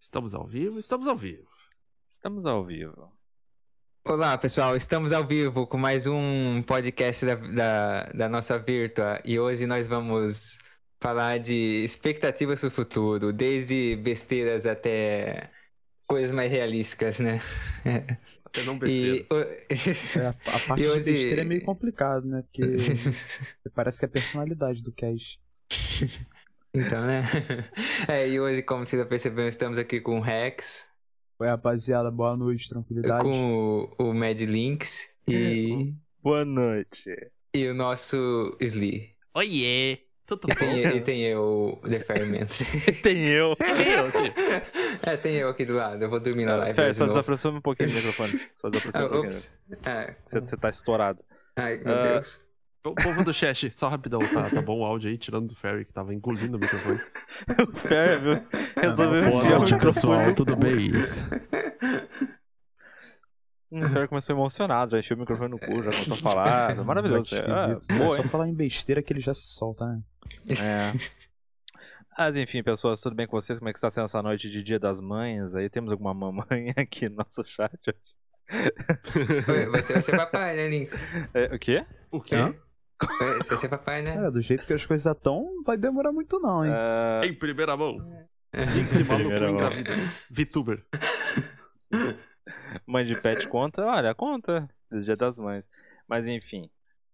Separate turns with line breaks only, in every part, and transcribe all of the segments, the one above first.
Estamos ao vivo? Estamos ao vivo.
Estamos ao vivo.
Olá, pessoal. Estamos ao vivo com mais um podcast da, da, da nossa Virtua. E hoje nós vamos falar de expectativas para o futuro, desde besteiras até coisas mais realísticas, né?
Até não besteiras.
E,
É, a a parte
E assim,
de
hoje-
besteira é meio complicado, né? Porque parece que é a personalidade do Cash.
então, né? É, e hoje, como vocês já perceberam, estamos aqui com o Rex,
Oi, é rapaziada, boa noite, tranquilidade.
com o, o Mad Links
É,
e,
Boa noite.
e o nosso Slee.
Oiê! Tudo
E
bom?
tem, e tem eu, o The Ferment.
Tem eu.
Eu aqui.
é, tem eu aqui do lado. Eu vou dormir na live.
Pera,
hoje
só
de novo.
desaproxima um pouquinho do microfone. Só
Ah,
desaproxima um pouquinho.
Ops. Ah,
Você, você tá estourado.
ai, meu
Ah.
Deus.
O povo do chat, só rapidão, tá, tá bom o áudio aí, tirando do Ferry que tava engolindo o microfone.
O Fer, viu?
Ah,
um Resolveu
Boa
enfiar o
noite,
microfone.
pessoal, tudo bem?
Hum, O Fer começou emocionado, já encheu o microfone no cu, já começou a falar. Maravilhoso.
Moleque
É, ah,
esquisito.
né?
é
boa,
só
hein?
falar em besteira que ele já se solta, né?
É. Mas enfim, pessoas, tudo bem com vocês? Como é que está sendo essa noite de Dia das Mães? Aí temos alguma mamãe aqui no nosso chat.
Oi, Você vai ser papai, né, Links?
É, o quê?
O quê?
Oi, Você vai ser papai, né?
Cara, É, do jeito que as coisas estão, não vai demorar muito não, hein?
Ah,
É Em primeira mão. Esse maluco
É. Primeira mão.
engravida. VTuber.
Mãe de pet conta? Olha, conta. do Dia das Mães. Mas enfim,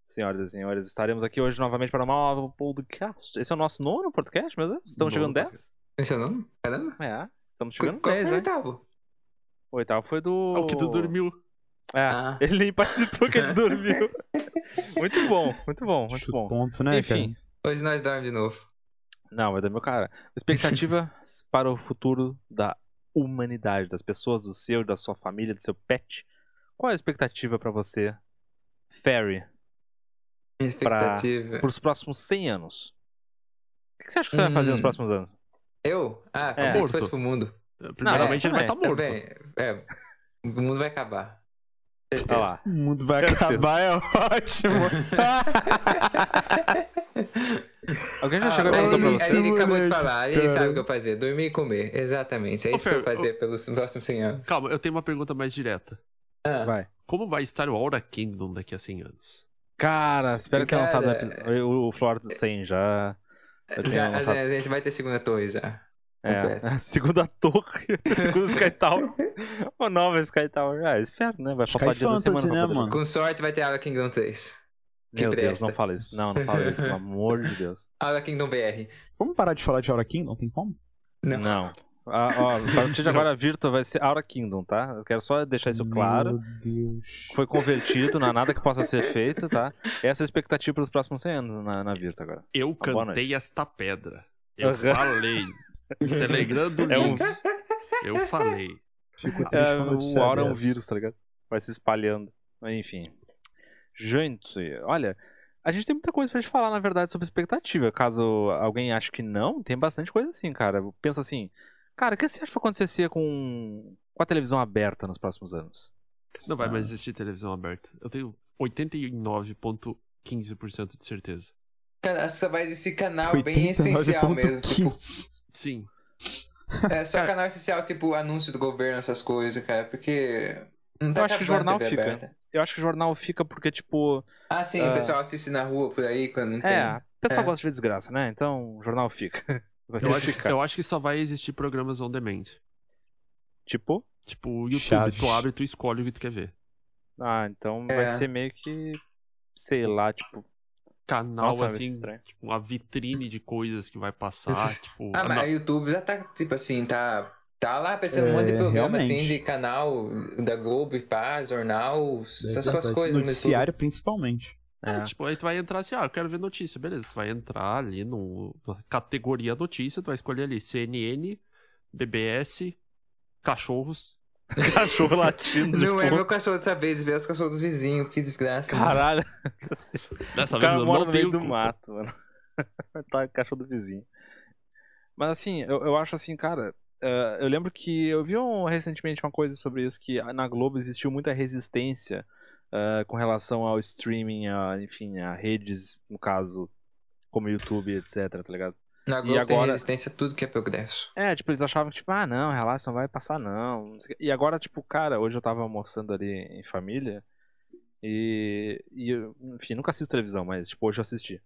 senhoras e senhores, estaremos aqui hoje novamente para uma nova podcast. Esse é o nosso nono podcast, meu Deus? Estamos
Nono
chegando 10?
Esse é o nome? Caramba.
É, estamos
Qual
chegando
qual foi
10,
o
né?
oitavo?
O oitavo foi do...
Ah, o que tu dormiu.
É,
Ah.
ele nem participou que ele dormiu. muito bom, muito bom, muito bom.
Chutonto, né,
Enfim,
cara?
Hoje nós dormimos de novo.
Não, vai dar meu cara. Expectativas para o futuro da humanidade, das pessoas, do seu, da sua família, do seu pet. Qual é a expectativa pra você, Fairy,
Minha expectativa.
pros próximos 100 anos? O que você acha que você vai
Hum.
fazer nos próximos anos?
Eu? Ah,
É.
pensei que
Morto.
fosse pro mundo.
É,
É.
Primeiramente,
Não,
ele vai
essa
estar morto.
Também. É. O mundo vai acabar.
Olha lá.
O mundo vai
Eu sei.
acabar, é ótimo.
Alguém já
Ah,
chegou e
aí
perguntou pra
ele, aí
você?
ele acabou de
Moleque,
falar, ele
cara.
sabe o que eu fazer, dormir e comer, exatamente. É
Ô,
isso que eu
Fer,
vou fazer pelos próximos 100 anos.
Calma, eu tenho uma pergunta mais direta.
Ah,
Vai.
Como vai estar o Aura Kingdom daqui a 100 anos?
Cara, espero que tenha lançado o
Cara,
episódio- o, o Flor do 100 já. já tenha
já-
lançado.
já- a gente vai ter segunda torre já. é, completo.
É, segunda torre, segunda Sky Tower, uma nova Sky Tower. Ah, espero, né? Vai
Sky
faltar dia da
Fantasy,
semana pra
né,
poder
mano?
Com sorte vai ter Aula Kingdom 3. que
Meu Deus,
presta.
não fala isso. Não, não fala isso, pelo amor de Deus.
Aula Kingdom BR.
Vamos parar de falar de Aura Kingdom, tem como?
Não.
Ah, ó, a partir de agora a Virtua vai ser Aura Kingdom, tá? Eu quero só deixar isso claro.
Meu Deus.
Foi convertido, não há nada que possa ser feito, tá? Essa é a expectativa pros próximos 100 anos na, na Virtua agora.
Eu
Ah, boa
cantei esta pedra. Eu
Aham.
falei. Telegram do
É um-
Lins. Eu falei.
Fico triste
É,
com a
o
notícia
Aura é um
dessa.
vírus, tá ligado? Vai se espalhando. Enfim. Gente, olha, a gente tem muita coisa pra gente falar, na verdade, sobre expectativa. Caso alguém ache que não, tem bastante coisa assim, cara. Pensa assim, cara, o que você acha que vai acontecer com, com a televisão aberta nos próximos anos?
Não vai
Ah.
mais existir televisão aberta. Eu tenho 89,15% de certeza.
Cara, só vai existir canal É bem essencial mesmo. Tipo,
89.15.
Sim.
é só canal essencial, tipo, anúncio do governo, essas coisas, cara, porque. Não tá
Eu acho que
acabando a
jornal
TV
fica.
aberta.
Eu acho que o jornal fica porque, tipo.
Ah, sim,
Ah.
o pessoal assiste na rua por aí quando não tem.
É, o pessoal
É.
gosta de ver desgraça, né? Então o jornal fica. Vai
Eu acho,
ficar.
eu acho que só vai existir programas on demand.
Tipo.
Tipo, o YouTube,
Chaves.
tu abre, tu escolhe o que tu quer ver.
Ah, então vai
É.
ser meio que. Sei lá, tipo.
Canal,
Nossa, vai ser
assim,
estranho.
tipo, uma vitrine de coisas que vai passar, tipo...
Ah, mas
não-
o YouTube já tá, tipo assim, tá. Tá lá pensando um monte de
É,
programa, assim,
realmente.
de canal da Globo, e pá, jornal, essas suas coisas né, no YouTube.
Noticiário, principalmente.
É,
É.
tipo, aí tu vai entrar assim, ah, eu quero ver notícia. Beleza, tu vai entrar ali no, na categoria notícia, tu vai escolher ali CNN, BBS, cachorros.
Cachorro latindo. de
Não é
fundo.
meu cachorro dessa vez, vê os cachorros dos vizinhos, que desgraça. mano.
Caralho.
Dessa
o
vez
cara
eu
mora
não
no
tenho
meio do
culpa.
mato, mano. tá caixa do vizinho. Mas assim, eu, eu acho assim, cara. eh, eu lembro que eu vi um- recentemente uma coisa sobre isso, que na Globo existiu muita resistência eh, com relação ao streaming, a, enfim, a redes, no caso, como YouTube, etc, tá ligado?
Na
E
Globo tem
agora-
resistência a tudo que é progresso.
É, tipo, eles achavam que, tipo, ah, não, relaxa, não vai passar, não. não sei o quê. E agora, tipo, cara, hoje eu tava almoçando ali em família e, e eu, enfim, nunca assisto televisão, mas, tipo, hoje eu assisti.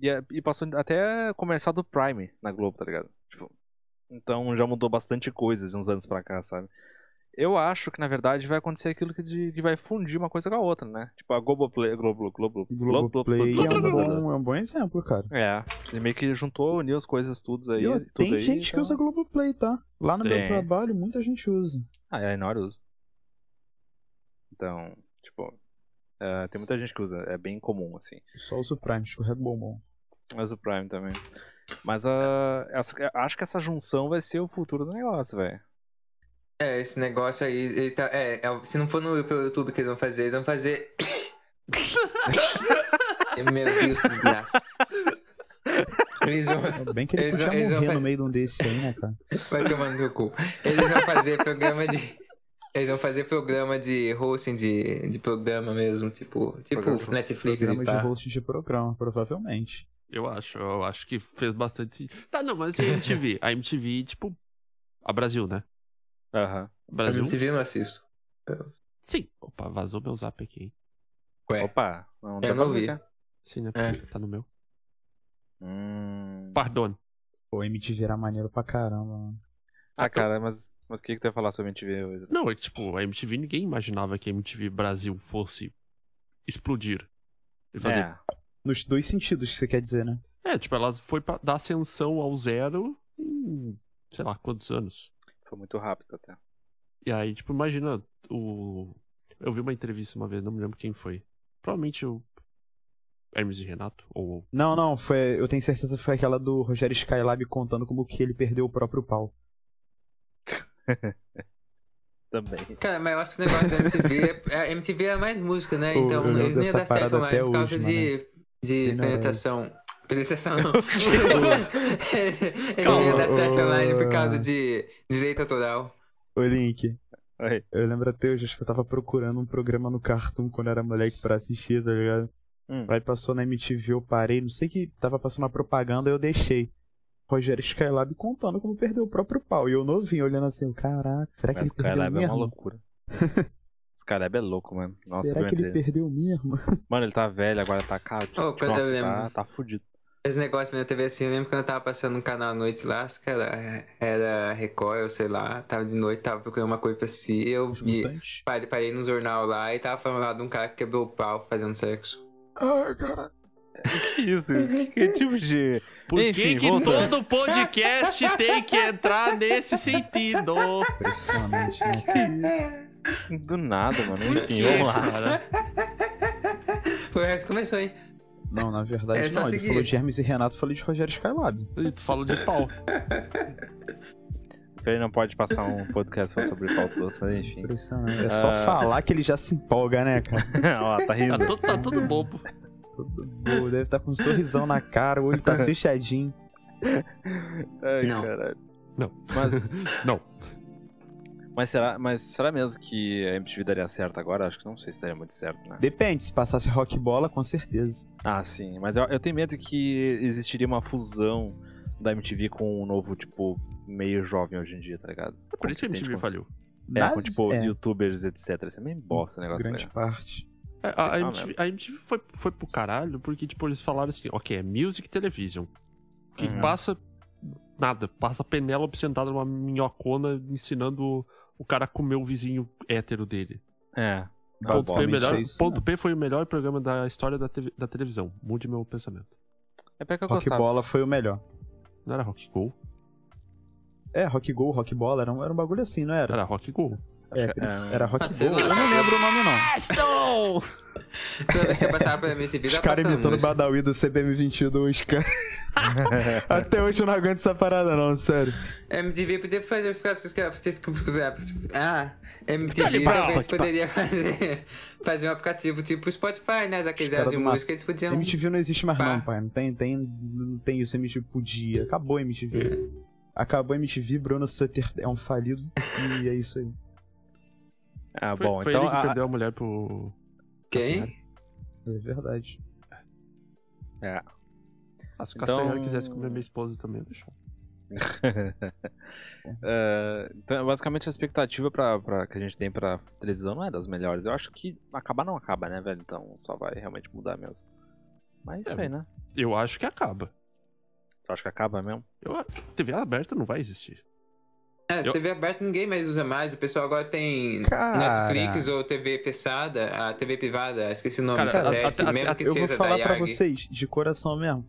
E, é- e passou até comercial do Prime na Globo, tá ligado? Tipo, então já mudou bastante coisas de uns anos pra cá, sabe? Eu acho que, na verdade, vai acontecer aquilo que, de- que vai fundir uma coisa com a outra, né? Tipo, a Globoplay... Globo, Globo,
Globoplay é um bom, é um bom exemplo, cara.
É, ele meio que juntou, uniu as coisas tudo aí.
E, ó,
tudo
tem
aí,
gente que
então-
usa Globoplay, tá? Lá no
Tem.
meu trabalho, muita gente usa.
Ah, é, Nora usa. Então, tipo, é, tem muita gente que usa, é bem comum, assim.
Só usa o Prime, é escorrega bombom.
Mas o Prime também. Mas a, essa, é, acho que essa junção vai ser o futuro do negócio, velho.
É, esse negócio aí, ele tá. É, é, se não for no pelo YouTube que eles vão fazer, eles vão fazer. Meu Deus, que desgraça. Eles vão.
Bem que ele
Eles
podia
vão- eles vão
morrer no
fazer-
meio de um desse aí, né, cara?
Vai tomar no teu cu. Eles vão fazer programa de. Eles vão fazer programa de hosting de, de programa mesmo, tipo. Tipo
Programa-
Netflix
Programa
e
de
pá.
host de programa, provavelmente.
Eu acho, eu acho que fez bastante sentido. Tá, não, mas e a MTV? A MTV, tipo. A Brasil, né?
Aham.
A
Brasil?
MTV eu não assisto.
Sim. Opa, vazou meu zap aqui, hein?
Ué.
Opa, não
Eu
deu pra
não vi.
clicar.
Sim, né?
É.
Porque Tá no meu.
Hum.
Pardon.
Pô, MTV era maneiro pra caramba, mano.
Ah, cara, mas, mas o que, que tu ia falar sobre a MTV hoje?
Não, é que, tipo, a MTV, ninguém imaginava que a MTV Brasil fosse explodir. E fazer
É,
Nos dois sentidos que você quer dizer, né?
É, tipo, ela foi pra dar ascensão ao zero em sei lá quantos anos.
foi muito rápido até.
E aí, tipo, imagina o. Eu vi uma entrevista uma vez, não me lembro quem foi. Provavelmente o. Hermes e Renato? Ou.
Não, não, foi. Eu tenho certeza que foi aquela do Rogério Skylab contando como que ele perdeu o próprio pau.
Também.
É
Cara, mas eu acho que o negócio da MTV é. A MTV é mais música, né?
Eu-
Então
eu
eles não iam
dessa
dar certo
parada
mais
até né?
por causa
hoje,
de. de
Sim, não, é
penetração. Penetração não. Ele não ia dar certo
Calma.
online por causa de direito autoral.
Ô, Link,
Oi.
eu lembro até hoje, acho que eu tava procurando um programa no Cartoon quando eu era moleque pra assistir, tá ligado?
Hum.
Aí passou na MTV, eu parei, não sei que tava passando uma propaganda, eu deixei. Rogério Skylab contando como perdeu o próprio pau. E eu novinho, olhando assim, caraca, será que
Mas
ele perdeu
Skylab é uma
mesmo?
loucura. Skylab é louco, mano. Nossa,
será
eu
que ele
entrei.
perdeu mesmo?
Mano, ele tá velho, agora tá caro.
Oh, quando eu
Nossa, tá,
lembro.
tá fudido.
Esse negócio na TV assim, eu lembro quando eu tava passando um canal à noite lá, os cara era Record, eu sei lá, tava de noite, tava procurando uma coisa pra si, eu
Os
vi,
mutantes.
parei, parei no jornal lá e tava falando lá de um cara que quebrou o pau fazendo sexo.
Ah, cara.
Que isso? que tipo de.
Por que
Enfim,
que
voltando.
todo podcast tem que entrar nesse sentido?
Impressionante, né?
Do nada, mano.
Por
Enfim,
que,
vamos lá.
cara?
Foi o Rex começou, hein?
Não, na verdade
É só
não. Ele
seguir.
falou de Hermes e Renato, eu falei de Rogério Skylab.
E tu falou de pau. Tá
Ele não pode passar um podcast falando sobre pau dos outros, mas enfim.
Impressionante. É só
Ah.
falar que ele já se empolga, né, cara?
Ó, tá
Tá
rindo.
tudo, tá tudo bobo.
Tudo bom, deve estar com um sorrisão na cara, o olho tá fechadinho.
Ai,
Não.
caralho.
Não.
Mas,
Não.
mas, será, mas será mesmo que a MTV daria certo agora? Acho que não sei se daria muito certo, né?
Depende, se passasse rock bola, com certeza.
Ah, sim. Mas eu, eu tenho medo que existiria uma fusão da MTV com um novo, tipo, meio jovem hoje em dia, tá ligado?
É por isso que a MTV
faz.
falhou.
É,
Mas-
com, tipo,
é,
youtubers, etc. Isso é meio bosta o negócio,
grande
né?
parte.
É, A, a
Isso é uma
MTV, a MTV foi, foi pro caralho porque, tipo, eles falaram assim, ok, é Music Television. Que
Uhum.
passa nada, passa Penélope sentada numa minhocona ensinando o, o cara a comer o vizinho hétero dele.
É. Uma
Ponto, P,
bosta.
é melhor,
é isso,
ponto P foi o melhor programa da história da, TV da televisão. Mude meu pensamento.
É pior que eu
Rock
gostava.
bola foi o melhor.
Não era Rock Go?
É, rock gol, rock bola, era um, era um bagulho assim, não era?
Era Rock Go.
É, por isso-
é.
era rock
Ah, sei
gol.
lá.
Eu não lembro o nome, não.
Aston!
Toda vez que eu passava pela MTV,
Os
tava
caras
passando
imitando o
música.
Badawi do CBM22, cara. Até hoje eu não aguento essa parada, não, sério.
MTV podia fazer ficar vocês que vocês que- ah MTV
Charlie Brown,
talvez
que
poderia fazer fazer um aplicativo tipo Spotify né já que eles
Os cara
eram de
do mapa.
música eles podiam
MTV não existe mais,
um Pá.
não, pai. Não tem, tem, não tem isso, MTV podia. Acabou a MTV. Acabou a MTV, Bruno Sutter é um falido. E é isso aí.
Ah,
Foi,
bom,
foi
então.
ele que
a-
perdeu Tá a mulher
tá
pro...
quem
É verdade.
É.
Ah, se o
Então-
Castanhari quisesse comer minha esposa também, eu deixava.
É, então, basicamente, a expectativa pra, pra- que a gente tem pra televisão não é das melhores. Eu acho que acabar não acaba, né, velho? Então só vai realmente mudar mesmo. Mas é
É.
isso aí, né?
Eu acho que acaba.
Tu acha que acaba mesmo?
Eu, TV aberta não vai existir.
É,
Eu-
TV aberta ninguém mais usa mais. O pessoal agora tem
Cara.
Netflix ou TV fechada, a TV privada, esqueci o nome,
Cara,
satélite,
a- a- a-
mesmo que
Eu vou
seja da
falar pra
IAG.
vocês, de coração mesmo.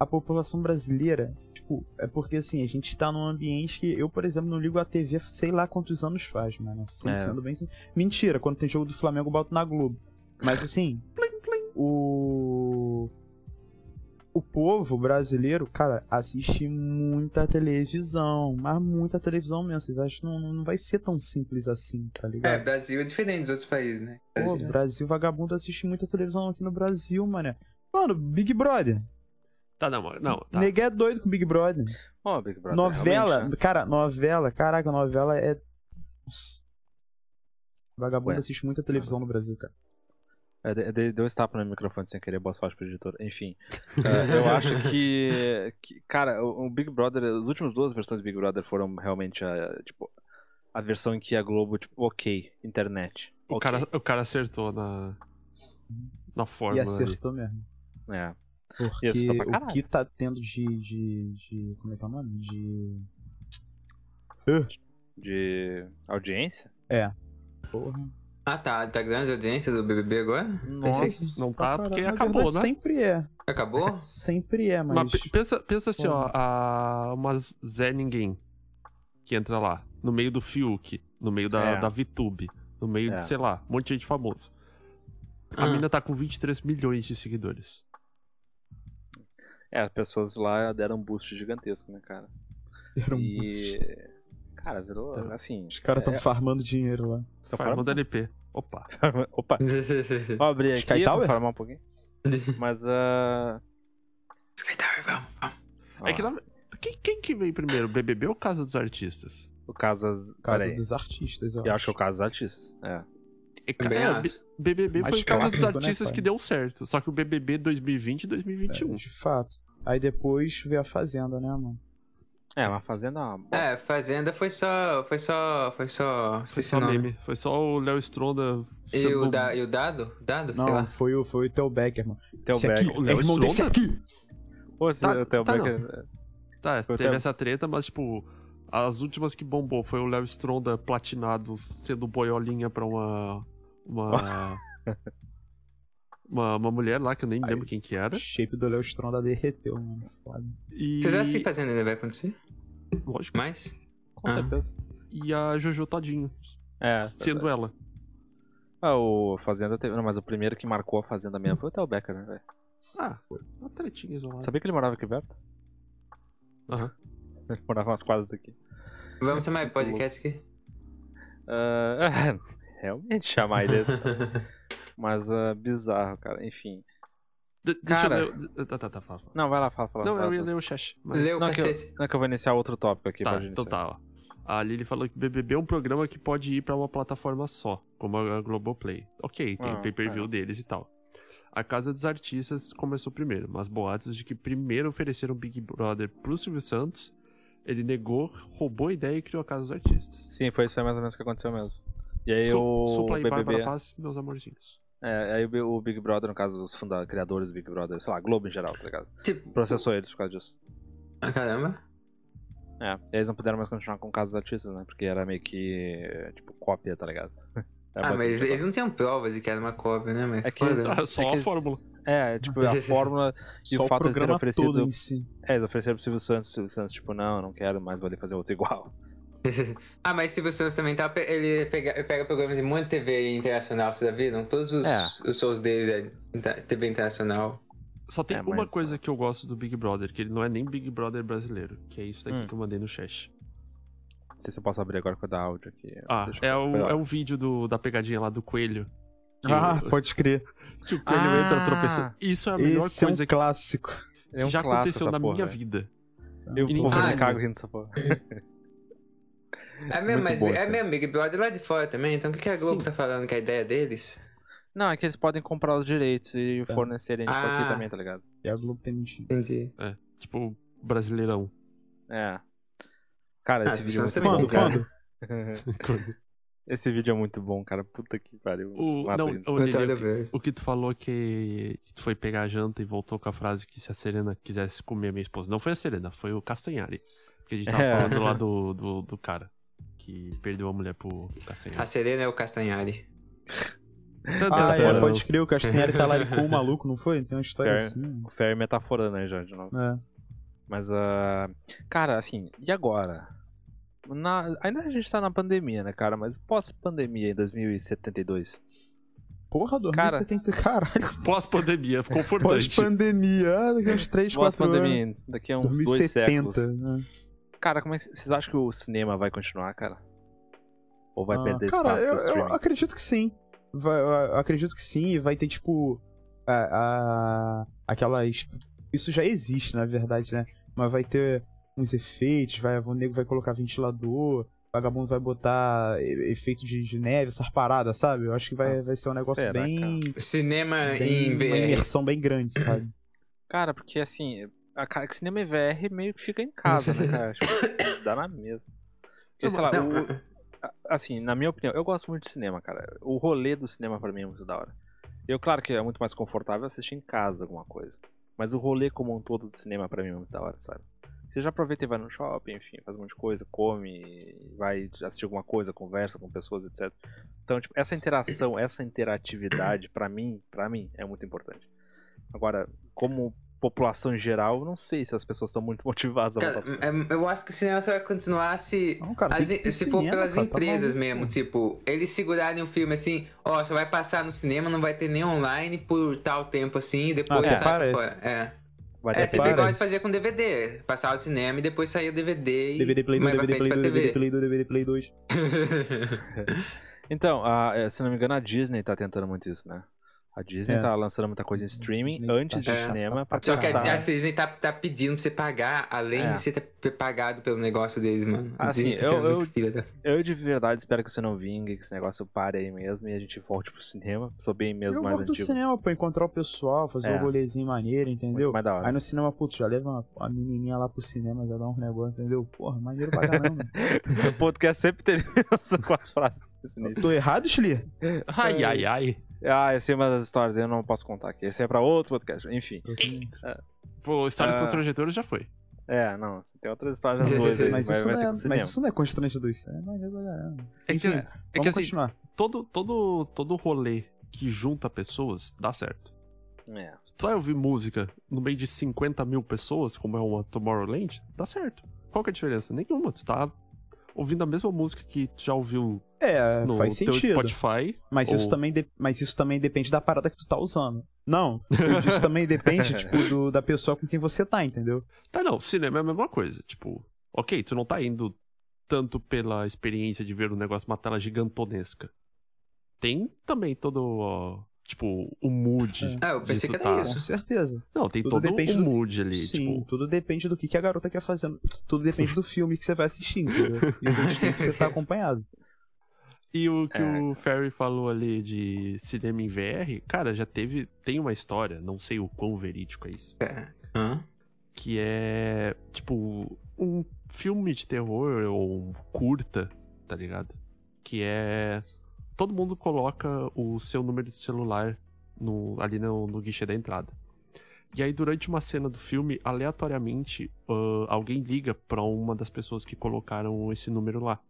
A população brasileira, tipo, é porque assim, a gente tá num ambiente que eu, por exemplo, não ligo a TV, sei lá quantos anos faz, mano. Sem-
É.
Sendo bem. sin- Mentira, quando tem jogo do Flamengo, eu boto na Globo. Mas assim, o. O povo brasileiro, cara, assiste muita televisão, mas muita televisão mesmo. Vocês acham que não, não vai ser tão simples assim, tá ligado?
É, Brasil é diferente dos outros países, né?
Pô,
Brasil.
Brasil vagabundo assiste muita televisão aqui no Brasil, mané. Mano, Big Brother.
Tá, não, não. Tá.
Negué é doido com Big Brother.
Ó, Big Brother,
novela,
realmente, né?
cara, novela, caraca, novela é. Nossa. Vagabundo
Ué.
assiste muita televisão no Brasil, cara.
É, de- de- deu estapa no microfone sem querer, boa sorte pro editor. Enfim, é, eu acho que, que, Cara, o, o Big Brother, as últimas duas versões do Big Brother foram realmente a, tipo, a versão em que a Globo, tipo, ok, internet.
O,
ok.
cara, o cara acertou na. Na
E
fórmula. ali.
acertou mesmo.
É.
Porque
acertou pra
o
caralho.
que tá tendo de. de, de- como é que é o nome? De.
De audiência?
É. Porra.
Ah, tá. Tá grandes audiências do BBB agora? Pensei que
Não tá,
Pra
porque
caralho. Na
acabou,
verdade,
né?
Sempre é.
acabou?
Sempre é, mas.
Mas pe- pensa, pensa assim, ó, a, uma Zé Ninguém que entra lá, no meio do Fiuk, no meio da,
É.
da VTube, no meio
É.
de, sei lá, um monte de gente famoso. A
Ah.
mina tá com 23 milhões de seguidores.
É, as pessoas lá deram um boost gigantesco, né, cara?
Deram um
E.
boost.
Cara, virou
Tá.
assim.
Os caras tão
é-
farmando dinheiro lá.
Tá
Farmão
falando?
da LP. Opa.
Opa, vou abrir aqui
Sky
pra
Tower?
falar um pouquinho. Mas ah,
Secretário, vamos. Ah.
É que
ó,
na- quem, quem que veio primeiro, BBB ou Casa dos Artistas?
o Casas.
Casa
Peraí.
dos artistas, eu,
Eu acho que é o Caso dos Artistas. É.
É,
Também
cara,
acho.
B- BBB
Mais
foi o Casa dos
clássico, né,
Artistas
cara?
que deu certo. Só que o BBB 2020 e
É,
2021.
Tipo, De fato. Aí depois vê a Fazenda, né, mano?
É, mas fazendo uma. bosta.
É, Fazenda foi só. Foi só. Foi só.
Foi
esqueci
só
o nome.
meme. Foi só o Léo Stronda.
E
sendo-
o, né? da, e o Dado? Dado? Sei
Não,
lá.
foi o, foi o Theo Becker, mano.
Theo
Esse
Becker.
aqui,
O Léo
é irmão desse aqui.
Pô, esse- é
Tá-
o Theo
tá
Becker.
Tá,
Foi
teve
até-
essa treta, mas, tipo, as últimas que bombou foi o Léo Stronda platinado sendo boiolinha pra uma. Uma. uma, uma mulher lá, que eu nem me lembro quem que era.
O shape do Léo Stronda derreteu, mano. Foda.
E.
Vocês acham que Fazenda ainda vai acontecer?
Lógico.
Mais?
Com
Ah.
certeza.
E a Jojo Todinho,
É.
sendo ela.
Ah, o Fazenda teve. Não, mas o primeiro que marcou a Fazenda mesmo foi o Theo Becker, né, velho?
Ah, uma tretinha
Ah.
isolada.
Sabia que ele morava aqui perto?
Aham.
Ele morava umas quadras daqui.
Vamos chamar mais podcast aqui?
Ah, realmente chamar ele. mas ah, bizarro, cara. Enfim.
De- deixa
Cara.
eu ler. o- Tá, tá, tá, fala. fala.
Não, vai lá, fala, fala.
Não,
fala,
eu ia
fala.
ler o chat. mas-
Leu o
Não, que eu-
cacete.
Não é que eu vou iniciar outro tópico aqui
Tá,
pode
então
iniciar.
tá, ó. A Lili falou que BBB é um programa que pode ir pra uma plataforma só, como a Globoplay. Ok, tem
Ah,
pay-per-view deles e tal. A Casa dos Artistas começou primeiro, mas boatos de que primeiro ofereceram Big Brother pro Silvio Santos, ele negou, roubou a ideia e criou a Casa dos Artistas.
Sim, foi isso aí mais ou menos que aconteceu mesmo. E aí
Su-
o
Supla e Bárbara
BBB,
Paz, meus amorzinhos.
é, aí o B- o Big Brother, no caso, os funda criadores do Big Brother, sei lá, Globo em geral, tá ligado?
Tipo,
Processou eles por causa disso.
ah, caramba.
É, e eles não puderam mais continuar com casos artistas, né? Porque era meio que, eh, tipo, cópia, tá ligado? Era
Ah, mas
basicamente
eles não tinham provas de que era uma cópia, né? Mas
É que
foda-se.
eles-
Só
é que
a
eles-
fórmula.
É, tipo, a fórmula... E
Só
o
o
fato de ser
programa
oferecido-
todo em si.
É, eles ofereceram pro Silvio Santos, o Silvio Santos, tipo, não, não quero mais, vou ali fazer outro igual.
Ah, mas Silvio Santos também tá. Ele pega, ele pega programas de muita TV internacional, vocês já viram? Todos os,
É.
os shows dele é da TV internacional.
Só tem
É, mas-
uma coisa que eu gosto do Big Brother, que ele não é nem Big Brother brasileiro, que é isso daqui
Hum.
que eu mandei no chat.
Não sei se eu posso abrir agora com a da áudio aqui.
Ah,
Deixa eu-
é o,
Foi lá.
é o vídeo do, da pegadinha lá do coelho. Que
Ah,
o-
pode crer.
Que o coelho
Ah!
entra tropeçando. Isso é a melhor
Esse é um
coisa que
clássico.
É um
já
clássico
aconteceu
essa
na
porra,
minha
velho.
vida.
Eu,
E
porra,
ninguém-
me cago rindo dessa porra.
É mesmo,
Muito
mas
bom
é
isso aí.
mesmo Big Brother lá de fora também, então o que, que a Globo
Sim.
tá falando que a ideia deles?
Não, é que eles podem comprar os direitos e
Tá.
fornecerem isso
Ah.
aqui também, tá ligado?
E a Globo tem mentido.
Entendi.
Tipo, brasileirão.
É. Cara,
Ah,
esse
as
vídeo é
pessoas
muito
também
bom.
Quando?
Cara.
Quando?
cara. esse vídeo é muito bom, cara. Puta que pariu.
O,
Mata
não,
isso.
ô,
Eu
Lili,
tô
o,
olhando
que,
verde.
o que tu falou que, que tu foi pegar a janta e voltou com a frase que se a Serena quisesse comer a minha esposa. Não foi a Serena, foi o Castanhari. Porque a gente tava
É.
falando lá do, do, do cara que perdeu a mulher pro
A
Castanhari.
Serena é o Castanhari.
Ah, é,
Eu-
pode crer, o Castanheira tá lá com o maluco, não foi? Tem uma história
É.
assim.
O Ferry metaforando aí já de novo.
É.
Mas, ah, cara, assim, e agora? Na- ainda a gente tá na pandemia, né, cara? Mas pós-pandemia em 2072.
Porra, 2070, caralho.
Pós-pandemia, confortante.
Pós-pandemia, ah, daqui a uns 3, 4 anos.
Pós-pandemia, daqui a uns dois
2070,
séculos.
né?
Cara, como é que, vocês acham que o cinema vai continuar, cara? Ou vai
Ah,
perder
cara,
espaço
eu,
pro
eu
streaming?
acredito que sim. Vai- eu acredito que sim, e vai ter, tipo, a, a- aquelas... Isso já existe, na verdade, né? Mas vai ter uns efeitos, vai, o nego vai colocar ventilador, o vagabundo vai botar e- efeito de, de neve, essas paradas, sabe? Eu acho que vai, vai ser um negócio
Ah, será,
bem...
Cinema
bem-
em é,
Uma
VR.
imersão bem grande, sabe?
Cara, porque assim, a cara que cinema e VR meio que fica em casa, né, cara? Tipo, dá na mesa. Porque, sei lá,
tá
Não,
o- a- assim, na minha opinião, eu gosto muito de cinema, cara. O rolê do cinema pra mim é muito da hora. Eu, claro que é muito mais confortável assistir em casa alguma coisa. Mas o rolê como um todo do cinema pra mim é muito da hora, sabe? Você já aproveita e vai no shopping, enfim, faz um monte de coisa, come, vai assistir alguma coisa, conversa com pessoas, etc. Então, tipo, essa interação, essa interatividade, pra mim, para mim, é muito importante. Agora, como população em geral, eu não sei se as pessoas estão muito motivadas a
cara,
voltar pro cinema.
é- eu acho que o cinema só vai continuar se
Não, tá cara,
As-
tem que ter
se for
cinema,
pelas
cara, tá
empresas
maluco.
mesmo, tipo, eles segurarem um filme assim, ó, só vai passar no cinema, não vai ter nem online por tal tempo assim, e depois
Ah,
sai pra
parece.
fora. É,
Vai
é
depender-
tipo
Parece.
igual eles faziam com DVD. Passava o cinema e depois saía o DVD e
DVD Play 2,
mais pra
DVD
frente
Play
pra
2,
TV.
DVD Play 2, DVD Play 2.
Então, a- é, se não me engano, a Disney tá tentando muito isso, né? A Disney
É.
tá lançando muita coisa em streaming
Disney
antes de
tá-
É.
cinema pra
Só que
testar.
a, a Disney tá, tá pedindo pra você pagar, além
É.
de você ter pagado pelo negócio deles, mano.
Ah,
A
Assim,
Disney tá
eu-
sendo
eu-
muito filha da-
Eu de verdade espero que você não vingue, que esse negócio pare aí mesmo e a gente volte pro cinema. Sou bem mesmo
Eu
mais
gosto do
antigo.
cinema, pô, encontrar o pessoal, fazer
É.
um rolezinho maneiro,
Muito
entendeu?
mais da hora.
Aí no cinema, putz, já leva uma, uma menininha lá pro cinema, já dá um negócio, entendeu? Porra, maneiro pra caramba.
O podcast sempre termina com as frases desse nível.
Tô errado, Shli?
Ai, ai, ai.
Ah, essa é uma das histórias, eu não posso contar aqui. Esse é pra outro podcast. Enfim.
Pô, histórias
Ah.
constrangedoras já foi.
É, não. Tem outras histórias boas aí, mas
Mas, isso
vai
não
ser
é,
com cinema.
mas isso não é constrangedor, isso é maneiro pra caramba.
É que,
Enfim,
é que
Vamos
assim,
continuar.
todo, todo, todo rolê que junta pessoas dá certo.
É.
Se tu vai ouvir música no meio de 50 mil pessoas, como é uma Tomorrowland, dá certo. Qual que é a diferença? Nenhuma. Tu tá ouvindo a mesma música que tu já ouviu
É,
no
faz
teu
sentido.
Spotify.
Mas,
ou-
isso também de- mas isso também depende da parada que tu tá usando. Não, isso também depende, tipo, do- da pessoa com quem você tá, entendeu?
Tá, não. Cinema é a mesma coisa. Tipo, ok, tu não tá indo tanto pela experiência de ver um negócio uma tela gigantonesca. Tem também todo, ó, tipo, o mood.
Ah, eu
de
pensei
tu
que era
tá-
Com
isso.
certeza.
Não, tem
É. Tudo
todo
depende
o
do-
mood ali.
Sim,
Tipo,
tudo depende do que, que a garota quer fazer. Tudo depende do filme que você vai assistir, entendeu? E do filme que você tá acompanhado.
E o que
É.
o Ferry falou ali de cinema em VR, cara, já teve. Tem uma história, não sei o quão verídico é isso.
Hã?
Que é tipo um filme de terror ou um curta, tá ligado? Que é. Todo mundo coloca o seu número de celular no- ali no, no guichê da entrada. E aí, durante uma cena do filme, aleatoriamente, ãh, alguém liga pra uma das pessoas que colocaram esse número lá.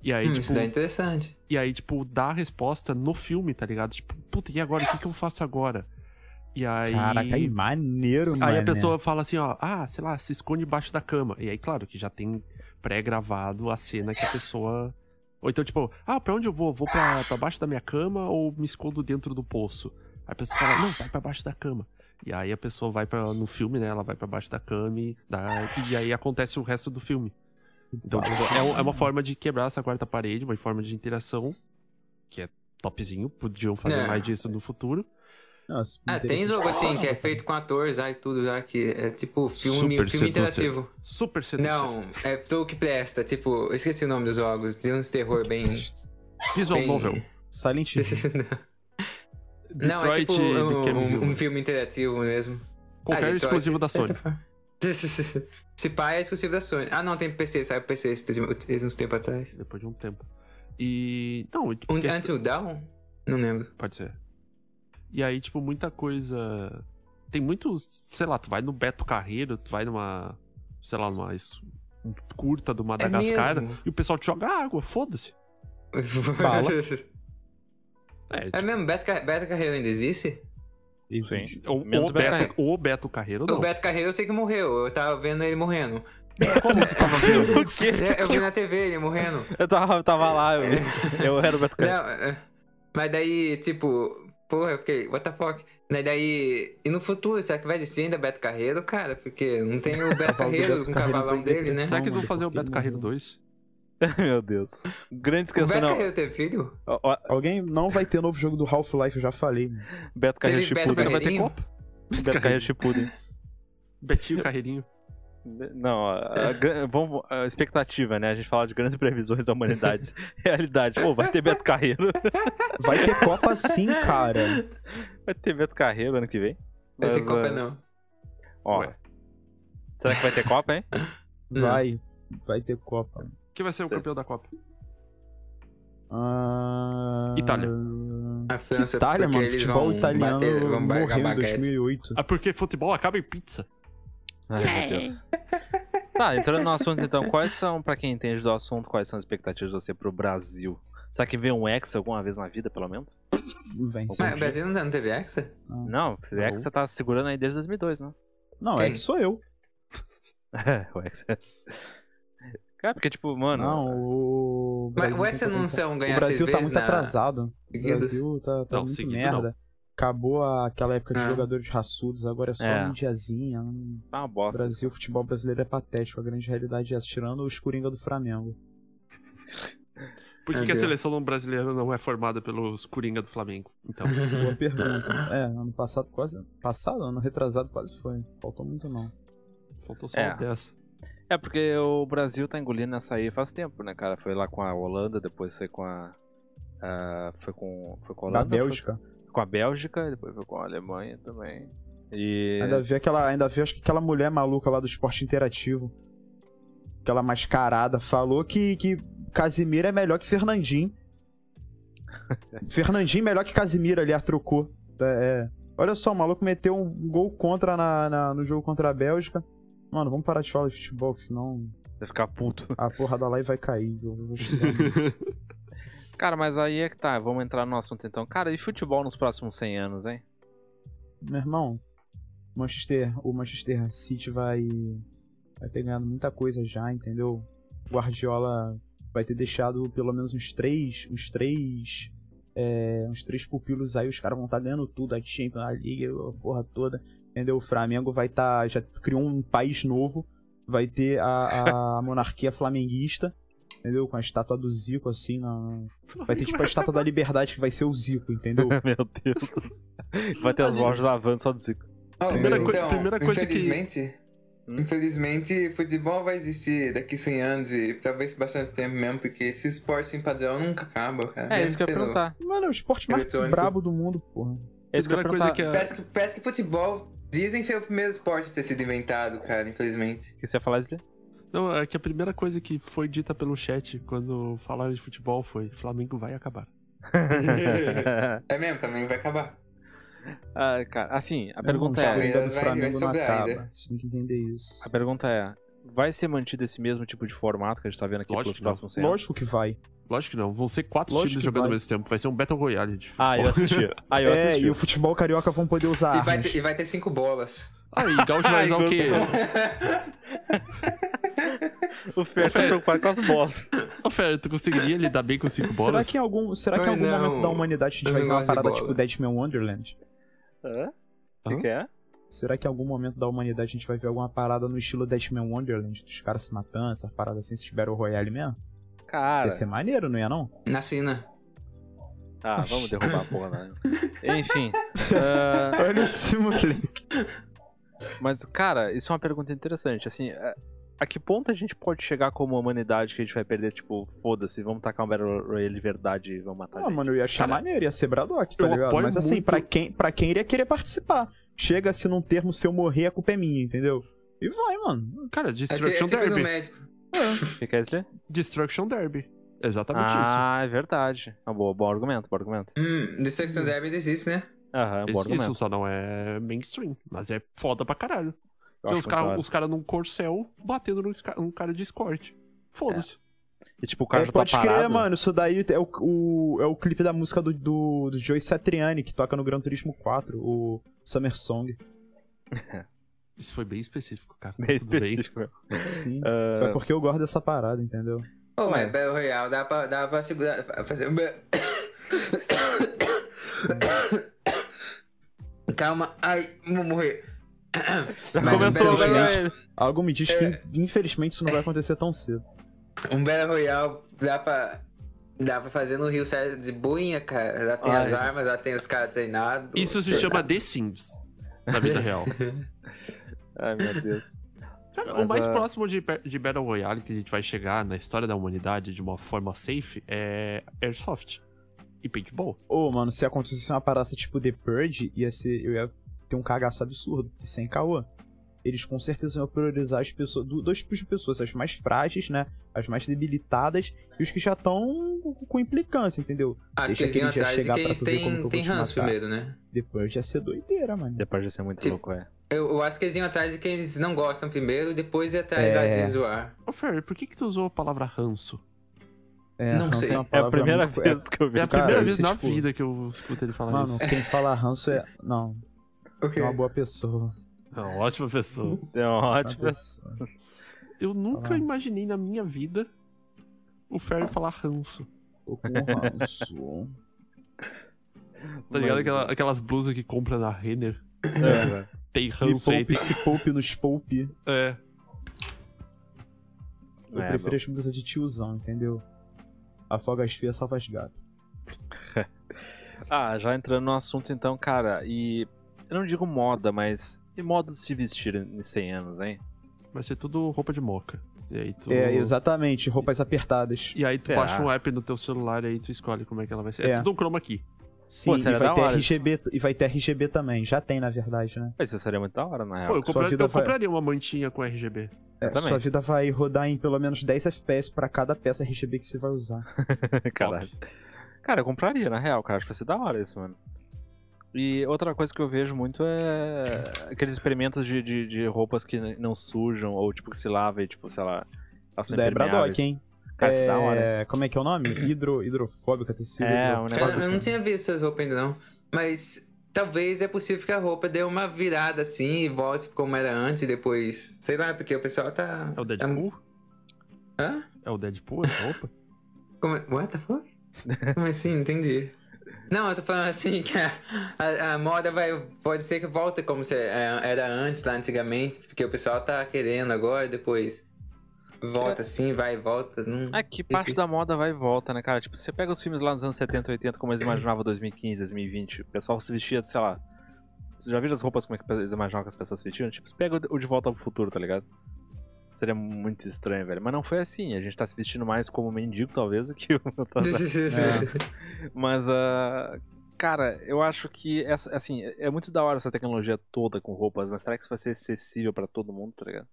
E aí,
Hum,
tipo,
Isso daí é interessante.
e aí, tipo, dá a resposta no filme, tá ligado? Tipo, puta, e agora? O que, que eu faço agora? E aí.
Caraca, aí maneiro, mano.
aí a pessoa fala assim, ó, ah, sei lá, se esconde embaixo da cama. E aí, claro, que já tem pré-gravado a cena que a pessoa. Ou então, tipo, ah, pra onde eu vou? Vou pra, pra baixo da minha cama ou me escondo dentro do poço? Aí a pessoa fala, não, vai pra baixo da cama. E aí a pessoa vai para no filme, né? Ela vai pra baixo da cama e, dá- e aí acontece o resto do filme. Então, tipo, é, um- é uma forma de quebrar essa quarta parede, uma forma de interação, que é topzinho, podiam fazer
É.
mais disso no futuro.
Nossa,
Ah, tem
interessante.
jogo assim que é feito com atores já e tudo já, que é tipo filme,
Super
filme
seducer.
interativo.
Super sedução.
Não, é jogo que presta, tipo, eu esqueci o nome dos jogos, tem uns terror bem.
Visual
bem...
novel.
Silent Hill.
Detroit
não, é tipo
Became
um, um-
Human.
um filme interativo mesmo. Ah,
Qualquer
Detroit.
exclusivo da Sony.
Se pá, é exclusivo da Sony. Ah, não, tem pro PC, saiu pro PC esses- uns tempos atrás.
Depois de um tempo. E. Não,
Um,
quest-
Until Dawn? Não lembro.
Pode ser. E aí, tipo, muita coisa. Tem muito. Sei lá, tu vai no Beto Carreiro, tu vai numa. Sei lá, numa es- curta do É Madagascar.
É mesmo?
e o pessoal te joga água, foda-se.
Fala.
É,
É
tipo,
mesmo? Beto, Car... Beto Carreiro ainda existe?
Existe.
o, o
Menos o Beto
Beto, o Beto Carreiro não.
O Beto Carreiro eu sei que morreu. Eu tava vendo ele morrendo.
é
Né,
Como tu tava vendo?
O quê?
Eu, eu vi na TV ele morrendo.
Eu tava, eu tava lá, eu, eu era o Beto Carreiro.
Não, é, mas daí, tipo, porra, eu fiquei, what the fuck? Mas daí, e no futuro, será que vai existir ainda Beto Carreiro, cara? Porque não tem o Beto
cavalo do
Carreiro
Beto
com o
Carreiro
cavalão
vai ter
dele, né?
Será é que
Não,
vão
mano,
fazer o
porque
Beto
não-
Carreiro 2?
Meu Deus. Grande
O
esqueção,
Beto
não.
Carreiro teve filho?
Ó, ó,
Alguém não vai ter novo jogo do Half-Life, eu já falei. mano.
Beto Carreiro
Teve Beto
Chipuden.
Agora vai ter
Carreirinho?
Copa?
Beto Carreiro Chipuden.
Betinho Carreirinho.
Não, ó, a, gran- vamos, a expectativa, né? A gente fala de grandes previsões da humanidade. Realidade. Pô, vai ter Beto Carreiro.
Vai ter Copa sim, cara.
Vai ter Beto Carreiro ano que vem.
Não
Mas,
tem Copa,
ah,
é,
não.
Ó,
Ué.
será que vai ter Copa, hein?
Vai. Vai ter Copa.
Quem vai ser o
Certo.
campeão da Copa?
Ah,
Itália.
A França,
Itália,
porque
mano.
eles
tá, Futebol
vão
italiano
bater, vão bagar
morreu em
baguete.
2008.
Ah, porque futebol acaba em pizza.
Ai, meu Deus. Tá, entrando no assunto então, quais são, pra quem entende do assunto, quais são as expectativas de você pro Brasil? Será que vê um ex alguma vez na vida, pelo menos?
Vence.
Mas o Brasil não tá teve Hexa?
Não, o
Não.
ex você tá segurando aí desde 2002, né?
Não,
Quem?
é que sou eu.
o ex. Cara, porque tipo, mano.
Não, o.
Mas
Brasil
o
tem
Hexa não
potencial.
são
O
ganhar seis
Brasil tá
vezes
muito
na...
atrasado. O
seguidas?
Brasil tá, tá
Não,
muito
seguido
merda. Acabou aquela época de
Ah.
jogadores raçudos, agora é só
É.
ninjazinha. Hum,
Tá uma bosta.
Brasil, futebol brasileiro é patético, a grande realidade é essa, tirando os Coringa do Flamengo.
Por que,
Meu
que a
Deus.
seleção brasileira não é formada pelos Coringa do Flamengo? Então,
Boa pergunta. É, ano passado quase. Passado, ano retrasado quase foi. Faltou muito não.
faltou só
É.
um dessa.
É porque o Brasil tá engolindo essa aí faz tempo, né, cara? Foi lá com a Holanda, depois foi com a. ah, foi com. Foi com a
Da
Holanda.
Bélgica.
foi com a Bélgica, depois foi com a Alemanha também. E.
Ainda vi aquela. Ainda vi acho que aquela mulher maluca lá do esporte interativo. Aquela mascarada. Falou que, que Casimiro é melhor que Fernandinho. Fernandinho melhor que Casimiro, aliás, trocou. É, é. Olha só, o maluco meteu um gol contra na, na- no jogo contra a Bélgica. Mano, vamos parar de falar de futebol, que senão
Vai ficar puto.
a porra da live vai cair. Eu vou xingar muito.
Cara, mas aí é que tá, vamos entrar no assunto então. Cara, e futebol nos próximos 100 anos, hein?
Meu irmão, Manchester, o Manchester City vai, vai ter ganhado muita coisa já, entendeu? Guardiola vai ter deixado pelo menos uns três, uns três, é, uns três pupilos aí, os caras vão estar ganhando tudo, a Champions, a Liga, a porra toda, entendeu? O Flamengo vai estar, já criou um país novo, vai ter a, a monarquia flamenguista, entendeu? Com a estátua do Zico, assim, na... vai ter tipo a estátua da liberdade que vai ser o Zico, entendeu?
Meu Deus. Vai ter as lojas da Van só do Zico.
Oh,
Primeira
mas
coi-
então,
primeira coisa que-
infelizmente,
Hum?
infelizmente, futebol vai existir daqui 100 anos e talvez bastante tempo mesmo, porque esse esporte sem padrão nunca acaba, cara.
É
Mesmo
isso que eu ia
tendo-
perguntar.
Mano, é o esporte mais
Eletrônico.
brabo do mundo, porra.
É isso que eu ia
Primeira coisa
perguntar.
que
Que,
a...
Parece que, parece que futebol dizem ser o primeiro esporte a ter sido inventado, cara, infelizmente.
você ia falar, né? Sli?
Não, é que a primeira coisa que foi dita pelo chat quando falaram de futebol foi Flamengo vai acabar.
É mesmo, também vai acabar.
ah, cara, assim, a
Pergunta
pergunta
sei.
é.
Talvez
é, do
vai-
Flamengo
vai
não
sobrar
acaba.
ainda.
Você tem que entender isso.
A pergunta é. Vai ser mantido esse mesmo tipo de formato que a gente tá vendo aqui
Lógico
pelos
que não.
próximos 100 anos?
Lógico que vai.
Lógico que não, vão ser quatro
Lógico
times
que
jogando ao
vai.
mesmo tempo. Vai ser um Battle Royale de futebol.
Ah, eu assisti. Ah, eu
é,
assisti.
e o futebol carioca vão poder usar
E vai,
armas.
ter, e vai ter cinco bolas.
Ah, e Gaúcho vai usar o quê?
O Fer tá preocupado com as bolas.
Ô, Fer, tu conseguiria lidar bem com cinco
Será
bolas?
que é em algum, será que em
Ai,
algum
não.
momento da humanidade a gente
Eu
vai
não
ver uma
gosto de
parada
bola.
tipo Deadman Wonderland?
Hã? O
Hã?
que, que é?
Será que em algum momento da humanidade a gente vai ver alguma parada no estilo Deadman Wonderland? Dos caras se matando, essas paradas assim, esses Battle Royale mesmo?
Cara.
Ia ser maneiro, não ia não?
Na China.
Ah, vamos derrubar a porra, né? Enfim. ah,
Olha esse moleque.
Mas, cara, isso é uma pergunta interessante. Assim, é, a que ponto a gente pode chegar como humanidade que a gente vai perder, tipo, foda-se, vamos tacar um Battle Royale de verdade e vamos matar
Ah,
gente.
mano, eu ia achar
Cara,
maneiro, ia ser Braddock, tá
eu
ligado?
apoio
Mas assim,
muito-
pra, quem, pra quem iria querer participar. Chega-se num termo, se eu morrer, a culpa é minha, entendeu? E vai, mano.
Cara,
É ti- é
Destruction
tipo no
Derby.
médico.
O que que é isso? ali?
Destruction Derby. Exatamente isso.
Ah, é verdade. É um bom, bom argumento, bom argumento.
Hum, Destruction Derby existe, né?
Aham, é um bom
Isso,
argumento.
isso só não é mainstream, mas é foda pra caralho.
Eu
Tem
acho
os
muito da hora.
caras cara num corcel batendo num, esca- num cara de escort. Foda-se.
E tipo, o cara
É,
já tá
pode
parado.
crer, mano, isso daí é o, o- é o clipe da música do, do, do Joey Satriani, que toca no Gran Turismo 4, o Summer Song.
É, Isso foi bem específico, cara.
Bem
Tudo bem.
específico.
Sim.
Ah,
É porque eu gosto dessa parada, entendeu?
Pô, mas Battle Royale dá pra, dá pra segurar. pra Fazer. um Calma, ai, vou morrer.
já
Mas
começou o
um Battle
Battle
Royale-
Royale.
Algo me diz que, infelizmente, isso não vai acontecer tão cedo.
Um Battle Royale dá pra. Dá pra fazer no Rio Sérgio de boinha, cara. Lá tem
Ai.
as armas, lá tem os caras treinados.
Isso se chama The Sims. Na vida real.
Ai, meu Deus.
Cara,
Mas,
o mais
ah,
próximo de, pe- de Battle Royale que a gente vai chegar na história da humanidade de uma forma safe é Airsoft e Paintball.
Ô, mano, se acontecesse uma parada tipo The Purge, ia ser, eu ia ter um cagaço absurdo, e sem caô. Eles com certeza iam priorizar as pessoas, do- dois tipos de pessoas, as mais frágeis, né? As mais debilitadas e os que já estão com- com implicância, entendeu?
Acho que
Deixa
eles
aquele
iam
dia
atrás de
chegar
quem
pra tu ver como que eu
tem,
vou
tem
te
ranço
matar.
primeiro, né?
The Purge ia ser doideira, mano.
Depois de ser muito
Sim.
louco, é. velho.
Eu, eu acho que eles iam atrás de quem eles não gostam primeiro e depois ir atrás
É.
lá de zoar.
Ô, Ferry, por que, que tu usou a palavra ranço?
É,
Não
ranço
sei.
é uma
É a
palavra
primeira
muito-
vez que eu vi.
É a
Cara,
primeira vez
esse
na
tipo-
vida que eu escuto ele
é-
falar
Mano,
isso.
quem fala ranço é. Não,
O
é uma boa pessoa.
É uma ótima pessoa.
É uma
É uma
ótima.
pessoa.
Eu nunca
Ah.
imaginei na minha vida o Ferry falar ranço.
Tô com ranço.
Tá ligado? Aquela- aquelas blusas que compra na Renner.
É, velho.
Tem
Me
ranço aí.
poupe,
Tem...
se poupe nos poupe.
É.
Eu
É,
prefiro
meu.
as blusas de tiozão, entendeu? Afoga as feias, salva as gatas.
Ah, já entrando no assunto então, cara, e eu não digo moda, mas e modo de se vestir em 100 anos, hein?
Vai ser tudo roupa de moca. E aí tu.
É, exatamente, roupas apertadas.
E aí tu
Será?
baixa um app no teu celular e aí tu escolhe como é que ela vai ser. É,
É.
tudo um chroma aqui.
Sim,
Pô,
e
será da
vai, ter
hora
RGB, t- e vai ter RGB também. Já tem, na verdade, né?
Mas isso seria muito da hora, na
Pô,
real.
eu, comprar-
É, vida
eu
vai-
compraria uma mantinha com RGB.
É,
Exatamente.
sua vida vai rodar em pelo menos 10 FPS pra cada peça RGB que você vai usar.
Caralho. Cara, eu compraria, na real, cara. Acho que vai ser da hora isso, mano. E outra coisa que eu vejo muito é aqueles experimentos de, de, de roupas que n- não sujam, ou tipo que se lava e, tipo, sei lá, elas
Isso
são
daí é
impermeáveis.
Braddock, hein?
Cara, isso é da hora.
É, Como é que é o nome? Hidro, hidrofóbica, tecido.
É,
hidrofóbico.
um
Cara,
negócio
eu não
assim.
tinha visto essas roupas ainda não. Mas talvez é possível que a roupa dê uma virada assim e volte como era antes e depois. Sei lá, porque o pessoal tá.
É o Deadpool?
Tá... Hã?
É o Deadpool essa roupa?
Como... é- What the fuck? Como assim? Entendi. Não, eu tô falando assim que a, a- a moda vai. Pode ser que volte como se é, era antes, lá antigamente, porque o pessoal tá querendo agora e depois. Volta assim, vai e volta. Não...
Ah,
É que parte
Difícil.
da moda vai e volta, né, cara? Tipo, você pega os filmes lá nos anos 70, 80, como eles imaginavam 2015, 2020, o pessoal se vestia, sei lá. Você já viu as roupas como é que eles imaginavam que as pessoas se vestiam? Tipo, você pega o de volta pro futuro, tá ligado? Seria muito estranho, velho. Mas não foi assim. A gente tá se vestindo mais como mendigo, talvez, do que o. tá. Mas, ah, cara, eu acho que, essa, assim, é muito da hora essa tecnologia toda com roupas, mas será que isso vai ser acessível pra todo mundo, tá ligado?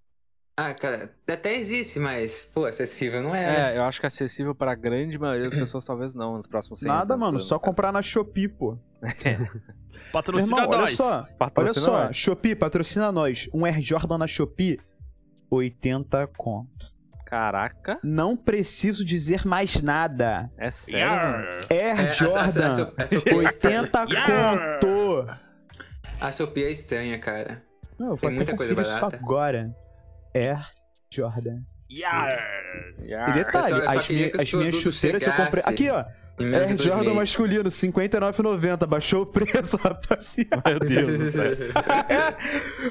Ah, cara, até existe, mas, pô, acessível não né? era.
É, eu acho que acessível pra grande maioria das pessoas, talvez não, nos próximos 100
Nada,
anos,
mano,
né?
só comprar na Shopee, pô. Meu
Patrocina
irmão, olha
nós!
só. Olha
Patrocina
só,
nós.
Shopee, patrocina nós. Um Air Jordan na Shopee, 80 conto.
Caraca,
Não preciso dizer mais nada.
é sério? mano?
Yar!
Air
É, a- a- a- a-
Jordan,
a- a- a Shopee é estranha.
80
Yeah!
conto.
A Shopee é estranha, cara.
Não, eu vou
Tem
até
muita coisa
conferir isso
barata.
agora. Air Jordan.
Yar!
Ah,
E
Yar.
detalhe,
Eu só- eu só
as,
queria
minhas-
é que os
as minhas
produtos
chuteiras eu comprei...
chegassem.
Aqui, ó.
Em menos de
Air
dois
É, Jordan
meses.
masculino, R$ 59,90. Baixou o preço, rapaziada.
Meu Deus do céu.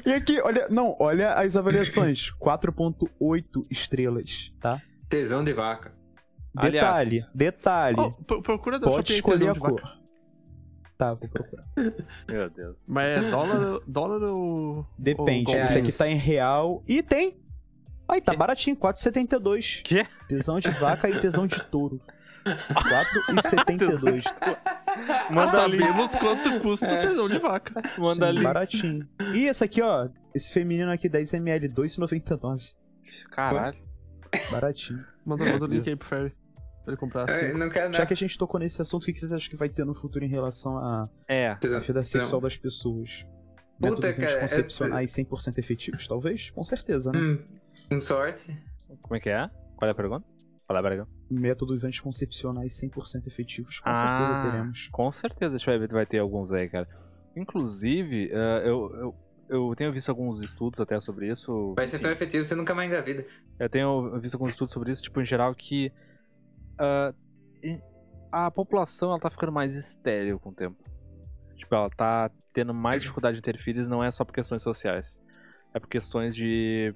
e aqui, olha... Não, olha as avaliações. 4.8 estrelas, tá?
Tesão de vaca.
Aliás-
Detalhe, detalhe.
Oh, pro- procura da
pode
Shopee
escolher
tesão
a
de
cor.
vaca.
Tá, vou procurar.
Meu Deus.
Mas é dólar, dólar ou.
Depende.
ou
É,
Isso
gold?
aqui tá em real. E tem Aí, tá baratinho, 4,72.
Quê?
Tesão de vaca e tesão de touro. 4,72.
Manda ali,
Sabemos quanto custa
É.
o tesão de vaca.
manda
Sim,
ali.
Baratinho. E esse aqui, ó. Esse feminino aqui, 10ml, 2,99.
Caralho.
Baratinho.
Manda, manda o link aí pro Ferry. Pra ele comprar
É,
assim.
Eu É, não quero
Já
nada.
que a gente tocou nesse assunto, o que que vocês acham que vai ter no futuro em relação à
É.
à vida tá sexual das pessoas?
Puta,
Métodos
cara, é-
anticoncepcionais 100% efetivos, talvez? Com certeza, né?
Hum, com sorte.
Como é que é? Qual é a pergunta? Qual é a pergunta?
Hum.
Métodos anticoncepcionais 100% efetivos, com
Ah.
certeza teremos.
Com certeza a gente vai, ver- vai ter alguns aí, cara. Inclusive, eh, eu, eu, eu tenho visto alguns estudos até sobre isso.
Vai ser tão efetivo, você nunca mais engravida.
Eu tenho visto alguns estudos sobre isso, tipo, em geral, que ah, em- a população ela tá ficando mais estéril com o tempo. Tipo, ela tá tendo mais dificuldade de ter filhos, não é só por questões sociais. É por questões de.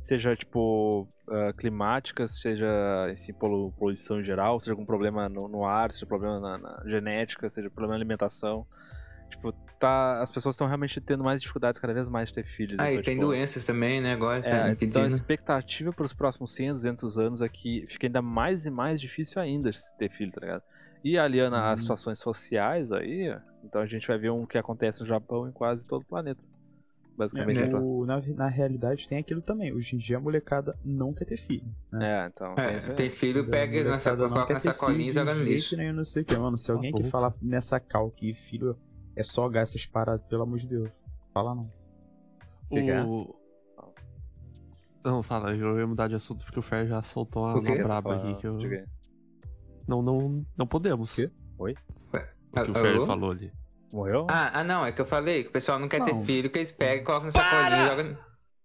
Seja, tipo, ah, climáticas, seja, assim, polu- poluição em geral, seja algum problema no, no ar, seja problema na, na genética, seja problema na alimentação. Tipo, tá, as pessoas estão realmente tendo mais dificuldades cada vez mais de ter filhos.
Ah, e
Então,
tem
tipo,
doenças também, né? Agora tá
é, então a
impedindo.
expectativa para os próximos 100, 200 anos é que fica ainda mais e mais difícil ainda se ter filho, tá ligado? E aliando as situações sociais aí, então a gente vai ver um que acontece no Japão em quase todo o planeta. Basicamente.
É,
né?
o- na, na realidade tem aquilo também. Hoje em dia a molecada não quer ter filho.
É, então. tem isso
É,
aí.
tem filho, pega, na saco- coloca na sacolinha e joga no lixo.
Nem, não sei o que, mano. Se alguém que
boca.
fala nessa cal que filho é só gás essas paradas, pelo amor de Deus. Fala não.
Fica.
O... Não, fala, eu ia mudar de assunto porque o Fer já soltou uma,
O quê?
uma braba
Fala,
aqui que eu...
diga aí.
Não, não, não podemos.
Quê?
O que o Fer
Alô?
falou ali.
Morreu?
Ah, ah, não, é que eu falei que o pessoal não quer
Não.
ter filho, que eles pegam, colocam na sacolinha e jogam.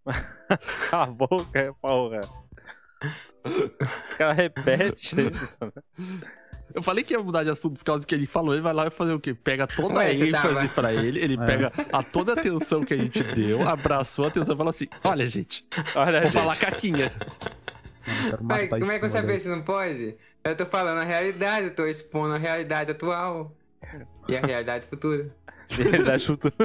Cala a boca, porra. O cara repete isso. né?
Eu falei que ia mudar de assunto por causa que ele falou, ele vai lá e fazer o quê? Pega toda
Ué,
a
você
ênfase
tava.
pra ele, ele
É.
pega a toda a atenção que a gente deu, abraçou a atenção e fala assim, olha gente,
Olha,
vou
gente.
falar caquinha.
Mano, eu quero
Mas
matar
como é que eu
esse
saber
moleque.
se não pode? Eu tô falando a realidade, eu tô expondo a realidade atual. E a realidade futura.
de realidade futura.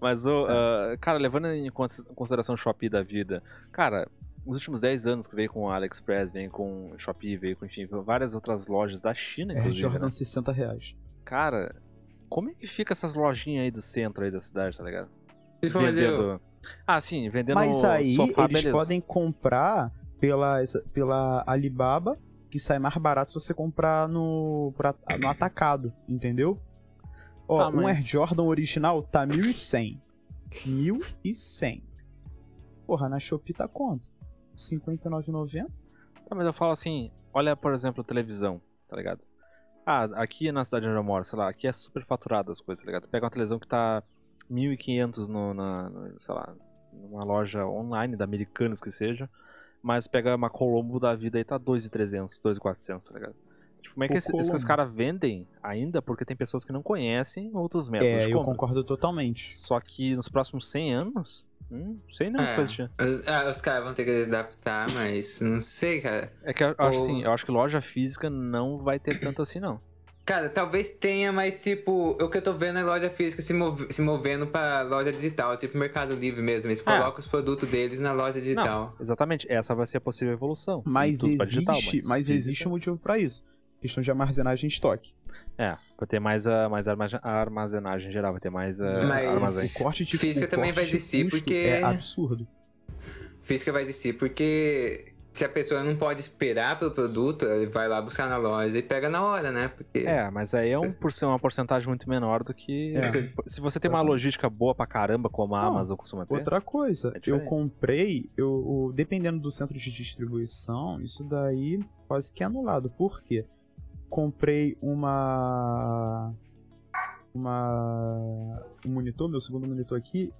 Mas, ô,
É.
ah, cara, levando em cons- consideração o Shopee da vida, cara, nos últimos 10 anos que veio com a AliExpress, vem com o Shopee, veio com, enfim, várias outras lojas da China,
É,
inclusive.
Jordan,
né?
60 reais.
Cara, como é que fica essas lojinhas aí do centro aí da cidade, tá ligado?
Se for olhar-
Vendendo. Ah, sim, vendendo
Mas aí
sofá,
eles
beleza.
podem comprar pela, essa- pela Alibaba, que sai mais barato se você comprar no, por a- no atacado, entendeu? Ó,
Tá,
um Air
mas-
Jordan original tá 1.100. 1.100. Porra, na Shopee tá quanto? 59,90?
Tá, mas eu falo assim, olha, por exemplo, televisão, tá ligado? Ah, aqui na cidade onde eu moro, sei lá, aqui é super faturado as coisas, tá ligado? Você pega uma televisão que tá 1.500 no, na, no, sei lá, numa loja online da Americanas que seja, mas pega uma Colombo da vida aí tá 2.300, 2.400, tá ligado? Tipo, como é que
Pô,
esse, esse que os
Colombo.
caras vendem ainda? Porque tem pessoas que não conhecem outros métodos
É,
de
eu
compra.
concordo totalmente.
Só que nos próximos 100 anos, hum, sei não se vai existir.
É, os, ah, os caras vão ter que adaptar, mas não sei, cara.
É que eu acho
Ou-
assim, eu acho que loja física não vai ter tanto assim, não.
Cara, talvez tenha, mas tipo, o que eu tô vendo é loja física se, mov- se movendo pra loja digital, tipo Mercado Livre mesmo. Eles
Ah.
colocam os produtos deles na loja digital.
Exatamente, essa vai ser a possível evolução.
Mas
Tudo pra
existe,
digital,
mas,
física-
existe um motivo pra isso. Questão de armazenagem em estoque.
É, vai ter mais a, mais a armazen- a armazenagem em geral, vai ter mais a,
Mas-
É, armazém.
o corte de
Física
o
também
corte
vai
de
existir,
custo
porque-
é absurdo.
Física vai existir, porque se a pessoa não pode esperar pelo produto, ela vai lá buscar na loja e pega na hora, né? Porque
É, mas aí é um, por ser uma porcentagem muito menor do que.
É.
Se, se você tem uma logística boa pra caramba, como a
Não,
Amazon costuma ter.
Outra coisa,
É
eu
diferente.
comprei, eu, o- dependendo do centro de distribuição, isso daí quase que é anulado. Por quê? Comprei uma. Uma. Um monitor, meu segundo monitor aqui.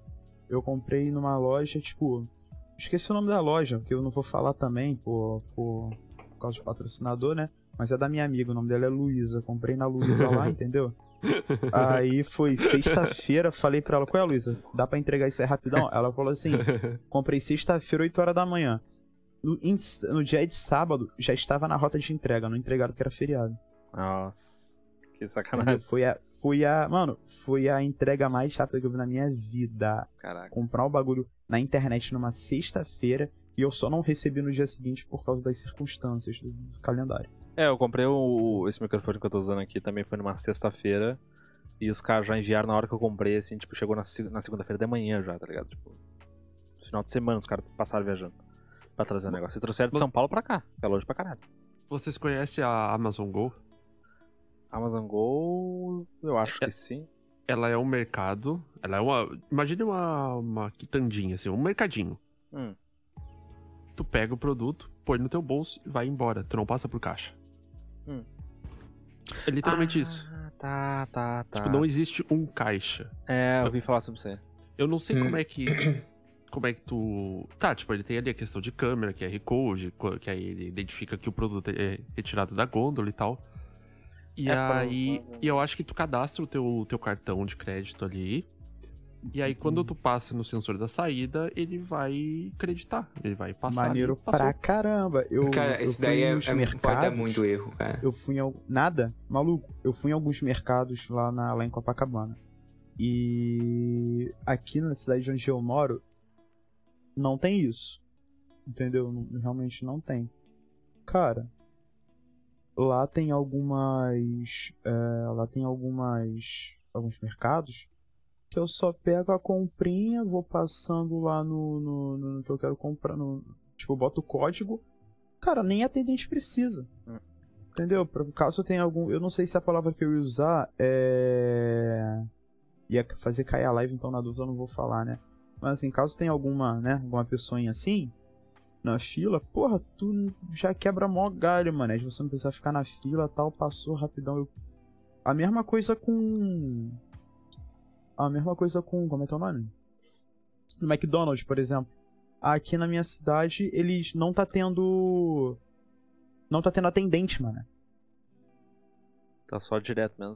Eu comprei numa loja, tipo. Esqueci o nome da loja, porque eu não vou falar também por, por, por causa de patrocinador, né? Mas é da minha amiga, o nome dela é Luísa. Comprei na Luísa lá, entendeu? Aí foi sexta-feira, falei pra ela, qual é, Luísa? Dá pra entregar isso aí rapidão? Ela falou assim, comprei sexta-feira, 8 horas da manhã. No, em- no dia de sábado, já estava na rota de entrega, não entregaram porque era feriado.
Nossa. Que Que sacanagem.
Foi a, foi a. Mano, foi a entrega mais rápida que eu vi na minha vida.
Caraca.
Comprar o bagulho na internet numa sexta-feira e eu só não recebi no dia seguinte por causa das circunstâncias do- do calendário.
É, eu comprei o, esse microfone que eu tô usando aqui também foi numa sexta-feira. E os caras já enviaram na hora que eu comprei, assim, tipo, chegou na, se- na segunda-feira de manhã já, tá ligado? Tipo, final de semana os caras passaram viajando pra trazer o negócio. E trouxeram de São Paulo pra cá, que é longe pra caralho.
Vocês conhecem a Amazon Go?
Amazon Go, eu acho
É-
que sim.
Ela é um mercado. Ela é uma. Imagine uma, uma quitandinha, assim, um mercadinho.
Hum.
Tu pega o produto, põe no teu bolso e vai embora. Tu não passa por caixa.
Hum.
É literalmente isso.
Ah, tá, tá, tá.
Tipo, não existe um caixa.
É, eu ouvi falar sobre isso aí.
Eu não sei
Hum.
como é que. Como é que tu. Tá, tipo, ele tem ali a questão de câmera, QR Code, co- que aí ele identifica que o produto é retirado da gôndola e tal. E
É
aí.
provável.
E eu acho que tu cadastra o teu, teu cartão de crédito ali. E aí,
Uhum.
quando tu passa no sensor da saída, ele vai creditar. Ele vai passar.
Maneiro
ali, passou.
pra caramba. Eu,
Cara,
eu
isso
fui
daí é,
nos
é- pode dar
mercados,
muito erro, cara.
Eu fui em al- nada, maluco. Eu fui em alguns mercados lá na lá em Copacabana. E aqui na cidade onde eu moro não tem isso. Entendeu? Não- Realmente não tem. Cara, lá tem algumas, é, lá tem algumas alguns mercados que eu só pego a comprinha, vou passando lá no, no, no- no que eu quero comprar, no, tipo, eu boto o código. Cara, nem atendente precisa.
Hum.
Entendeu? Pra- Caso tenha algum. Eu não sei se a palavra que eu ia usar é. Ia fazer cair a live, então na dúvida eu não vou falar, né? Mas assim, caso tenha alguma, né? Alguma pessoinha assim. Na fila, porra, tu já quebra mó galho, mano. É De você não precisar ficar na fila tal, passou rapidão. Eu... A mesma coisa com. A mesma coisa com. Como é que é o nome? No McDonald's, por exemplo. Aqui na minha cidade, eles não tá tendo. Não tá tendo atendente, mano.
Tá só direto mesmo.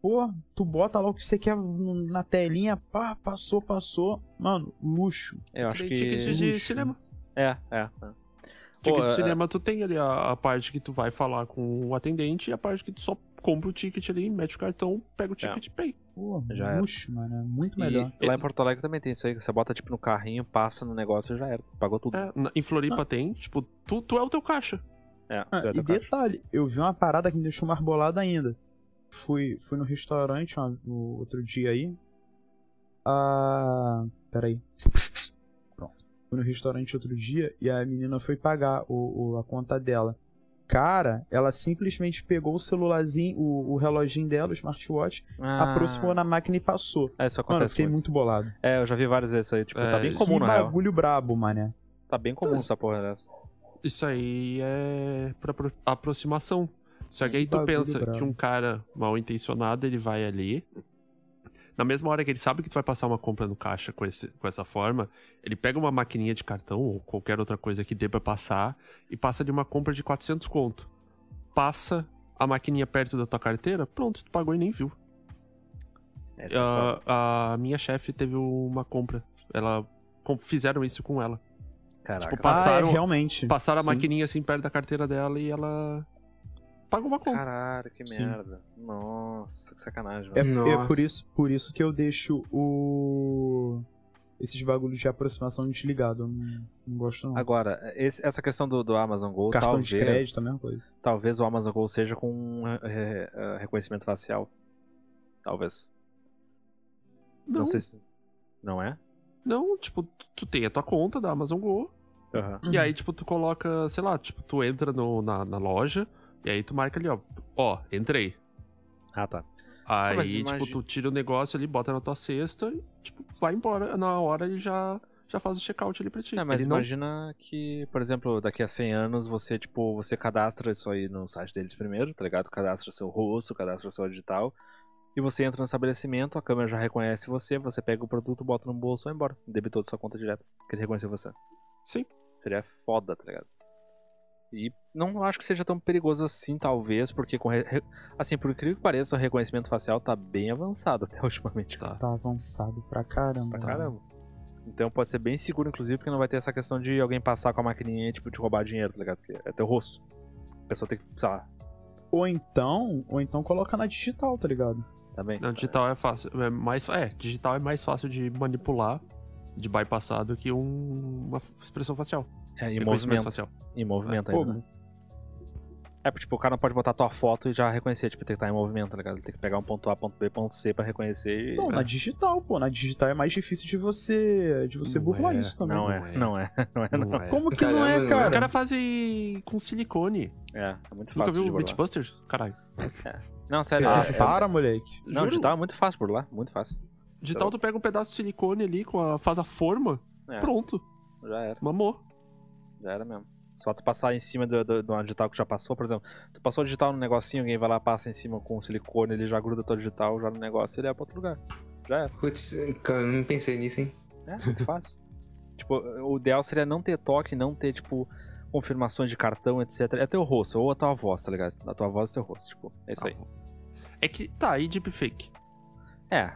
Pô, tu bota lá o que você quer na telinha, pá, passou, passou. Mano, luxo.
Eu acho
Daí
que.
Ticket de cinema.
É, é. é.
Ticket
Pô, é-
de cinema, tu tem ali a, a parte que tu vai falar com o atendente e a parte que tu só compra o ticket ali, mete o cartão,
É.
pega o ticket e pay.
Pô,
Já era.
luxo, mano. É muito
E
melhor.
lá em Porto Alegre também tem isso aí, que você bota tipo no carrinho, passa no negócio e já era. Pagou tudo.
É, na- em Floripa tem, tipo, tu, tu é o teu caixa.
É,
Ah,
tu é
e
do caixa.
detalhe, eu vi uma parada que me deixou mais bolado ainda. Fui, fui no restaurante uma- no outro dia aí. Ah. Peraí. Pronto. Fui no restaurante outro dia e a menina foi pagar o, o- a conta dela. Cara, ela simplesmente pegou o celularzinho, o, o reloginho dela, o smartwatch,
Ah,
aproximou na máquina e passou.
É, isso
Mano, eu
acontece
fiquei
muito.
muito bolado.
É, eu já vi várias vezes isso aí. Tipo, tá
É,
bem
isso-
comum,
que
na real.
bagulho brabo, mané.
Tá bem comum essa porra dessa.
Isso aí é pra apro- aproximação. Só que aí tu
Bagulho
pensa
bravo.
que um cara mal intencionado, ele vai ali. Na mesma hora que ele sabe que tu vai passar uma compra no caixa com, esse, com essa forma, ele pega uma maquininha de cartão ou qualquer outra coisa que dê pra passar e passa de uma compra de 400 conto. Passa a maquininha perto da tua carteira, pronto, tu pagou e nem viu.
Essa é a
Ah, a minha chefe teve uma compra. Ela com- fizeram isso com ela.
foda. Caraca.
tipo,
Ah, é,
Passaram-
realmente.
Passaram a
Sim.
maquininha assim perto da carteira dela e ela pagou uma conta.
Caralho, que
Sim.
merda. Nossa, que sacanagem,
É,
velho.
é
Nossa.
por isso, por isso que eu deixo o esses bagulhos de aproximação desligado. Eu não, não gosto não.
Agora, esse- essa questão do, do Amazon Go,
Cartão
talvez,
de crédito, a mesma coisa.
talvez o Amazon Go seja com é, é, reconhecimento facial. Talvez. Não.
Não, não,
sei se... Não é?
tipo, tu- tu tem a tua conta da Amazon Go.
Aham.
E aí, tipo, tu coloca, sei lá, tipo, tu entra no- na, na loja e aí tu marca ali, ó. Ó, entrei.
Ah, tá.
Aí,
mas
tipo,
imagina-
tu tira o negócio ali, bota na tua cesta e, tipo, vai embora. Na hora ele já, já faz o check-out ali pra ti.
É, mas
ele não
imagina que, por exemplo, daqui a 100 anos você, tipo, você cadastra isso aí no site deles primeiro, tá ligado? Cadastra seu rosto, cadastra sua digital. E você entra no estabelecimento, a câmera já reconhece você, você pega o produto, bota no bolso e vai embora. Debitou de sua conta direto, que ele reconheceu você.
Sim.
Seria foda, tá ligado? E não acho que seja tão perigoso assim, talvez, porque com re- re- assim, por incrível que pareça, o reconhecimento facial tá bem avançado até ultimamente.
Tá.
Tá avançado pra
Pra
caramba.
caramba. Então pode ser bem seguro, inclusive, porque não vai ter essa questão de alguém passar com a maquininha e, tipo, te roubar dinheiro, tá ligado? Porque é teu rosto. A pessoa tem que, sei lá,
Ou então, ou então coloca na digital, tá ligado?
Também.
Não, digital é fácil. É, mais, é, digital é mais fácil de manipular, de bypassar do que um- uma expressão facial.
É, e
reconhecimento
movimento.
facial.
E
Tá
movimento
Pô,
ainda. né? É, porque tipo, o cara não pode botar tua foto e já reconhecer, tipo, tem que estar em movimento, tá ligado? Tem que pegar um ponto A, ponto B, ponto C pra reconhecer e.
Então,
É.
na digital, pô. Na digital é mais difícil de você, de você
Não
burlar
é,
isso também.
não, é, não é, não é, não
Não é.
Como que não
Caramba,
é,
não.
Os
cara?
caras fazem com silicone.
é. É muito
Nunca
fácil
viu um
de
o
burlar.
Beatbusters? Caralho.
Não, sério.
Ah,
é- é-
para, moleque.
né? Não,
Juro.
digital é muito fácil de burlar, muito fácil.
Digital, tu pega um pedaço de silicone ali, com a, faz a forma,
É.
pronto,
Já era,
mamou.
já era mesmo. Só tu passar em cima do- do- de uma digital que já passou, por exemplo, tu passou a digital no negocinho, alguém vai lá, passa em cima com silicone, ele já gruda tua digital já no negócio e ele é pra outro lugar. Já era.
Putz, cara, não pensei nisso, hein?
É, muito fácil. tipo, o ideal seria não ter toque, não ter, tipo, confirmações de cartão, etc. É teu rosto, ou a tua voz, tá ligado? A tua voz e teu rosto, tipo, é isso aí.
É que, tá, aí deepfake.
Ah.
É.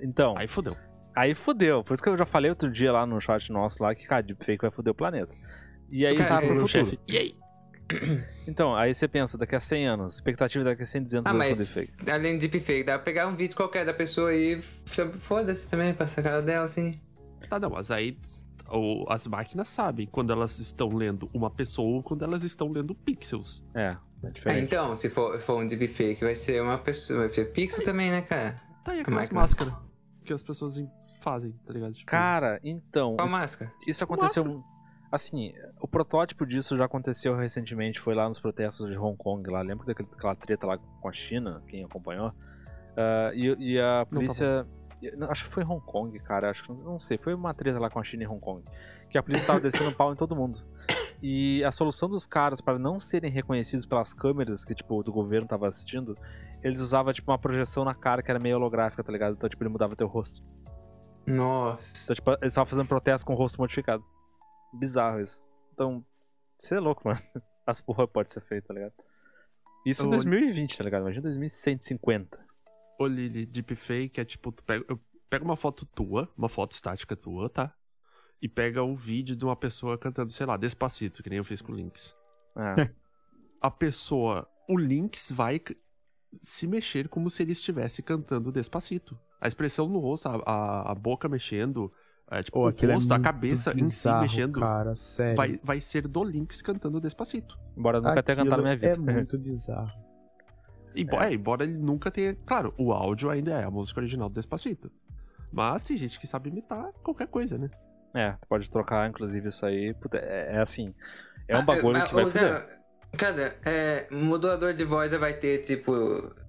Então,
Aí fodeu.
aí fudeu. Por isso que eu já falei outro dia lá no chat nosso lá que, cara, deepfake vai fuder o planeta. E aí,
Cara,
tá pro
eu-
futuro.
Meu chefe. E aí?
Então, aí você pensa, daqui a 100 anos, expectativa daqui a 100, 200
Ah,
anos com
mas
deepfake.
além de deepfake, dá pra pegar um vídeo qualquer da pessoa e f- foda-se também, passar a cara dela assim.
Tá, não, mas aí o- as máquinas sabem quando elas estão lendo uma pessoa ou quando elas estão lendo pixels.
É, é
Ah,
diferente.
então, se for, for um deepfake, vai ser uma pessoa, vai ser pixel também, né, cara?
Tá aí aquelas
máquina.
máscaras que as pessoas em- fazem, tá ligado? Tipo,
Cara, então,
Qual
isso,
máscara?
isso aconteceu... Assim, o protótipo disso já aconteceu recentemente, foi lá nos protestos de Hong Kong lá. Lembra daquele- daquela treta lá com a China, quem acompanhou? Ah, e, e a polícia... e- não, acho que foi Hong Kong, cara. Acho que não sei. Foi uma treta lá com a China e Hong Kong. Que a polícia tava descendo pau em todo mundo. E a solução dos caras para não serem reconhecidos pelas câmeras que, tipo, do governo tava assistindo, eles usavam, tipo, uma projeção na cara que era meio holográfica, tá ligado? Então, tipo, ele mudava teu rosto.
Nossa.
Então, tipo, eles estavam fazendo protesto com o rosto modificado. Bizarro isso. Então, você é louco, mano. As porra pode ser feita, tá ligado? Isso em
Eu-
2020, tá ligado? Imagina 2150.
Ô Lili, deepfake é tipo, tu pega, eu- pega uma foto tua, uma foto estática tua, tá? E pega um vídeo de uma pessoa cantando, sei lá, Despacito, que nem eu fiz com o Lynx.
Ah,
A pessoa, o Lynx vai c- se mexer como se ele estivesse cantando Despacito. A expressão no rosto, a, a- a boca mexendo, é, tipo,
Pô,
o
aquilo é
rosto, a
muito
cabeça em si
bizarro,
mexendo,
Cara, sério.
vai, vai ser do Lynx cantando Despacito.
embora eu nunca tenha
Aquilo
cantado na minha vida.
É muito bizarro.
É.
Embora, é, embora ele nunca tenha. Claro, o áudio ainda é a música original do Despacito. Mas tem gente que sabe imitar qualquer coisa, né?
É, tu pode trocar, inclusive, isso aí. Puta, é, é assim. É um
Ah,
bagulho
ah,
que vai
ô, Zé,
fuder.
Cara, é, modulador de voz vai ter, tipo.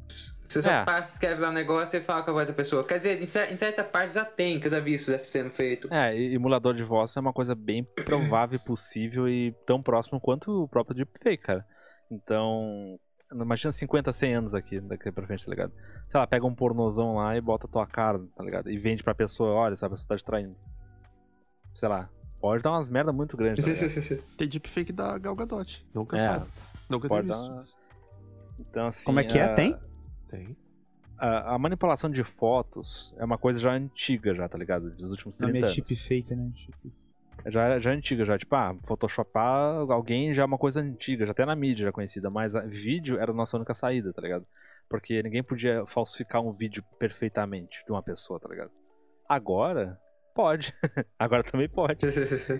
Você só
É.
passa, escreve lá um negócio e fala com a voz da pessoa. Quer dizer, em, cer- em certa parte já tem, que eu já vi isso sendo feito.
É, e emulador de voz é uma coisa bem provável e possível e tão próximo quanto o próprio deepfake, cara. Então, imagina 50, 100 anos aqui, daqui pra frente, tá ligado? Sei lá, pega um pornozão lá e bota a tua cara, tá ligado? E vende pra pessoa, olha, essa pessoa tá te traindo. Sei lá, pode dar umas merda muito grandes, tá ligado?
Tem deepfake da Gal Gadot. Nunca sabe. Nunca
É. pode
teve
dar
isso.
uma- Então, assim,
Como é que é?
a-
Tem?
Tem.
A, a manipulação de fotos é uma coisa já antiga, já, tá ligado? Dos últimos
Na
30
minha
anos.
chip fake, né? Chip-
já, já é antiga, já. Tipo, ah, Photoshopar alguém já é uma coisa antiga, já até na mídia já conhecida, mas ah, vídeo era a nossa única saída, tá ligado? Porque ninguém podia falsificar um vídeo perfeitamente de uma pessoa, tá ligado? Agora, pode. Agora também pode.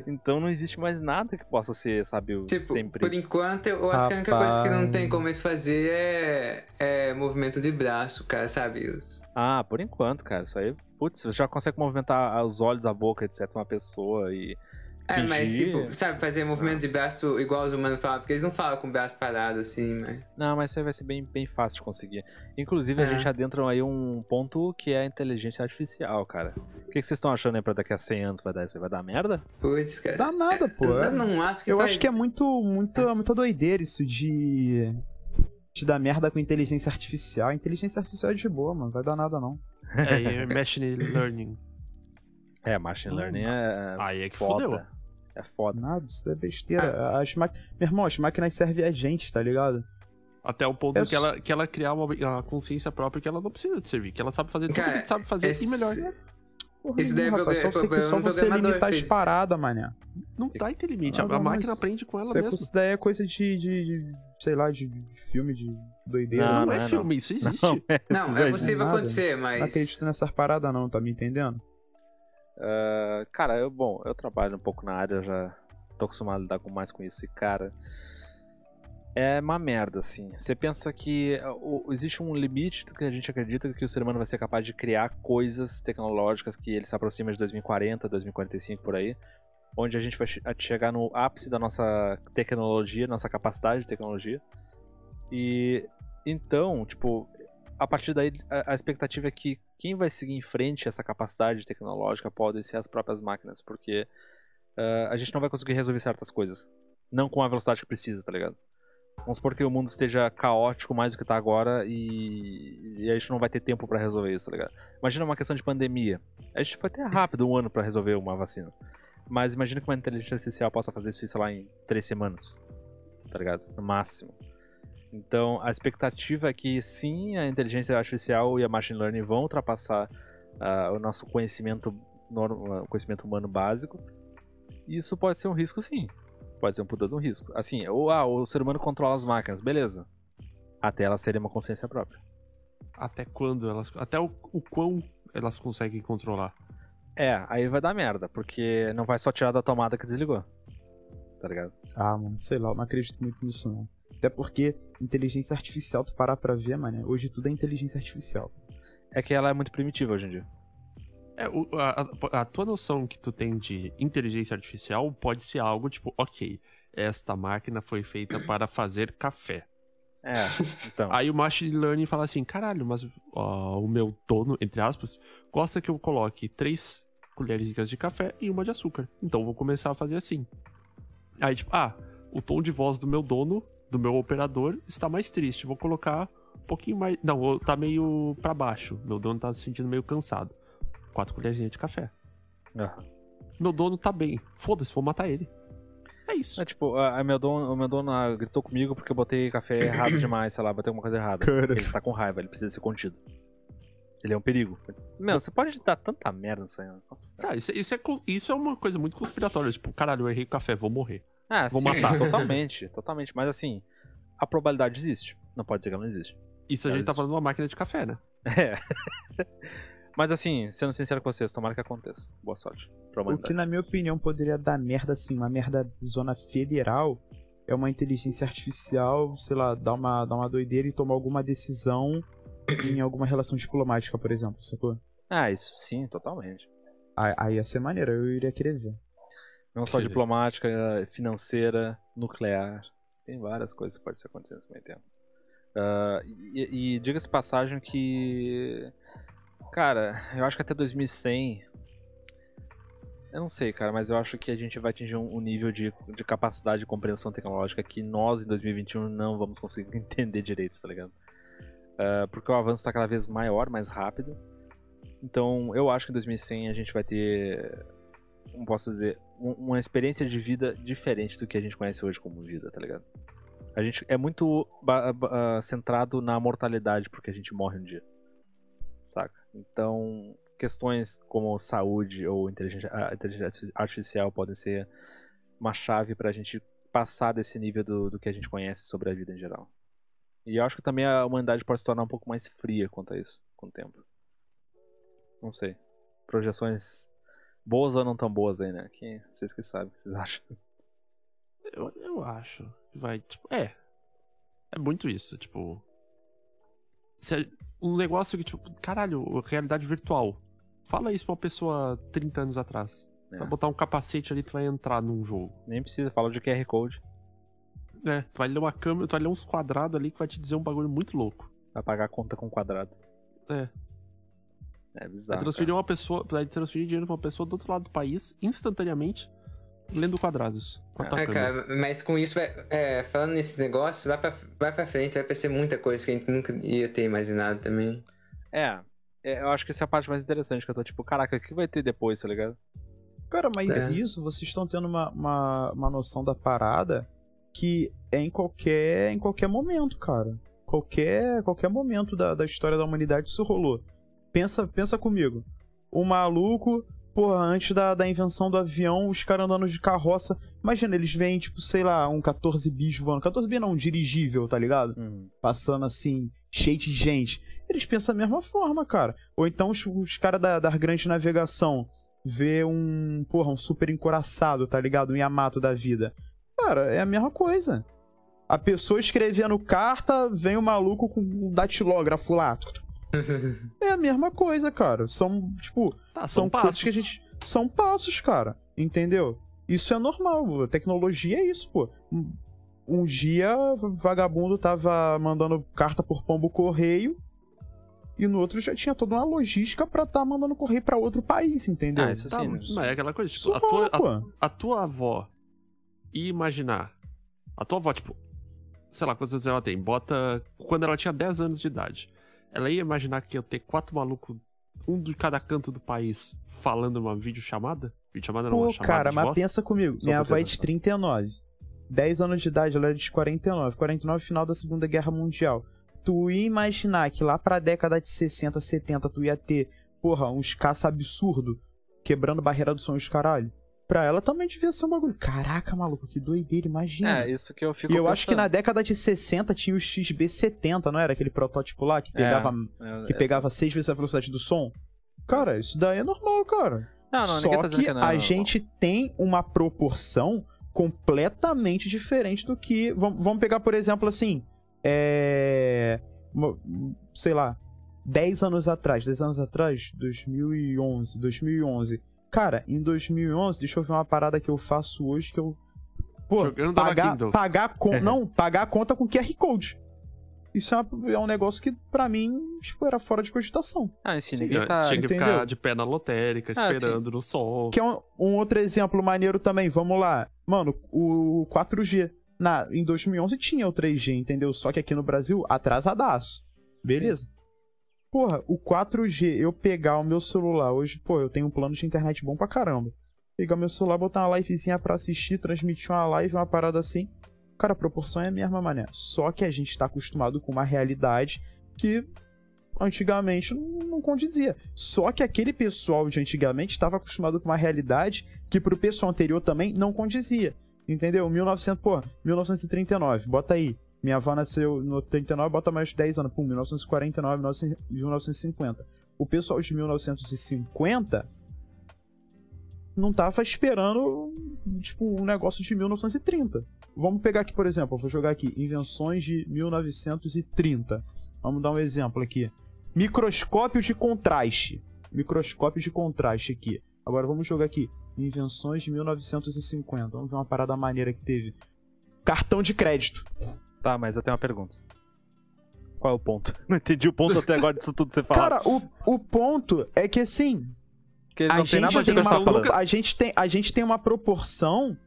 Então não existe mais nada que possa ser, sabe, o
Tipo,
sempre.
por enquanto, eu acho que a única
Rapaz.
coisa que não tem como eles fazer é, é movimento de braço, cara, sabe? Os-
Ah, por enquanto, cara. Isso aí, putz, você já consegue movimentar os olhos, a boca, etc. Uma pessoa e.
É, mas
fingir.
tipo, sabe, fazer
Tá.
movimento de braço igual os humanos falam, porque eles não falam com o braço parado assim, mas.
Não, mas isso aí vai ser bem, bem fácil de conseguir. Inclusive, a
É.
gente adentra aí um ponto que é a inteligência artificial, cara. O que, que vocês estão achando aí pra daqui a 100 anos vai dar isso? aí? Vai dar merda?
Putz, cara.
Dá nada, pô.
eu
é.
não acho que
Eu
vai...
acho que é muito, muito, muita doideira isso de. Te dar merda com inteligência artificial. Inteligência artificial é de boa, mano. Vai dar nada, não.
É, e é machine learning.
É, machine
Hum.
learning é,
Aí é que
foda.
fodeu.
É foda.
Nada, isso daí é besteira. As ma... Meu irmão, as máquinas servem a gente, tá ligado?
Até o ponto
Eu
que, ela, que ela criar uma, uma consciência própria que ela não precisa de servir. Que ela sabe fazer tudo
Cara,
que sabe fazer e melhor.
se-
Porra
Isso daí é
nenhuma,
progra-
rapaz, só você,
problema
só
do
você
programador,
limitar as
Feliz.
paradas, mané.
Não tá tem limite.
Ah,
A, a
não,
máquina
mas
aprende com ela
Isso é,
mesma.
isso daí é coisa de, de, de- sei lá, de, de filme, de doideira. né?
Ah,
Não,
Não,
não
é
é, não.
filme, isso existe.
Não. Isso
Não,
já
é possível
nada.
acontecer, mas.
acredito nessas paradas não, tá me entendendo?
Ah, cara, eu, bom, eu trabalho um pouco na área, já tô acostumado a lidar com mais com isso. E, cara, é uma merda, assim. Você pensa que ah, o- existe um limite do que a gente acredita que o ser humano vai ser capaz de criar coisas tecnológicas que ele se aproxima de 2040, 2045 por aí, onde a gente vai che- a- chegar no ápice da nossa tecnologia, nossa capacidade de tecnologia. E então, tipo, a partir daí, a, a expectativa é que quem vai seguir em frente essa capacidade tecnológica podem ser as próprias máquinas, porque ah, a gente não vai conseguir resolver certas coisas. Não com a velocidade que precisa, tá ligado? Vamos supor que o mundo esteja caótico mais do que tá agora e, e a gente não vai ter tempo pra resolver isso, tá ligado? Imagina uma questão de pandemia. A gente vai ter rápido um ano pra resolver uma vacina. Mas imagina que uma inteligência artificial possa fazer isso, sei lá, em três semanas. Tá ligado? No máximo. Então, a expectativa é que sim, a inteligência artificial e a machine learning vão ultrapassar ah, o nosso conhecimento, norm- o conhecimento humano básico. E Isso pode ser um risco, sim. Pode ser um puta de um risco. Assim, ou ah, o ser humano controla as máquinas, beleza. Até elas serem uma consciência própria.
Até quando elas. Até o, o quão elas conseguem controlar.
É, aí vai dar merda, porque não vai só tirar da tomada que desligou. Tá ligado?
Ah, mano, sei lá, eu não acredito muito nisso não. Até porque inteligência artificial, tu parar pra ver, mané, hoje tudo é inteligência artificial.
É que ela é muito primitiva hoje em dia.
É, o- a, a- a tua noção que tu tem de inteligência artificial pode ser algo tipo, ok, esta máquina foi feita para fazer café.
É, então.
Aí o machine learning fala assim, caralho, mas ó, o meu dono, entre aspas, gosta que eu coloque três colheres de café e uma de açúcar. Então eu vou começar a fazer assim. Aí tipo, ah, o tom de voz do meu dono, do meu operador, está mais triste. Vou colocar um pouquinho mais... Não, ô, tá meio pra baixo. Meu dono tá se sentindo meio cansado. Quatro colherzinhas de café.
Aham.
Meu dono tá bem. Foda-se, vou matar ele. É isso.
É tipo, a, a meu dono, o meu dono ah, gritou comigo porque eu botei café errado demais, sei lá, botei alguma coisa errada.
Cara.
Ele está com raiva, ele precisa ser contido. Ele é um perigo. Meu, você pode dar tanta merda nisso aí. né? Nossa.
Tá, isso, é- isso é, co- isso é uma coisa muito conspiratória. Tipo, caralho, eu errei o café, vou morrer.
Ah,
Vou
sim,
matar.
totalmente, totalmente. Mas assim, a probabilidade existe. Não pode dizer que ela não existe.
Isso a
Cara,
gente tá
É isso-
falando de uma máquina de café, né?
É. Mas assim, sendo sincero com vocês, tomara que aconteça. Boa sorte. Pra
O que,
humanidade.
na minha opinião, poderia dar merda, assim, uma merda zona federal, é uma inteligência artificial, sei lá, dar uma, dar uma doideira e tomar alguma decisão em alguma relação diplomática, por exemplo, sacou?
Ah, isso sim, totalmente.
Aí aí ia ser maneiro, eu iria querer ver.
Não só
Sim.
diplomática, eh, financeira, nuclear. Tem várias coisas que podem acontecer nesse meio tempo. Ah, e e diga-se passagem que. Cara, eu acho que até 2100. Eu não sei, cara, mas eu acho que a gente vai atingir um, um nível de, de capacidade de compreensão tecnológica que nós, em 2021, não vamos conseguir entender direito, tá ligado? Ah, porque o avanço tá cada vez maior, mais rápido. Então, eu acho que em 2100 a gente vai ter, como posso dizer, um- uma experiência de vida diferente do que a gente conhece hoje como vida, tá ligado? A gente é muito ba- ba- ah, centrado na mortalidade, porque a gente morre um dia. Saca? Então, questões como saúde ou inteligência, ah, inteligência artificial podem ser uma chave pra gente passar desse nível do, do que a gente conhece sobre a vida em geral. E eu acho que também a humanidade pode se tornar um pouco mais fria quanto a isso com o tempo. Não sei. Projeções boas ou não tão boas aí, né? Que vocês que sabem o que vocês acham.
Eu, eu acho. que Vai, tipo, é. É muito isso, tipo. se a- um negócio que, tipo, caralho, realidade virtual. Fala isso pra uma pessoa 30 anos atrás.
É.
Tu Vai botar um capacete ali, tu vai entrar num jogo.
Nem precisa falar de QR Code.
É, tu vai ler uma câmera, tu vai ler uns quadrados ali que vai te dizer um bagulho muito louco.
Vai pagar a conta com quadrado.
É.
É
Vai
bizarro.
transferir uma pessoa, vai transferir dinheiro pra uma pessoa do outro lado do país, instantaneamente, lendo quadrados. Com a tua
É,
câmera.
cara, mas com isso, vai- é, falando nesse negócio, lá pra, lá pra frente vai aparecer muita coisa que a gente nunca ia ter imaginado também.
É. É, eu acho que essa é a parte mais interessante, que eu tô tipo, caraca, o que vai ter depois, tá ligado?
Cara, mas
É.
isso, vocês estão tendo uma, uma, uma noção da parada que é em qualquer, em qualquer momento, cara. Qualquer, qualquer momento da, da história da humanidade isso rolou. Pensa, pensa comigo. o maluco, porra, antes da, da invenção do avião, os caras andando de carroça. Imagina, eles veem, tipo, sei lá, um 14 bis voando. 14 bis não, um dirigível, tá ligado?
Uhum.
Passando assim, cheio de gente. Eles pensam da mesma forma, cara. Ou então os, os caras da, da grande navegação vê um, porra, um super encoraçado, tá ligado? Um Yamato da vida. Cara, é a mesma coisa. A pessoa escrevendo carta, vem o maluco com um datilógrafo lá. É a mesma coisa, cara. São, tipo,
Tá,
são,
são
passos
passos.
que a gente. São passos, cara. Entendeu? Isso é normal. pô. Tecnologia é isso, pô. Um- Um dia, v- vagabundo tava mandando carta por pombo correio. E no outro já tinha toda uma logística pra tá mandando correio pra outro país, entendeu?
Ah, isso
Tá,
sim. né?
mas é aquela coisa, tipo,
Isso
a
rola,
tua, a-
pô.
a tua avó e imaginar. A tua avó, tipo, sei lá quantos anos ela tem, bota. Quando ela tinha 10 anos de idade, ela ia imaginar que ia ter quatro malucos, um de cada canto do país, falando uma videochamada? Videochamada não,
Pô,
uma chamada
cara,
de
mas
voz.
pensa comigo.
Só
minha
pra
avó é
ter
de
noção.
39. 10 anos de idade, ela é de 49. 49 final da Segunda Guerra Mundial. Tu ia imaginar que lá pra década de 60, 70, tu ia ter, porra, uns caça absurdo quebrando barreira do som os caralho. Pra ela também devia ser um bagulho. Caraca, maluco, que doideira, imagina.
É, isso que eu fico
e eu acho que na
pensando.
década de 60 tinha o XB70, não era? Aquele protótipo lá que
É,
pegava,
Eu- essa-
que pegava seis vezes a velocidade do som. Cara, isso daí é normal, cara.
Não, não,
Só
ninguém tá dizendo
que
que não,
a
não.
gente tem uma proporção completamente diferente do que. vam- Vamos pegar, por exemplo, assim. É. mo- Sei lá. 10 anos atrás. 10 anos atrás? 2011. 2011. Cara, em 2011, deixa eu ver uma parada que eu faço hoje que eu. Pô,
Jogando na
pagar,
Kindle.
pagar con- não, pagar a conta com QR Code. Isso é, uma- é um negócio que, pra mim, tipo, era fora de cogitação.
Ah, sim,
Sim,
ninguém
antes
tá...
tinha que
entendeu?
ficar de pé na lotérica,
Ah,
esperando no sol.
Que é um, um outro exemplo maneiro também, vamos lá. Mano, o 4G. Na, em 2011 tinha o 3G, entendeu? Só que aqui no Brasil, atrasadaço. Beleza. Porra, o 4G, eu pegar o meu celular hoje, pô, eu tenho um plano de internet bom pra caramba. Pegar meu celular, botar uma livezinha pra assistir, transmitir uma live, uma parada assim. Cara, a proporção é a mesma, mané. Só que a gente tá acostumado com uma realidade que antigamente não não condizia. Só que aquele pessoal de antigamente estava acostumado com uma realidade que pro pessoal anterior também não condizia. Entendeu? 1900, pô, 1939, bota aí. Minha avó nasceu no 39, bota mais 10 anos. Pum, 1949, 1900 1950. O pessoal de 1950 não tava esperando, tipo, um negócio de 1930. Vamos pegar aqui, por exemplo, eu vou jogar aqui, invenções de 1930. Vamos dar um exemplo aqui. Microscópio de contraste. Microscópio de contraste aqui. Agora vamos jogar aqui. Invenções de 1950. Vamos ver uma parada maneira que teve. Cartão de crédito.
Tá, mas eu tenho uma pergunta. Qual é o ponto? Não entendi o ponto até agora disso tudo que você falou.
Cara, o, o ponto é que assim,
Porque não
a
tem nada
gente
a
tem
ver com
uma
essa tá falando.
a gente tem a gente tem uma proporção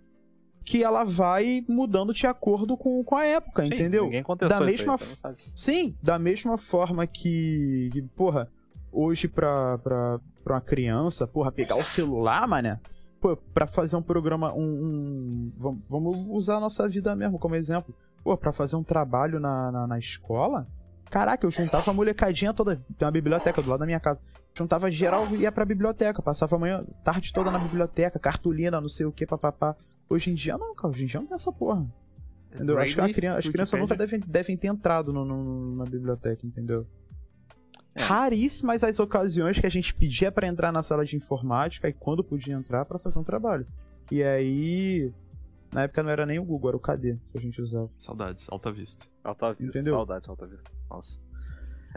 que ela vai mudando de acordo com, com a época,
Sim,
entendeu?
Ninguém contestou
Da
isso aí,
mesma
então não sabe.
Sim, da mesma forma que, que, porra, hoje pra, pra, pra uma criança, porra, pegar o celular, mané, pô, pra fazer um programa, um, um- vam- vamos usar a nossa vida mesmo como exemplo, pô, pra fazer um trabalho na, na, na escola, caraca, eu juntava a molecadinha toda, tem uma biblioteca do lado da minha casa, juntava geral e ia pra biblioteca, passava a manhã, tarde toda na biblioteca, cartolina, não sei o que, papapá. Hoje em dia não, cara, hoje em dia não tem essa porra. Entendeu? Acho que uma
Braille,
criança, as crianças
Wikipedia.
nunca devem, devem ter entrado no- no- na biblioteca, entendeu?
É.
Raríssimas as ocasiões que a gente pedia pra entrar na sala de informática e quando podia entrar pra fazer um trabalho. E aí, na época não era nem o Google, era o KD que a gente usava.
Saudades, alta vista.
Alta vista,
Entendeu?
saudades, alta vista. Nossa.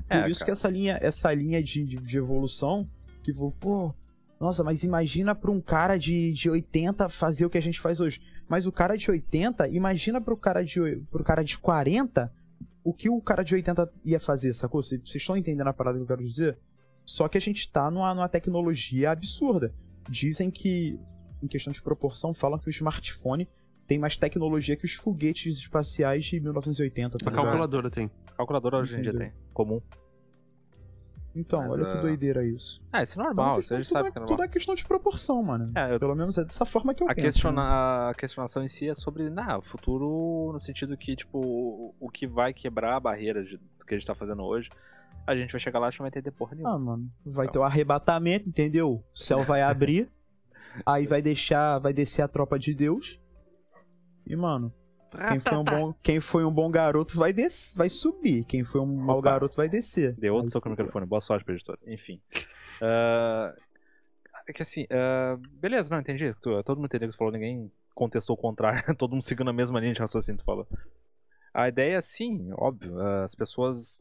É,
Por isso que essa linha, essa linha de, de, de evolução, que vou, pô, nossa, mas imagina pra um cara de, de 80 fazer o que a gente faz hoje. Mas o cara de 80, imagina pro cara de, oi- pro cara de 40, o que o cara de 80 ia fazer, sacou? Vocês vocês estão entendendo a parada que eu quero dizer? Só que a gente tá numa, numa tecnologia absurda. Dizem que, em questão de proporção, falam que o smartphone tem mais tecnologia que os foguetes espaciais de 1980. Tá
A
ligado?
calculadora tem.
Calculadora hoje em dia
Entendeu?
tem. Comum.
Então,
Mas,
olha
ah,
que doideira isso.
Ah, isso é
Então,
normal, isso
tudo
a gente
é-
sabe que é normal.
Tudo é questão de proporção, mano.
É, eu-
Pelo menos é dessa forma que eu
a,
penso. né?
questiona- a questionação em si é sobre nah, o futuro no sentido que, tipo, o, o que vai quebrar a barreira de- do que a gente tá fazendo hoje A gente vai chegar lá e não vai ter porra nenhuma.
Ah, mano, vai ter o arrebatamento, entendeu? O céu vai abrir, aí vai deixar, vai descer a tropa de Deus. E, mano, quem foi um bom, quem foi um bom garoto vai des vai subir, quem foi um mau
Opa.
garoto vai descer.
Deu outro
Aí
soco no
fudeu.
microfone. Boa sorte pra editora. Enfim. Ah, é que assim, ah, beleza, não, entendi. Tu- Todo mundo entendeu o que tu falou, ninguém contestou o contrário. Todo mundo seguindo a mesma linha de raciocínio que tu falou. A ideia, sim, óbvio. ah, As pessoas.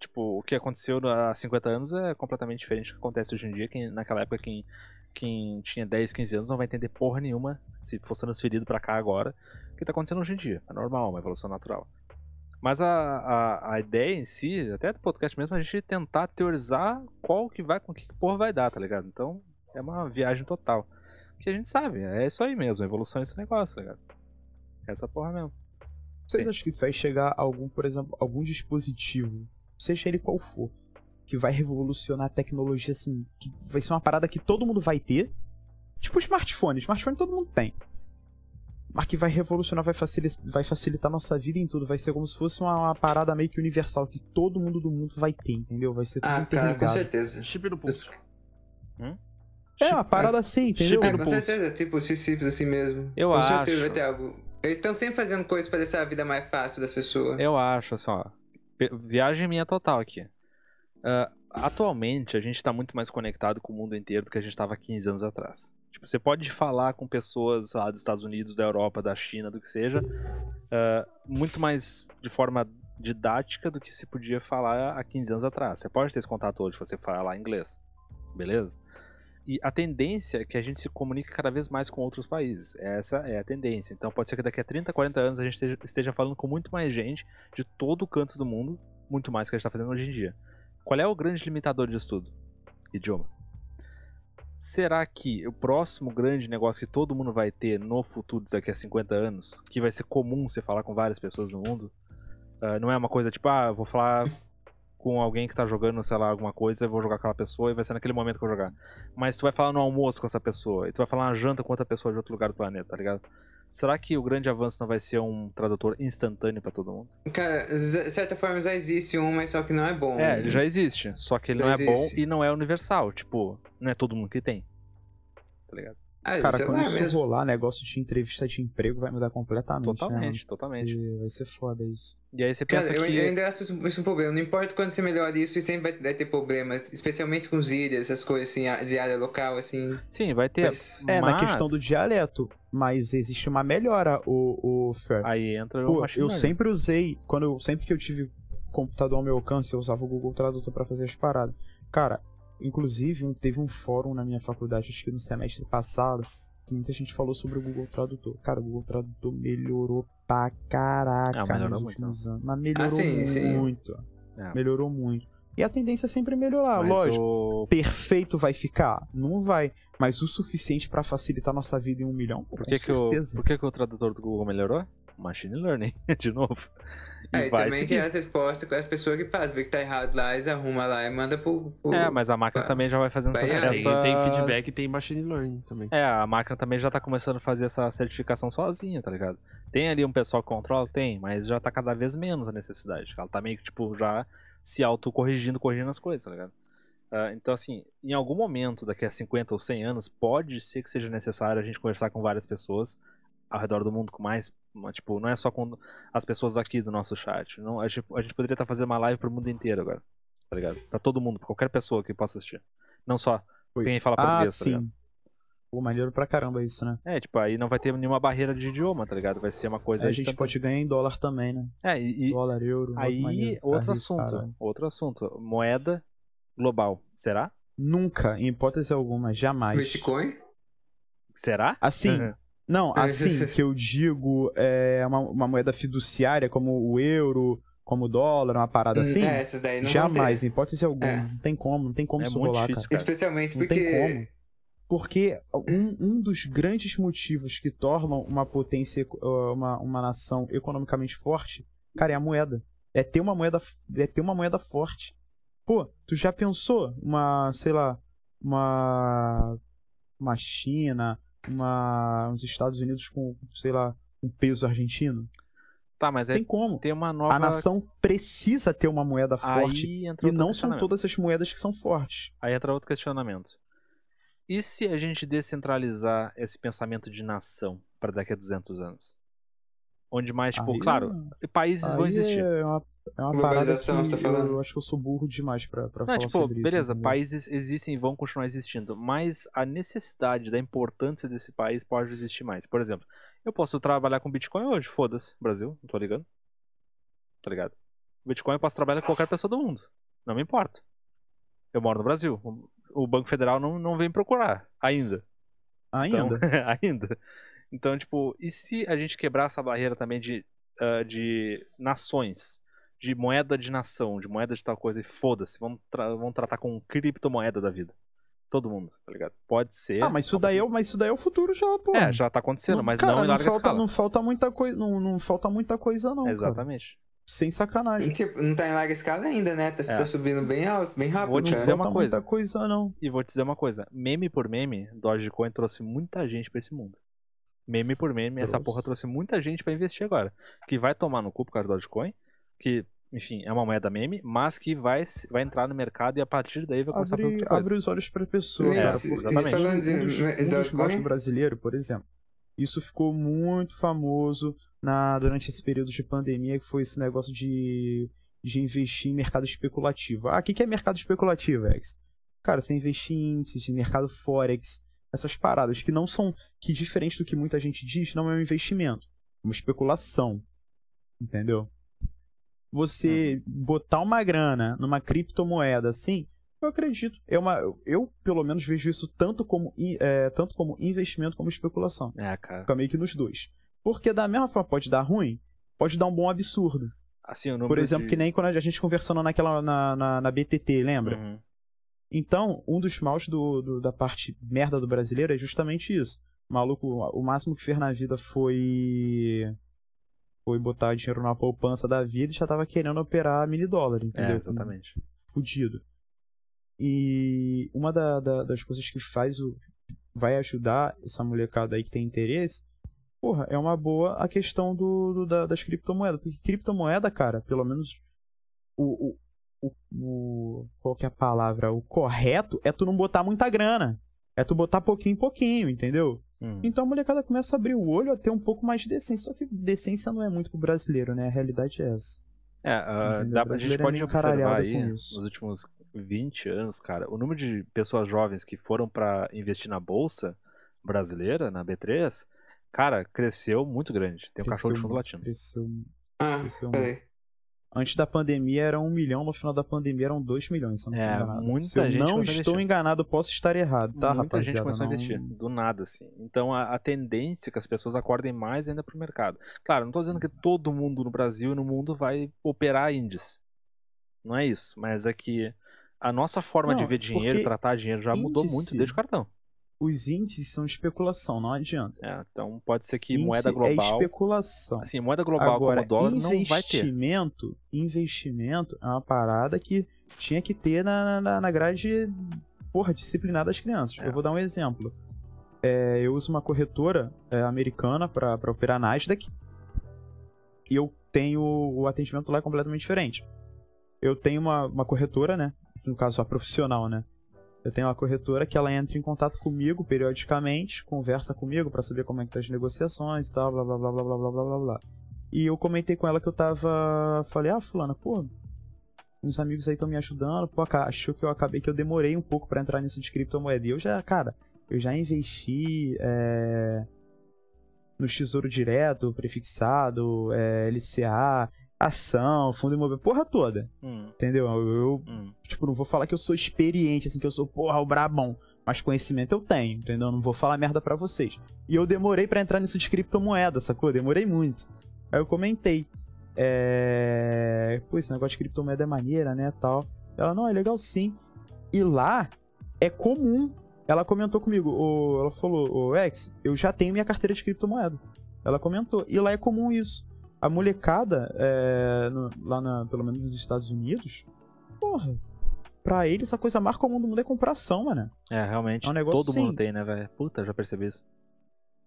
Tipo, o que aconteceu há 50 anos é completamente diferente do que acontece hoje em dia. Quem, naquela época, quem, quem tinha 10, 15 anos não vai entender porra nenhuma se for transferido pra cá agora. O que tá acontecendo hoje em dia? É normal, uma evolução natural. Mas a, a, a ideia em si, até do podcast mesmo, é a gente tentar teorizar qual que vai, com que porra vai dar, tá ligado? Então, é uma viagem total. Que a gente sabe, é isso aí mesmo, a evolução é esse negócio, tá ligado? Essa porra mesmo.
Vocês acham que vai chegar algum, por exemplo, algum dispositivo, seja ele qual for, que vai revolucionar a tecnologia assim, que vai ser uma parada que todo mundo vai ter? Tipo smartphone, smartphone todo mundo tem. Mas que vai revolucionar, vai, facili- vai facilitar nossa vida em tudo. Vai ser como se fosse uma, uma parada meio que universal, que todo mundo do mundo vai ter, entendeu? Vai ser tudo
Ah, cara, com
interligado.
certeza.
Chip no pulso.
é, uma parada assim, entendeu?
Chip
É,
no
com
pulso.
certeza, tipo, esses chips assim mesmo.
Eu
com
acho.
certeza vai ter algo. Eles estão sempre fazendo coisas pra deixar a vida mais fácil das pessoas.
Eu acho, assim, ó. pe- Viagem minha total aqui. Ah, atualmente, a gente tá muito mais conectado com o mundo inteiro do que a gente tava 15 anos atrás. Tipo, você pode falar com pessoas lá dos Estados Unidos, da Europa, da China, do que seja, ah, muito mais de forma didática do que se podia falar há 15 anos atrás. Você pode ter esse contato hoje, você falar inglês, beleza? E a tendência é que a gente se comunique cada vez mais com outros países. Essa é a tendência. Então pode ser que daqui a 30, 40 anos a gente esteja- esteja falando com muito mais gente de todo o canto do mundo, muito mais que a gente está fazendo hoje em dia. Qual é o grande limitador disso tudo? Idioma. Será que o próximo grande negócio que todo mundo vai ter no futuro, daqui a 50 anos, que vai ser comum você falar com várias pessoas no mundo, ah, não é uma coisa tipo, ah, eu vou falar com alguém que tá jogando, sei lá, alguma coisa, eu vou jogar com aquela pessoa e vai ser naquele momento que eu vou jogar. Mas tu vai falar no almoço com essa pessoa, e tu vai falar na janta com outra pessoa de outro lugar do planeta, tá ligado? Será que o grande avanço não vai ser um tradutor instantâneo pra todo mundo?
Cara, z- de certa forma já existe um, mas só que não é bom.
É, ele já existe. Só que ele
Já
não é bom
existe.
e não é universal. Tipo, não é todo mundo que tem. Tá ligado?
Ah,
Cara,
isso é
quando
bom
isso
mesmo.
rolar, negócio de entrevista de emprego vai mudar completamente.
Totalmente, totalmente.
Né? E Vai ser foda isso.
E aí você
Cara,
pensa
eu,
que.
eu ainda acho isso, isso um problema. Não importa quando você melhora isso, e sempre vai, vai ter problemas. Especialmente com gírias, essas coisas assim, a- de área local, assim.
Sim, vai ter.
Mas-
É, na
mas
questão do dialeto. Mas existe uma melhora, o, o Fer.
Aí entra o
Pô,
machine
eu
learning.
sempre usei, quando eu- sempre que eu tive computador ao meu alcance, eu usava o Google Tradutor pra fazer as paradas. Cara, inclusive um- teve um fórum na minha faculdade, acho que no semestre passado, que muita gente falou sobre o Google Tradutor. Cara, o Google Tradutor melhorou pra caraca
Ah, melhorou
nos
muito,
últimos anos. Mas melhorou
Ah, sim, sim.
muito.
É.
Melhorou muito. E a tendência é sempre melhorar,
Mas
lógico
o-
perfeito vai ficar? Não vai. Mas o suficiente pra facilitar nossa vida em um milhão?
Por,
Com
que, que, o...
certeza.
Por que, que o tradutor do Google melhorou? Machine learning, de novo. E
Aí
vai
É, também
seguir.
que as respostas, as pessoas que passam, vê que tá errado lá, eles arrumam lá e manda pro. pro-
É, mas a máquina
Vai.
também já vai fazendo
Vai,
essa.
é,
Tem,
essa-
tem feedback e tem machine learning também.
É, a máquina também já tá começando a fazer essa certificação sozinha, tá ligado? Tem ali um pessoal que controla? Tem, mas já tá cada vez menos a necessidade. Ela tá meio que, tipo, já se autocorrigindo, corrigindo as coisas, tá ligado? Ah, então, assim, em algum momento, daqui a 50 ou 100 anos, pode ser que seja necessário a gente conversar com várias pessoas ao redor do mundo, com mais. uma- Tipo, não é só com as pessoas daqui do nosso chat. Não, a, gente, a gente poderia estar fazendo uma live pro mundo inteiro agora, tá ligado? Pra todo mundo, pra qualquer pessoa que possa assistir. Não só
Oi.
quem fala
Ah,
português, tá ligado?
sim. Pô, maneiro pra caramba isso, né?
É, tipo, aí não vai ter nenhuma barreira de idioma, tá ligado? Vai ser uma coisa.
É, a gente
instantânea.
pode ganhar em dólar também, né?
É, e, e
Dólar, euro. olha que maneiro,
aí
ficar
outro
rico,
assunto.
caralho.
Outro assunto. Moeda global. Será?
Nunca, em hipótese alguma, jamais.
Bitcoin?
Será?
Assim, não,
É.
assim que eu digo é uma, uma moeda fiduciária como o euro, como o dólar, uma parada assim.
É, essas daí não vão ter.
jamais, em hipótese alguma.
É.
Não tem como, não tem como
É muito
subolar, cara.
difícil, cara.
Especialmente
Não
porque.
tem como. Porque um, um dos grandes motivos que tornam uma potência, eco- ah, uma, uma nação economicamente forte, cara, é a moeda. É ter uma moeda, f- é ter uma moeda forte. Pô, tu já pensou uma, sei lá, uma uma China, uma uns Estados Unidos com, sei lá, um peso argentino?
Tá, mas aí
Tem como.
tem uma nova.
A nação precisa ter uma moeda forte.
Aí entra
E
outro
não são
questionamento.
todas as moedas que são fortes.
Aí entra outro questionamento. E se a gente descentralizar esse pensamento de nação para daqui a 200 anos? Onde mais, tipo,
Aí- é um-
claro, países vão
Aí
existir.
É uma, é uma parada que
Globalização, você tá falando?
eu acho que eu sou burro demais pra, pra
Não,
falar
tipo,
sobre isso.
beleza,
entendeu?
países existem e vão continuar existindo, mas a necessidade da importância desse país pode existir mais. Por exemplo, eu posso trabalhar com Bitcoin hoje, foda-se, Brasil, não tô ligando. Tá ligado? Bitcoin eu posso trabalhar com qualquer pessoa do mundo, não me importo. Eu moro no Brasil, o- o Banco Federal não, não vem procurar, ainda.
Ainda.
Então, ainda. Então, tipo, e se a gente quebrar essa barreira também de, ah, de nações? De moeda de nação, de moeda de tal coisa, e foda-se, vamos, tra- vamos tratar com criptomoeda da vida. Todo mundo, tá ligado? Pode ser.
Ah, mas isso daí é, o- mas isso daí é o futuro já, pô.
É, já tá acontecendo,
Não-
mas
cara,
não em larga
falta,
escala.
não falta muita coisa, não, não falta muita coisa não, cara.
Exatamente.
Sem sacanagem.
Tipo, não tá em larga escala ainda, né? Tá,
É.
tá subindo bem alto, bem rápido.
Vou te
né?
dizer é uma
Não falta
coisa.
muita coisa não.
E vou te dizer uma coisa: meme por meme, Dogecoin trouxe muita gente pra esse mundo. Meme por meme, essa
Trouxe.
porra trouxe muita gente pra investir agora. Que vai tomar no cu por causa do Dogecoin, que, enfim, é uma moeda meme, mas que vai, se- vai entrar no mercado e a partir daí vai começar a fazer
Abre,
outra coisa.
abre os olhos pra pessoa,
É,
cara.
se-
porque
exatamente.
falando de- né,
Um dos, um dos
Dogecoin?
gosto brasileiro, por exemplo. Isso ficou muito famoso na, durante esse período de pandemia, que foi esse negócio de, de investir em mercado especulativo. Ah, o que, que é mercado especulativo, Ex? Cara, você investir em índices de mercado Forex, essas paradas que não são. que diferente do que muita gente diz, não é um investimento. É uma especulação. Entendeu? Você botar uma grana numa criptomoeda assim, eu acredito. É uma, eu, pelo menos, vejo isso tanto como, in- é, tanto como investimento como especulação.
É, cara.
Fica meio que nos dois. Porque da mesma forma pode dar ruim, pode dar um bom absurdo.
Assim, o número
Por exemplo,
de...
que nem quando a gente conversando naquela na, na, na BTT, lembra?
Uhum.
Então, um dos maus do- do- da parte merda do brasileiro é justamente isso. O maluco, o máximo que fez na vida foi. Foi botar dinheiro na poupança da vida e já tava querendo operar mini dólar, entendeu?
É, exatamente.
fudido. E uma da- da- das coisas que faz o. vai ajudar essa molecada aí que tem interesse, porra, é uma boa a questão do, do- da- das criptomoedas. Porque criptomoeda, cara, pelo menos o. o o, o- qual que é a palavra? O correto é tu não botar muita grana. É tu botar pouquinho em pouquinho, entendeu?
Uhum.
Então a molecada começa a abrir o olho a ter um pouco mais de decência. Só que decência não é muito pro brasileiro, né? A realidade é essa.
É, ah,
Entendeu?
dá, a
O
gente
brasileiro é
pode
meio
observar
encaralhado
aí,
com isso.
nos últimos 20 anos, cara, o número de pessoas jovens que foram pra investir na bolsa brasileira, na B3, cara, cresceu muito grande. Tem um cachorro de
Cresceu
fundo
muito,
latindo.
Cresceu,
Ah,
cresceu muito.
peraí.
Antes da pandemia era um milhão, no final da pandemia eram dois milhões, se eu não
É,
estou enganado.
muita
se eu
gente
não
começou a
estou
investir.
enganado, posso estar errado, tá,
Muita
rapaziada?
gente começou
não...
a investir, do nada, assim. Então a, a tendência é que as pessoas acordem mais ainda pro mercado. Claro, não tô dizendo que todo mundo no Brasil e no mundo vai operar índice. Não é isso, mas é que a nossa forma de
Não,
ver dinheiro,
porque
tratar dinheiro, já mudou muito
índice-
desde o cartão.
Os índices são especulação, não adianta.
É, então pode ser que
Índice
moeda
É
global.
especulação.
assim, moeda global como
Agora,
o dólar não vai ter.
investimento, investimento é uma parada que tinha que ter na, na, na grade, porra, disciplinar das crianças.
É.
Eu vou dar um exemplo. É, eu uso uma corretora é, americana para operar Nasdaq e eu tenho o atendimento lá é completamente diferente. Eu tenho uma, uma corretora, né? No caso, a profissional, né? Eu tenho uma corretora que ela entra em contato comigo periodicamente, conversa comigo para saber como é que tá as negociações e tal, blá blá blá blá blá blá blá blá blá. E eu comentei com ela que eu tava. Falei, ah, fulana, pô, uns amigos aí estão me ajudando, pô, aca- achou que eu acabei que eu demorei um pouco pra entrar nisso de criptomoeda. E eu já, cara, eu já investi é, no Tesouro Direto, prefixado, é, LCA, ação, fundo imobiliário, porra toda.
Hum,
Entendeu? Eu- eu
hum.
tipo, não vou falar que eu sou experiente, assim, que eu sou, porra, o brabão. Mas conhecimento eu tenho, entendeu? Não vou falar merda pra vocês. E eu demorei pra entrar nisso de criptomoeda, sacou? Demorei muito. Aí eu comentei. É. Pô, esse negócio de criptomoeda é maneira, né? Tal. Ela, não, é legal sim. E lá é comum. Ela comentou comigo, o- ela falou, ô Ex, eu já tenho minha carteira de criptomoeda. Ela comentou. E lá é comum isso. A molecada, é, no- lá na- pelo menos nos Estados Unidos, porra, pra eles a coisa mais comum do mundo é comprar ação, mano.
É, realmente,
É um negócio
todo mundo
assim.
tem, né, velho? Puta, já percebi isso.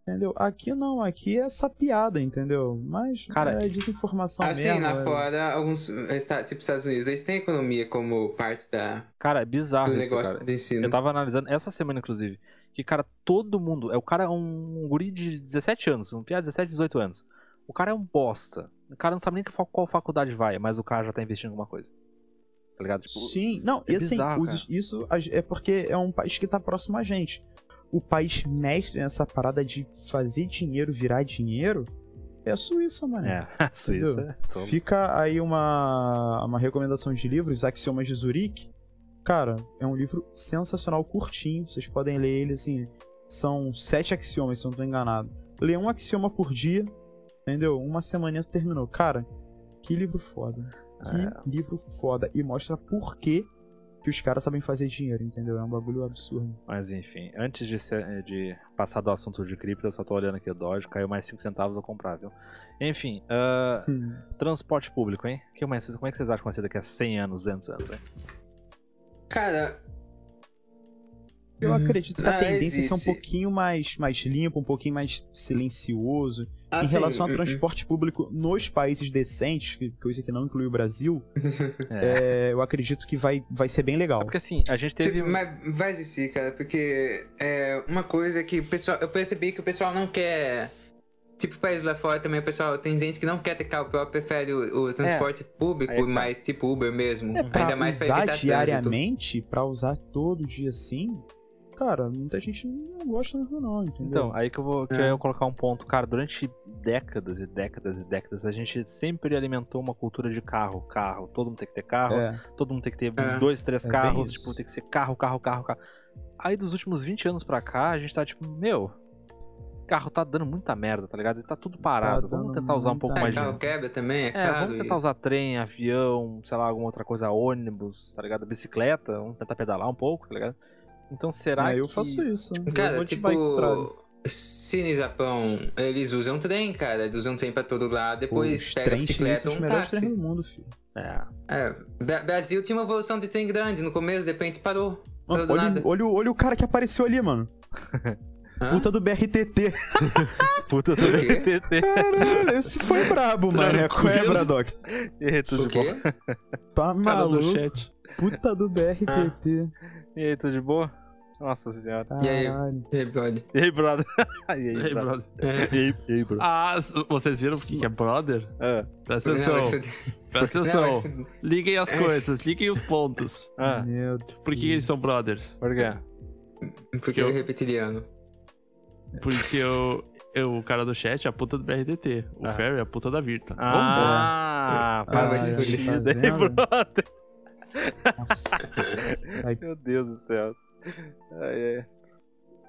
Entendeu? Aqui não, aqui é sapiada, entendeu? Mas
Cara,
é desinformação
Assim,
mesmo.
lá
é-
fora, alguns esta- tipo Estados Unidos, eles têm economia como parte da,
Cara, é
do
bizarro isso,
negócio né?
cara.
do ensino.
Eu tava analisando essa semana, inclusive, que, cara, todo mundo. É o cara é um guri de 17 anos, um piá de 17, 18 anos. O cara é um bosta. O cara não sabe nem que fa- qual faculdade vai, mas o cara já tá investindo em alguma coisa. Tá ligado? Tipo,
Sim, não,
é
e assim,
bizarro,
os-
cara.
isso a ge- é porque é um país que tá próximo a gente. O país mestre nessa parada de fazer dinheiro virar dinheiro é a Suíça, mano.
É, a Suíça. é todo-
Fica aí uma, uma recomendação de livro, Os Axiomas de Zurique. Cara, é um livro sensacional, curtinho. Vocês podem ler ele assim. São sete axiomas, se eu não tô enganado. Lê um axioma por dia, entendeu? Uma semana terminou. Cara, que livro foda. Que livro foda. E mostra por que, que os caras sabem fazer dinheiro, entendeu? É um bagulho absurdo.
Mas enfim, antes de, ser- eh, de passar do assunto de cripto, eu só tô olhando aqui o Doge, caiu mais 5 centavos eu comprar, viu? Enfim, ah,
Hum.
transporte público, hein? Que mais, como é que vocês acham que vai ser daqui a 100 anos, 200 anos, hein?
Cara,
Eu acredito que a
Ah,
tendência é ser um
existe.
pouquinho mais, mais limpo, um pouquinho mais silencioso. em
assim,
relação
uh,
a
uh,
transporte público nos países decentes, que coisa que não inclui o Brasil, é, eu acredito que vai, vai ser bem legal.
É porque assim, a gente teve.
Tipo, Mas vai existir, cara, porque é uma coisa que o pessoal. Eu percebi que o pessoal não quer. Tipo, país lá fora também, o pessoal tem gente que não quer ter carro próprio, prefere o, o transporte público,
Aí é que tá.
mais tipo Uber mesmo.
É Pra
Ainda mais pra
usar
evitar trânsito.
diariamente, pra usar todo dia assim, cara, muita gente não gosta do não, entendeu?
Então, aí que eu vou que
É.
eu ia colocar um ponto. Cara, durante décadas e décadas e décadas, a gente sempre alimentou uma cultura de carro, carro. Todo mundo tem que ter carro,
é,
todo mundo tem que ter
É.
dois, três
É bem
carros,
isso.
tipo, tem que ser carro, carro, carro, carro. Aí dos últimos 20 anos pra cá, a gente tá tipo, meu, carro tá dando muita merda, tá ligado? E tá tudo parado. Vamos
dando
tentar usar um pouco
muita
Ah,
mais de.
merda.
carro quebra também, é,
É,
claro.
vamos
e-
tentar usar trem, avião, sei lá, alguma outra coisa, ônibus, tá ligado? Bicicleta, vamos tentar pedalar um pouco, tá ligado? Então será
é,
que.
eu faço isso. eu
Cara,
vou um de bike trave.
tipo. Cine Japão, eles usam trem, cara. Eles usam trem pra todo lado, depois
Os
pega a
trens
bicicleta
chineses são
ou um
os melhores trens
táxi.
do mundo, filho.
É.
É, Bra- Brasil tinha uma evolução de trem grande no começo, de repente parou. Parou
Mano,
do
olha,
nada.
o- olha, o- olha o cara que apareceu ali, mano.
Hã?
Puta do BRTT.
Puta do
quê?
BTT.
Caralho, esse foi brabo, mano. É, Qual é,
Tranquilo.
Bradock?
E aí, tudo
O
de boa?
quê?
Cara
Tá
do
maluco.
um chat.
Puta do BRTT.
E aí, tudo de boa? Nossa senhora.
E aí?
Caralho.
É, brother.
E aí, brother? e aí,
Ei,
brother?
brother.
É.
E aí, e aí, brother?
Ah, s- vocês viram o que que é brother?
Ah,
Presta
Não,
atenção,
isso-
presta
não,
atenção.
isso-
Liguem as
É.
coisas, liguem os pontos.
ah,
Meu
Por que que eles são brothers?
por quê?
Porque
Eu-
ele é reptiliano.
Porque eu, eu, o cara do chat é a puta do BRDT. O
Ah.
Ferry é a puta da Virta.
Ah,
Ah,
faz
vai se
sentido,
fuder.
hein,
Tá
brother?
Nossa.
Meu Deus do céu. Ai, ai.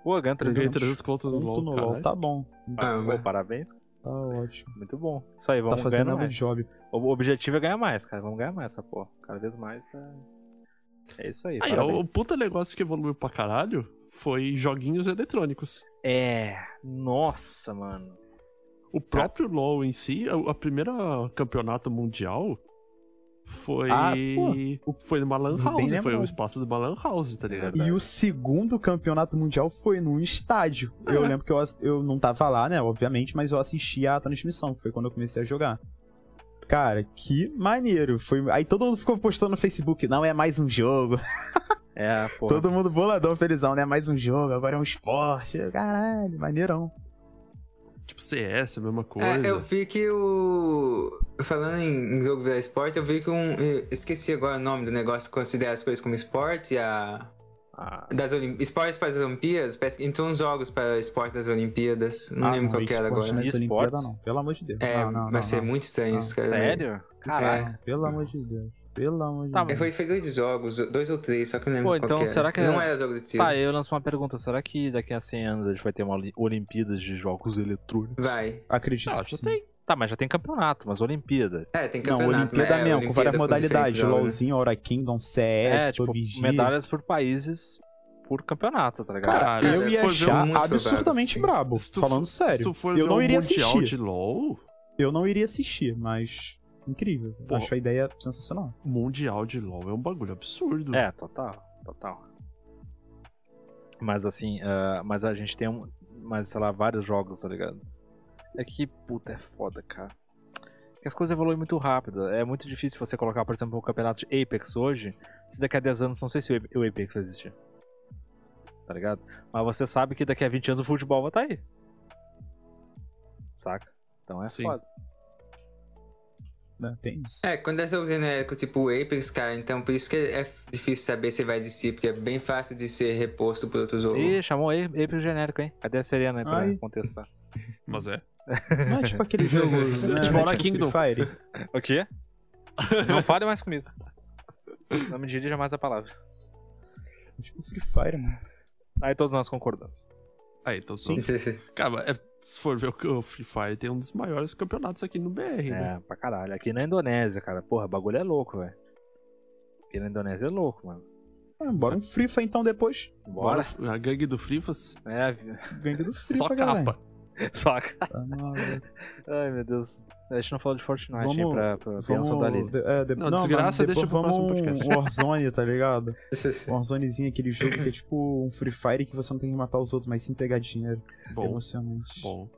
Pô, ganha
Ganhei
300.
300 conto no
Ponto
LOL,
no LOL,
caralho.
tá bom.
Ah,
Ah,
pô,
vai.
parabéns.
Tá ótimo.
Muito bom. Isso aí,
Tá
vamos
fazendo
né,
ganhando
ela
mais.
job.
O objetivo é ganhar mais, cara. Vamos ganhar mais essa porra. Cada vez mais. É, é isso aí.
Aí, ó,
parabéns.
o puta negócio que evoluiu pra caralho foi joguinhos eletrônicos.
É. Nossa, mano.
O próprio LoL em si, a, a primeira campeonato mundial foi
Ah,
foi numa lan
Bem
house, foi
lembrado. Uhum.
o espaço de uma lan house, tá ligado?
E o segundo campeonato mundial foi num estádio.
Ah.
Eu lembro que eu, ass- eu não tava lá, né? Obviamente, mas eu assisti a transmissão, que foi quando eu comecei a jogar. Cara, que maneiro. Foi... Aí todo mundo ficou postando no Facebook, não é mais um jogo.
É, porra.
Todo mundo boladão, felizão, não é mais um jogo, agora é um esporte. Caralho, maneirão.
Tipo CS, a mesma coisa.
É, eu vi que o. Falando em em jogo virar esporte, eu vi que um. eu Esqueci agora o nome do negócio que considera as coisas como esporte, a.
Ah,
Das Olim... Esportes para as Olimpíadas? Parece que entrou uns jogos para esporte das Olimpíadas. Não
Ah,
lembro qual que era
esporte
agora. né?
Não é isso,
Esportes?
Olimpíada, não. Pelo amor de Deus.
É,
não, não,
vai
não,
ser
não.
muito estranho isso, cara.
sério? Caralho.
É.
Pelo amor de Deus. Pelo amor de
Tá,
É,
Deus.
foi feito dois jogos, dois ou três, só que eu não lembro
Pô,
qual
então
que era.
será
é
que-
Não era jogo de tiro.
Tá, eu lanço uma pergunta. Será que daqui a 100 anos a gente vai ter uma Oli- Olimpíadas de jogos eletrônicos?
Vai.
Acredito
Ah,
que
só
sim.
tem.
Tá, mas já tem campeonato, mas Olimpíada.
É, tem
Não,
campeonato.
Olimpíada
mas
né?
é,
mesmo, com várias
Olimpíada
modalidades.
diferentes jogos,
LOLzinho, Aura Kingdom, CS,
É, tipo,
PUBG.
medalhas por países por campeonato, tá ligado?
Caralho,
eu
cara,
ia
se for ver
achar
um-
absurdamente
Muito
brabo,
Se tu
falando
um-
sério.
Se tu for
eu
ver
não
um
iria
mundial
assistir.
de LoL,
Eu não iria assistir, mas incrível.
Pô.
Acho a ideia sensacional.
mundial de LoL é um bagulho absurdo.
É, total, total. Mas assim, ah, mas a gente tem um. mas sei lá, vários jogos, tá ligado? É que, puta, é foda, cara. É Que as coisas evoluem muito rápido. É muito difícil você colocar, por exemplo, o campeonato de Apex hoje, se daqui a 10 anos, não sei se o Ape- o Apex vai existir. Tá ligado? Mas você sabe que daqui a 20 anos o futebol vai estar aí. Saca? Então é
Sim.
foda.
né? Tem isso.
É, quando é jogo genérico tipo Apex, cara, então por isso que é difícil saber se vai existir, porque é bem fácil de ser reposto por outros jogos.
Ih, chamou aí, aí pro genérico, hein? Cadê a Serena aí pra
Ai.
contestar?
Mas é.
Não é tipo aquele jogo. né,
Tipo Honor
Free
Kingdom.
Fire.
O quê? Não fale mais comigo. Não me dirija mais a palavra.
Tipo Free Fire, mano.
Aí todos nós concordamos.
Aí, então. só-
Sim.
Cara, é- se for ver o o Free Fire, tem um dos maiores campeonatos aqui no BR, né?
É, pra caralho. Aqui na Indonésia, cara. Porra, bagulho é louco, velho. Aqui na Indonésia é louco, mano.
Ah, bora um Free Fire então depois.
Bora.
A gangue do Frifas,
É, vi-
Ganha do Free
só
Fire, galera.
capa.
É, soca.
Tá maluco.
Ai, meu Deus. A gente não falou de Fortnite, hein,
Vamos-
pra, pra bênção da
Vamos,
Lili.
de, é, de,
Não, desgraça, deixa
mano, depois
pro próximo
vamos
podcast.
Um Warzone, tá ligado? Um Warzonezinho, aquele jogo que é tipo um Free Fire que você não tem que matar os outros, mas sim pegar dinheiro.
Bom,
Emocionante.
bom.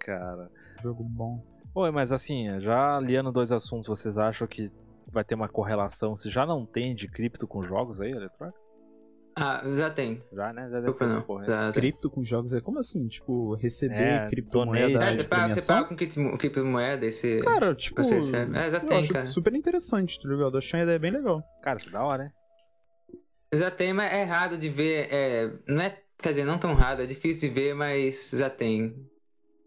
Cara.
Jogo bom.
Oi, mas assim, já aliando dois assuntos, vocês acham que vai ter uma correlação? Se já não tem de cripto com jogos aí, eletrônico?
Ah, já tem.
Já, né? Já deu
Desculpa,
pra essa
não.
porra. né?
Já tem.
Cripto com jogos é como assim? Tipo, receber
É,
criptomoeda.
donate.
É,
de
você paga, você
premiação?
paga com cripto- criptomoeda e você,
Cara, tipo.
você recebe. É, já
eu
tem,
acho
cara.
super interessante, tá ligado? Achei a ideia bem legal.
Cara, isso é da hora, hein?
Já tem, mas é errado de ver. É, não é, quer dizer, não tão raro, é difícil de ver, mas já tem.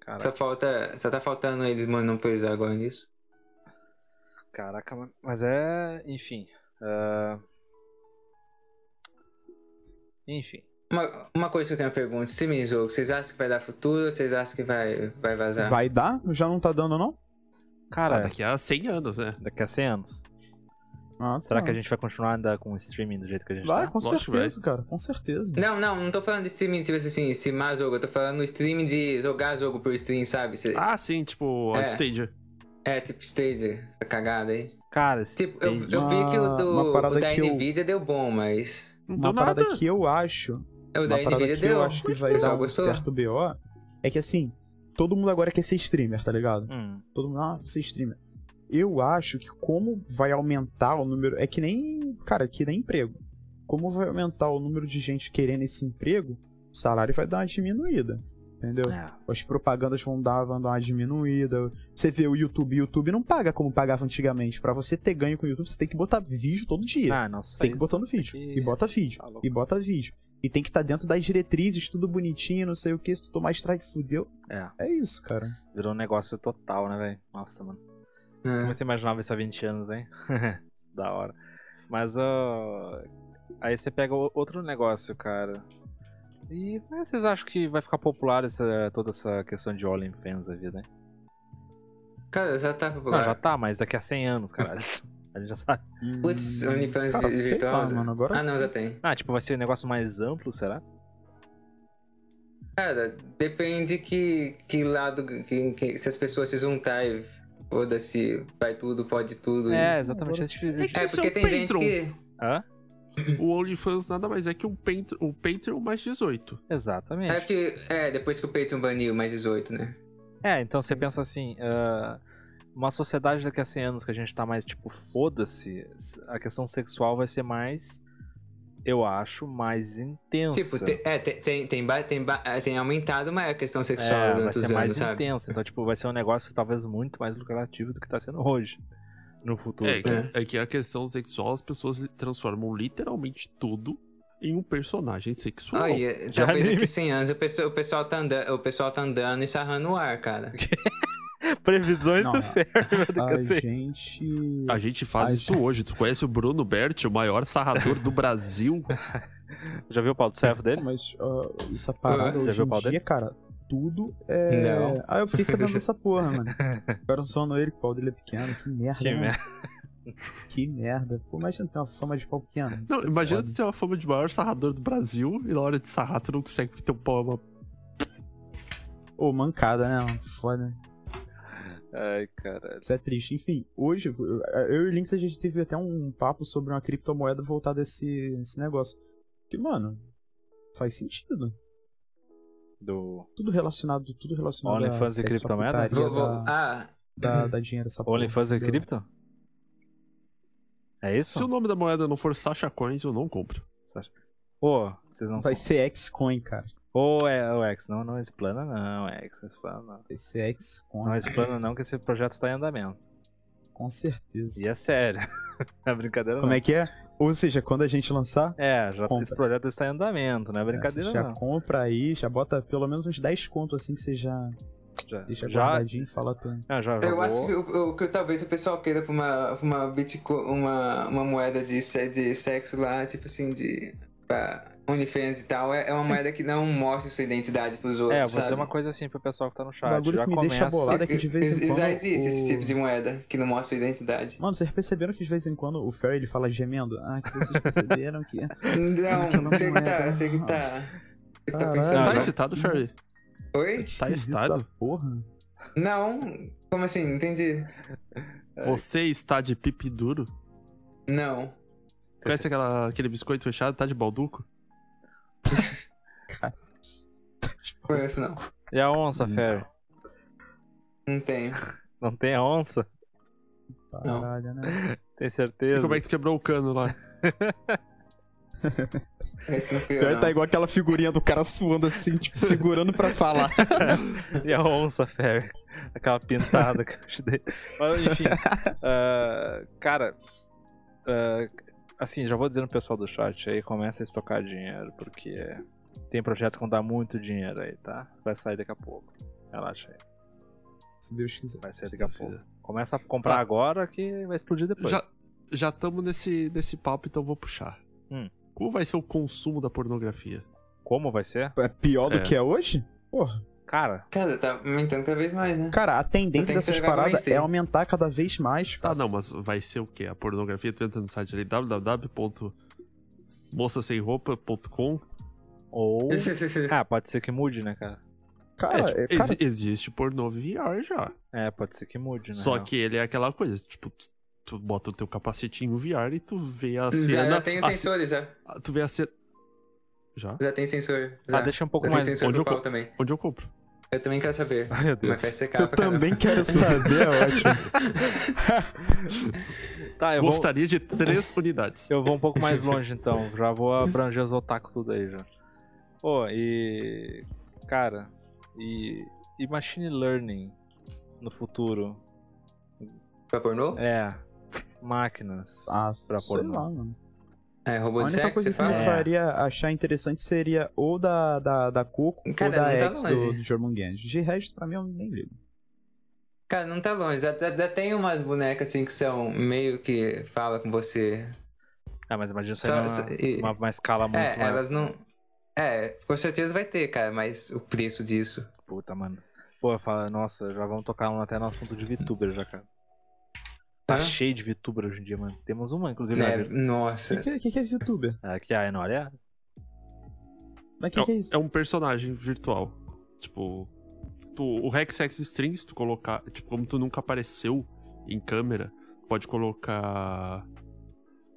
Caraca,
Só, falta, só tá faltando eles monopolizar agora nisso.
caraca, mano. mas é. Enfim. ah, Enfim.
Uma, uma coisa que eu tenho uma pergunta, streaming em jogo, vocês acham que vai dar futuro ou vocês acham que vai, vai vazar?
Vai dar? Já não tá dando, não?
Ah,
Cara,
daqui a 100 anos, né?
daqui a 100 anos.
Ah,
Será
tá.
que a gente vai continuar ainda com o streaming do jeito que a gente
Vai,
tá?
com
Lógico que
certeza, cara. Com certeza.
Não, não, não tô falando de streaming, tipo assim, streamar jogo, eu tô falando streaming de jogar jogo por stream, sabe? Cê-
Ah, sim, tipo, a
É.
Stadia.
É, tipo stage, essa cagada aí.
Cara,
Tipo, eu,
Stadia-
eu vi que o,
Uma-
do,
uma
o
parada
da
que eu-
Nvidia deu bom, mas. é,
Não
Uma
deu nada.
parada que eu acho.
O da
uma parada
Nvidia
que
deu.
eu acho que vai
Pessoal,
dar um
gostou?
certo BO. É que assim, todo mundo agora quer ser streamer, tá ligado?
Hum,
Todo mundo, ah, você streamer. Eu acho que como vai aumentar o número. É que nem. Cara, que nem emprego. Como vai aumentar o número de gente querendo esse emprego, o salário vai dar uma diminuída. Entendeu?
é.
As propagandas vão dar, vão dar uma diminuída. Você vê o YouTube, o YouTube não paga como pagava antigamente. Pra você ter ganho com o YouTube, você tem que botar vídeo todo dia.
Ah, não sei.
você tem que botar no
isso
vídeo.
aqui-
E bota vídeo.
Tá louco.
e bota vídeo. E tem que estar dentro das diretrizes, tudo bonitinho, não sei o que. Se tu tomar strike, fudeu.
É,
É isso, cara.
virou um negócio total, né, velho? Nossa, mano.
É.
Como você imaginava isso há 20 anos, hein? da hora. Mas, ó. Aí você pega o- outro negócio, cara. E né, vocês acham que vai ficar popular essa, toda essa questão de OnlyFans da vida, hein?
Cara, já tá
Não,
popular.
já tá, mas daqui a 100 anos, caralho. A gente já sabe.
Putz, OnlyFans
Hum, Cara, sei lá,
virtuosa.
mano, agora-
Ah, não, já tem.
Ah, tipo, vai ser um negócio mais amplo, será?
Cara, depende que, que lado. que- que- se as pessoas se juntarem, foda-se, vai tudo, pode tudo.
É,
Agora-
exatamente. Esse tipo
É
de...
que-
É,
Esse é
porque
o
tem gente
Patreon.
que.
Hã?
O OnlyFans nada mais é que um Patreon, um Patreon mais 18.
Exatamente.
É que. É, depois que o Patreon baniu mais 18, né?
É, então você pensa assim, ah, uma sociedade daqui a 100 anos que a gente tá mais tipo, foda-se, a questão sexual vai ser mais, eu acho, mais intensa.
Tipo, te- é, te- tem, tem, ba- tem, ba- é, tem aumentado mas a questão sexual
é, vai
durante os
ser mais
anos, sabe?
intensa. Então, tipo, vai ser um negócio talvez muito mais lucrativo do que tá sendo hoje, no futuro.
É que,
É.
é que a questão sexual, as pessoas li- transformam literalmente tudo em um personagem sexual.
Aí, é,
Já
talvez
anime.
daqui 100 anos o pessoal, o, pessoal tá andando, o pessoal tá andando e sarrando o ar, cara.
Previsões
Não,
do
é.
Ferro daqui a
A
100
gente.
Ah,
A gente faz
Ai, é.
isso hoje. Tu conhece o Bruno Bert, o maior sarrador do Brasil?
Já viu o pau do servo dele?
Mas ah, essa parada
Ah, já
hoje
viu o
em
pau
dia,
dele?
cara, tudo é.
Não.
Ah, eu fiquei sabendo dessa porra, mano. Ficaram zoando ele, que o pau dele é pequeno. Que merda.
Que
né?
merda.
Que merda. Pô, imagina ter uma fama de pau pequeno.
Não,
Isso é
imagina tu
foda.
ter uma fama de maior sarrador do Brasil e na hora de sarrar tu não consegue ter um pau é uma
Ô, mancada, né? mano? Foda.
Ai, caralho.
Isso é triste. Enfim, hoje, eu eu e o Lynx, a gente teve até um papo sobre uma criptomoeda voltada a esse, esse negócio. Que, mano, faz sentido.
Do
Tudo relacionado, tudo relacionado
OnlyFans e
sexo,
criptomoeda?
à putaria,
Vou, vou-
da,
Ah,
da, da dinheiro essa porra,
OnlyFans e
entendeu?
Crypto? É
Se
isso?
o nome da moeda não for Sasha Coins, eu não compro.
Ô, vocês não.
Vai ser Xcoin, cara.
Ô, é, ô, X, não, não explana não, X, não explana não.
Vai ser Xcoin,
Não explana não que esse projeto está em andamento.
com certeza.
E é sério. é brincadeira
Como
não.
é que é? Ou seja, quando a gente lançar,
É, já,
Compra.
esse projeto está em andamento, não é brincadeira
já
não.
compra aí, já bota pelo menos uns 10 contos assim que você já
Já,
deixa
já,
guardadinho e fala tudo.
ah, já, já
eu
vou.
acho que, o- o- que talvez o pessoal queira pra uma, pra uma, Bitcoin, uma, uma moeda de, se- de sexo lá, tipo assim, de. Pra OnlyFans e tal. É, é uma moeda que não mostra sua identidade pros outros.
É, eu vou
sabe?
dizer uma coisa assim pro pessoal que tá no
O
chat.
bagulho
já
que me
começa.
deixa bolado é que de vez em quando.
Já existe esse
o-
tipo de moeda que não mostra sua identidade.
Mano, vocês perceberam que de vez em quando o Ferry ele fala gemendo? Ah, que vocês perceberam que.
Não, sei que tá, sei que tá. Sei que tá
Caralho.
pensando.
Não,
tá
não.
excitado, Sherry?
Oi?
Tá
Esquisito
estado?
da Porra.
Não. Como assim? Não Entendi.
tá.
Você está de pipi duro?
Não.
Conhece aquela, aquele biscoito fechado? Tá de balduco?
Conheço não.
E a onça,
Não.
Fer?
Não tenho.
Não tem a onça?
Caralho, né?
Tem
E
certeza?
como é que tu quebrou o cano lá?
Esse não fui
O
eu,
Ferry tá
não.
igual aquela figurinha do cara suando assim, tipo, segurando pra falar.
E a onça, Fer? Aquela pintada que eu te dei. Mas, enfim. ah, cara. ah, assim, já vou dizendo pro pessoal do chat aí, começa a estocar dinheiro, porque tem projetos que vão dar muito dinheiro aí, tá? Vai sair daqui a pouco. Relaxa aí.
Se Deus quiser.
Vai sair daqui a pouco. Começa a comprar
Tá.
agora que vai explodir depois.
Já já estamos nesse, nesse papo, então eu vou puxar.
Hum.
Como vai ser o consumo da pornografia?
Como vai ser?
É pior do
É.
que é hoje? Porra.
Cara,
Cara, tá aumentando cada vez mais, né?
Cara, a
Tu
tendência
tem que
dessas
pegar mais
paradas é
tempo.
aumentar cada vez mais.
Tá,
cara.
não, mas vai ser o quê? A pornografia, tu entra no site ali, www.moçasemroupa.com
ou.
é-
Ah, pode ser que mude, né, cara?
Cara,
É, tipo,
é, cara,
exi- existe pornô VR já.
É, pode ser que mude, né?
Só que ele é aquela coisa, tipo, tu, tu bota o teu capacetinho VR e tu vê a
já,
cena.
já tem os
a-
sensores, já.
a- tu vê a cena. Já?
Já tem sensor. Já.
Ah, deixa um pouco
já tem
mais.
sensor
onde
do
eu
pau
co-
também.
Onde eu compro?
Eu também quero saber.
Ai, meu
Mas
Deus.
vai secar
eu
pra caramba.
também quero saber, é ótimo.
Tá, eu vou,
Gostaria de três unidades.
eu vou um pouco mais longe então. Já vou abranger os otaku tudo aí já. Pô, e. Cara, e. E machine learning no futuro?
Pra pornô?
É. Máquinas.
Ah,
Pra
sei
pornô.
lá, mano.
É,
A
robô de
única
sexo,
coisa
você
que eu
fala?
É.
faria achar interessante seria ou da, da, da Coco
Cara,
ou da
não tá
X
longe.
do, do Jormungand. De resto, pra mim, eu nem ligo.
Cara, não tá longe. Já, já- já tem umas bonecas assim que são meio que fala com você.
Ah, mas imagina isso
Só-
aí
só-
numa,
e-
uma, uma escala muito
É,
maior.
elas não. É, com certeza vai ter, cara, mas o preço disso.
Puta, mano. Pô, eu falo, nossa, já vamos tocar um até no assunto de VTuber já, cara. Tá
Hã?
cheio de VTuber hoje em dia, mano. Temos uma, inclusive, na
Né?
vida.
O
Nossa.
que, que, que é youtuber?
Ah, que a Enora é.
Mas o que, que é isso?
É um personagem virtual. Tipo, tu, o Rex Rex Strings, tu colocar. Tipo, como tu nunca apareceu em câmera, pode colocar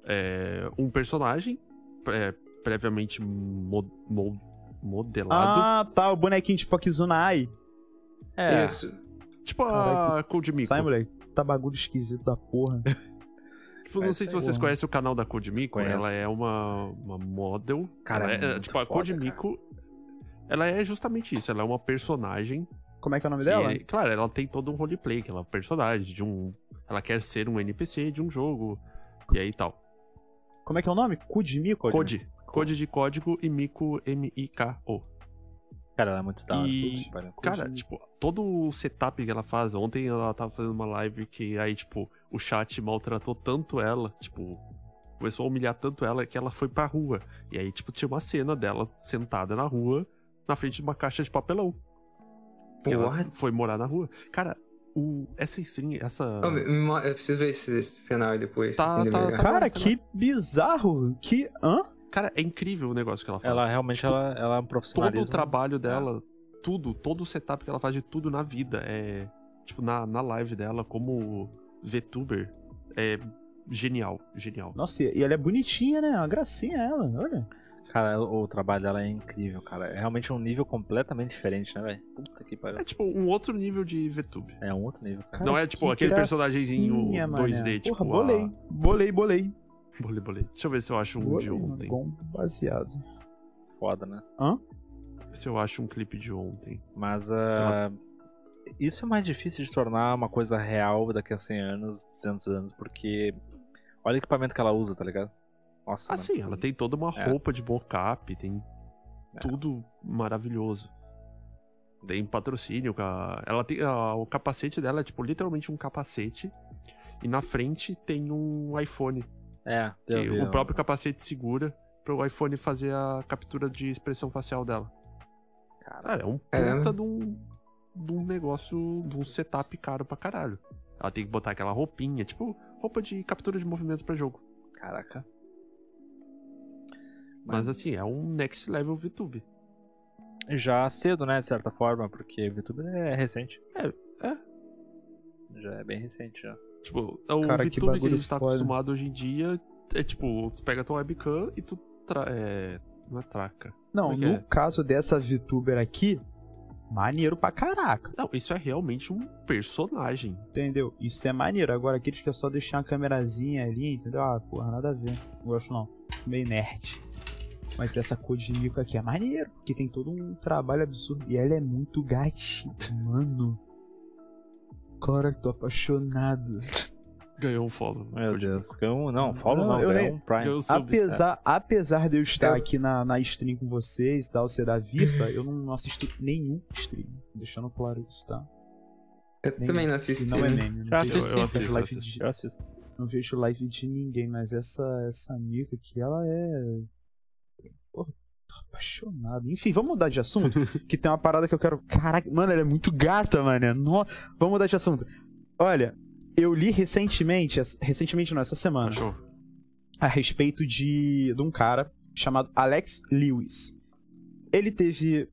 é, um personagem é, previamente mo- mo- modelado.
Ah, tá, o bonequinho de Pokizuna Ai.
É,
Isso.
tipo a
Caralho,
Code Mico.
Sai, moleque. Tá bagulho esquisito da porra.
Tipo, não
Essa
sei se
é
vocês
boa.
conhecem o canal da Code Mico.
Conheço.
Ela é uma, uma model.
Cara,
ela
é
é,
muito
tipo, a Code
foda, cara.
Mico. Ela é justamente isso. Ela é uma personagem
Como é que é o nome
Que,
dela?
Claro, ela tem todo um roleplay, que ela é um personagem de um. Ela quer ser um NPC de um jogo. E aí tal.
Como é que é o nome? Kudimiko?
Code. Code de código e Mico M-I-K-O.
cara, ela é muito da hora.
E-
puta, pariu.
Cara, tipo, todo o setup que ela faz. Ontem ela tava fazendo uma live que aí, tipo, o chat maltratou tanto ela, tipo. Começou a humilhar tanto ela que ela foi pra rua. E aí, tipo, tinha uma cena dela sentada na rua, na frente de uma caixa de papelão. Que ela
What?
foi morar na rua. Cara, o, essa stream, essa.
Ô, me- me mo- eu preciso ver esse, esse canal aí depois.
Tá,
Ainda
tá,
melhor.
tá.
Cara, que bizarro. Que. hã?
Cara, é incrível o negócio que ela faz. Tipo,
Ela realmente ela, ela é um
assim, Todo o
profissionalismo.
trabalho dela, tudo, todo o setup que ela faz de tudo na vida, é. Tipo, na, na live dela, como VTuber, é genial, genial.
Nossa, e e ela é bonitinha, né? Uma gracinha ela, olha.
Cara, o, o trabalho dela é incrível, cara. É realmente um nível completamente diferente, né, velho? Puta que pariu.
É tipo um outro nível de VTube.
É um outro nível. cara.
Não é, tipo,
que
aquele personagemzinho
gracinha, mané.
2D, tipo,
Porra, bolei.
a-
Bolei, bolei.
Bolei, bolei. Deixa eu ver se eu acho um
Bolei,
de
mano,
ontem.
Bom baseado.
Foda, né?
Se eu acho um clipe de ontem.
Mas ah, isso é mais difícil de tornar uma coisa real daqui a 100 anos, 200 anos, porque olha o equipamento que ela usa, tá ligado? Nossa,
Ah,
mano.
sim, ela tem toda uma
É.
roupa de mocap, tem
É.
tudo maravilhoso. Tem patrocínio, ca- ela tem a- o capacete dela é tipo literalmente um capacete e na frente tem um iPhone
É,
que
eu vi,
o
eu-
próprio capacete segura para o iPhone fazer a captura de expressão facial dela.
Cara,
Cara, é um
Caramba.
puta de um, de um negócio, de um setup caro pra caralho. Ela tem que botar aquela roupinha, tipo roupa de captura de movimento pra jogo.
caraca.
Mas assim, é um next level VTube.
Já cedo, né, de certa forma, porque VTuber é recente.
É, é.
Já é bem recente, já.
Tipo, é o
Cara,
VTube
que
que, a
bagulho
gente tá
foda.
acostumado hoje em dia é tipo, tu pega tua webcam e tu tra... é... não é traca.
Não,
Como é que
no
é?
caso dessa VTuber aqui, maneiro pra caraca,
Não, isso é realmente um personagem.
entendeu? Isso é maneiro. Agora aqueles que é só deixar uma camerazinha ali, entendeu? Ah, porra, nada a ver. Não gosto não. Meio nerd. Mas essa cor de mico aqui é maneiro, porque tem todo um trabalho absurdo. E ela é muito gatinho, mano. Cara, tô apaixonado.
Ganhou um follow.
Meu
Hoje. é
Deus. Ganhou um- Não, follow
Não,
não,
eu
ganhou
nem-
um Prime.
Ganhou um sub.
Apesar, apesar de eu estar
tá? Eu-
aqui na, na stream com vocês, tal, ser da Virpa, eu não assisto nenhum stream. Deixando claro isso, tá?
Eu
Nem-
também não
E
assisti.
não é meme.
Você
Não
assiste
vejo-
sim.
não vejo
Eu
live
assisto.
de-
Eu assisto.
não vejo live de ninguém, mas essa, essa amiga aqui, ela é. Porra, tô apaixonado. Enfim, vamos mudar de assunto, que tem uma parada que eu quero. Caraca, mano, ela é muito gata, mano. No... Vamos mudar de assunto. Olha, eu li recentemente, essa- recentemente não, essa semana,
Achou.
a respeito de, de um cara chamado Alex Lewis. Ele teve.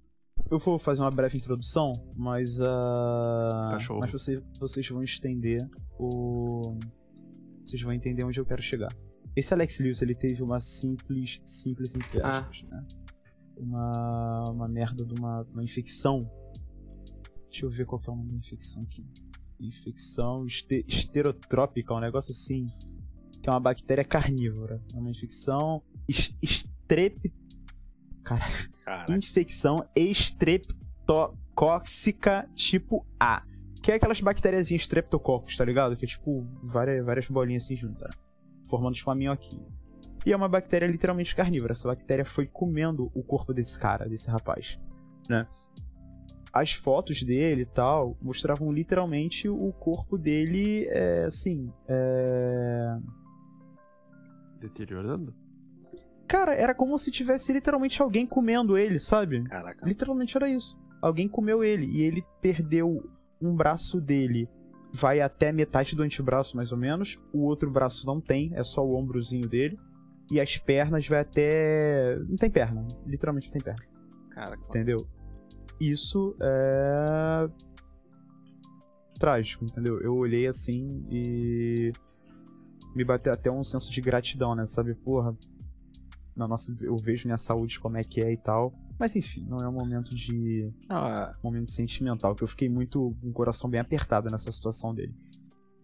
Eu vou fazer uma breve introdução, mas. ah,
Cachorro.
Mas você- vocês vão estender o. Vocês vão entender onde eu quero chegar. Esse Alex Lewis, ele teve uma simples. Simples entre
Ah.
aspas, né? Uma. Uma merda de uma, uma infecção. Deixa eu ver qual que é o nome da infecção aqui. Infecção este- esterotrópica, um negócio assim que é uma bactéria carnívora. É uma infecção es- estrep... Cara,
Caraca.
infecção estreptocóxica tipo A. Que é aquelas bactérias streptococcus, tá ligado? Que é tipo várias, várias bolinhas assim juntas, né? formando tipo uma minhoquinha. E é uma bactéria literalmente carnívora. Essa bactéria foi comendo o corpo desse cara, desse rapaz, né? As fotos dele e tal mostravam literalmente o corpo dele, é, assim, é,
Deteriorando?
Cara, era como se tivesse literalmente alguém comendo ele, sabe?
Caraca.
Literalmente era isso. Alguém comeu ele e ele perdeu um braço dele. Vai até metade do antebraço, mais ou menos. O outro braço não tem, é só o ombrozinho dele. E as pernas vai até. Não tem perna. Literalmente não tem perna.
Caraca.
Entendeu? Isso é. trágico, entendeu? Eu olhei assim e. Me bateu até um senso de gratidão, né? Sabe, porra. Na nossa, eu vejo minha saúde como é que é e tal. Mas enfim, não é um momento de.
Não, é-
momento sentimental, que eu fiquei muito com o coração bem apertado nessa situação dele.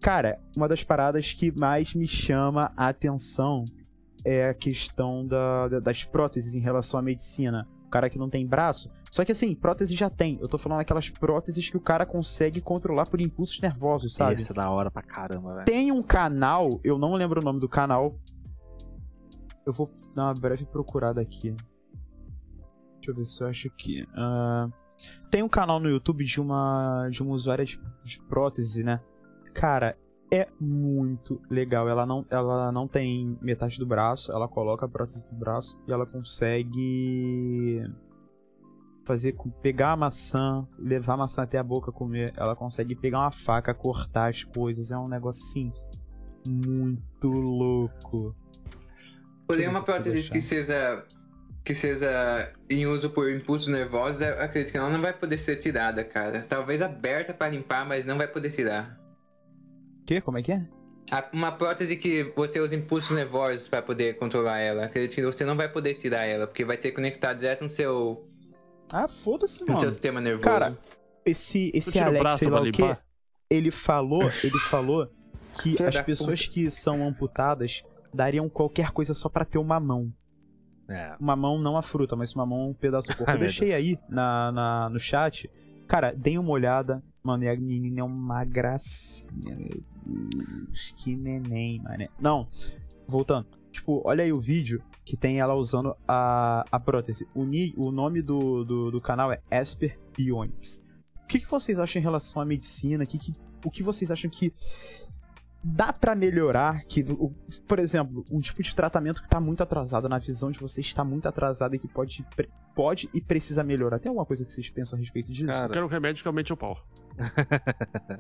Cara, uma das paradas que mais me chama a atenção é a questão da- da- das próteses em relação à medicina. O cara que não tem braço. Só que assim, prótese já tem. Eu tô falando aquelas próteses que o cara consegue controlar por impulsos nervosos, sabe?
Esse é da hora pra caramba, velho.
Tem um canal, eu não lembro o nome do canal. Eu vou dar uma breve procurada aqui. Deixa eu ver se eu acho aqui. Ah, tem um canal no YouTube de uma de uma usuária de, de prótese, né? Cara, é muito legal. Ela não, ela não tem metade do braço, ela coloca a prótese do braço e ela consegue fazer com- pegar a maçã, levar a maçã até a boca comer. Ela consegue pegar uma faca, cortar as coisas. É um negócio assim muito louco.
Porém,
Deixa eu
uma
ver se eu
prótese
consigo
que seja, que seja em uso por impulsos nervosos, eu acredito que ela não vai poder ser tirada, cara. Talvez aberta pra limpar, mas não vai poder tirar.
Que? Como é que é?
a- uma prótese que você usa impulsos nervosos pra poder controlar ela. Acredito que você não vai poder tirar ela, porque vai ser conectado direto no seu,
Ah, foda-se,
no
mano.
seu sistema nervoso.
Cara, esse, esse
tira o
Alex,
braço
sei lá
pra
o quê,
limpar?
ele falou, ele falou que
Filha
as
da
pessoas que são amputadas dariam qualquer coisa só pra ter uma mão.
É.
Uma mão não a fruta, mas uma mão um pedaço do corpo.
Ai,
Eu
Ah, meu
deixei
Deus.
aí na, na- no chat. Cara, deem uma olhada. Mano, e a menina é uma gracinha. Meu Deus, que neném, mano. Não, voltando. Tipo, olha aí o vídeo que tem ela usando a, a prótese. O, ni- o nome do, do, do canal é Esper Bionics. O que, que vocês acham em relação à medicina? O que, que, o que vocês acham que dá pra melhorar? Que, o- por exemplo, um tipo de tratamento que tá muito atrasado, na visão de vocês está muito atrasado e que pode, pre- pode e precisa melhorar. Tem alguma coisa que vocês pensam a respeito disso?
Eu
Cara, é,
quero um remédio que aumente o pau.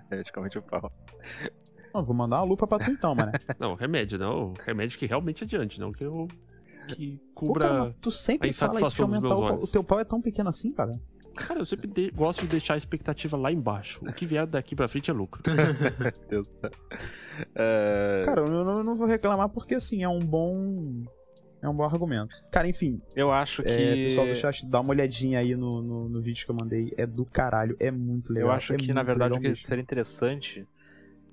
praticamente o pau.
Não, vou mandar uma lupa pra tu então, mano.
Não, remédio, não. Remédio que realmente adiante, não que eu. Que
Pô, cara,
cubra.
mas tu sempre
a
fala isso de
insatisfação dos
aumentar o,
meus
pau.
olhos.
o teu pau é tão pequeno assim, cara.
Cara, eu sempre de- gosto de deixar a expectativa lá embaixo. O que vier daqui pra frente é lucro.
Meu Deus do céu. É,
Cara, eu não, eu não vou reclamar porque assim, é um bom. É um bom argumento. Cara, enfim,
eu acho que.
é, pessoal do chat, dá uma olhadinha aí no, no, no vídeo que eu mandei. É do caralho, é muito legal.
eu acho
é
que, na
muito
verdade,
legal
o que
mesmo.
seria interessante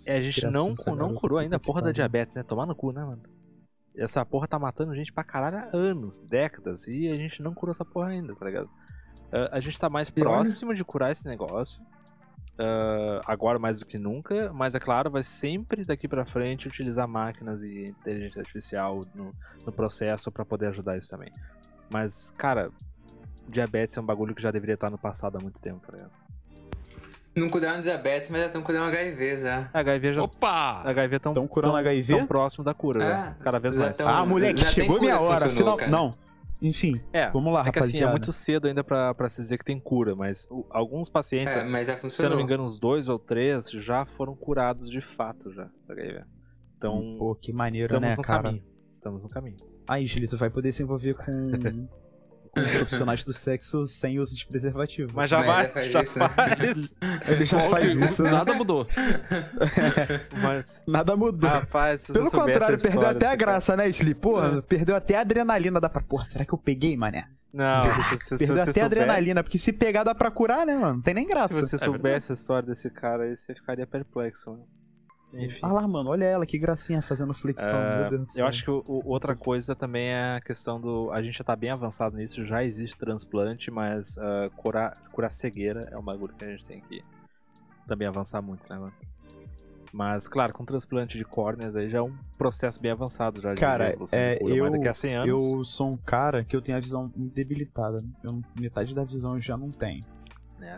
É, a gente não,
Gracinha,
cu- não
garota,
curou
puta
ainda a
que
porra da
pariu.
diabetes, né? Tomar no cu, né, mano? Essa porra tá matando gente pra caralho há anos, décadas, e a gente não curou essa porra ainda, tá ligado? Ah, a gente tá mais
E olha-
próximo de curar esse negócio, ah, agora mais do que nunca, mas é claro, vai sempre daqui pra frente utilizar máquinas e inteligência artificial no, no processo pra poder ajudar isso também. Mas, cara, diabetes é um bagulho que já deveria estar no passado há muito tempo, tá ligado?
Não curaram diabetes, mas já estão curando HIV já.
HIV já.
Opa!
HIV tão,
Tão curando
tão-
HIV?
tão próximo da cura, né?
É,
Cada vez
já
mais.
tão-
Ah, moleque,
Já tem
chegou minha
cura que
hora.
funcionou,
Final...
cara.
Não. Enfim,
É,
vamos lá,
é que assim, é
Ah, rapaziada.
muito cedo ainda pra, pra se dizer que tem cura, mas o- alguns pacientes,
É, mas já
se eu não
funcionou.
me engano, uns dois ou três já foram curados de fato já. tá ligado? Então,
Pô, que maneiro,
estamos
né,
no
cara?
caminho. Estamos no caminho.
Aí, Gili, tu vai poder se envolver com, com profissionais do sexo sem uso de preservativo.
Mas já
Mas
vai,
já faz
já
isso, né?
faz.
Ele já
Qual
faz
que-
isso, né?
Nada mudou.
Mas,
Nada mudou.
rapaz, Ah, se você
Pelo
soubesse
contrário,
a
perdeu
história, assim,
até a
você-
graça, né, Gili? Porra, perdeu até a adrenalina. Dá pra. Porra, será que eu peguei, mané?
Não, se, se, se
Perdeu
você
até
soubesse,
a adrenalina, porque se pegar dá pra curar, né, mano? Não tem nem
Se
graça.
você soubesse a história desse cara aí, você ficaria perplexo. né? Enfim.
Ah lá, mano, olha ela, que gracinha fazendo flexão.
É,
meu Deus do céu.
Eu acho que o- o- outra coisa também é a questão do. A gente já tá bem avançado nisso, já existe transplante, mas ah, curar, curar cegueira é um bagulho que a gente tem que também avançar muito, né, mano? Mas, claro, com transplante de córneas aí já é um processo bem avançado já. de
Cara,
evolução
é,
de cura,
eu-
mas daqui a 100 anos.
Eu sou um cara que eu tenho a visão muito debilitada. Eu- metade da visão eu já não tenho.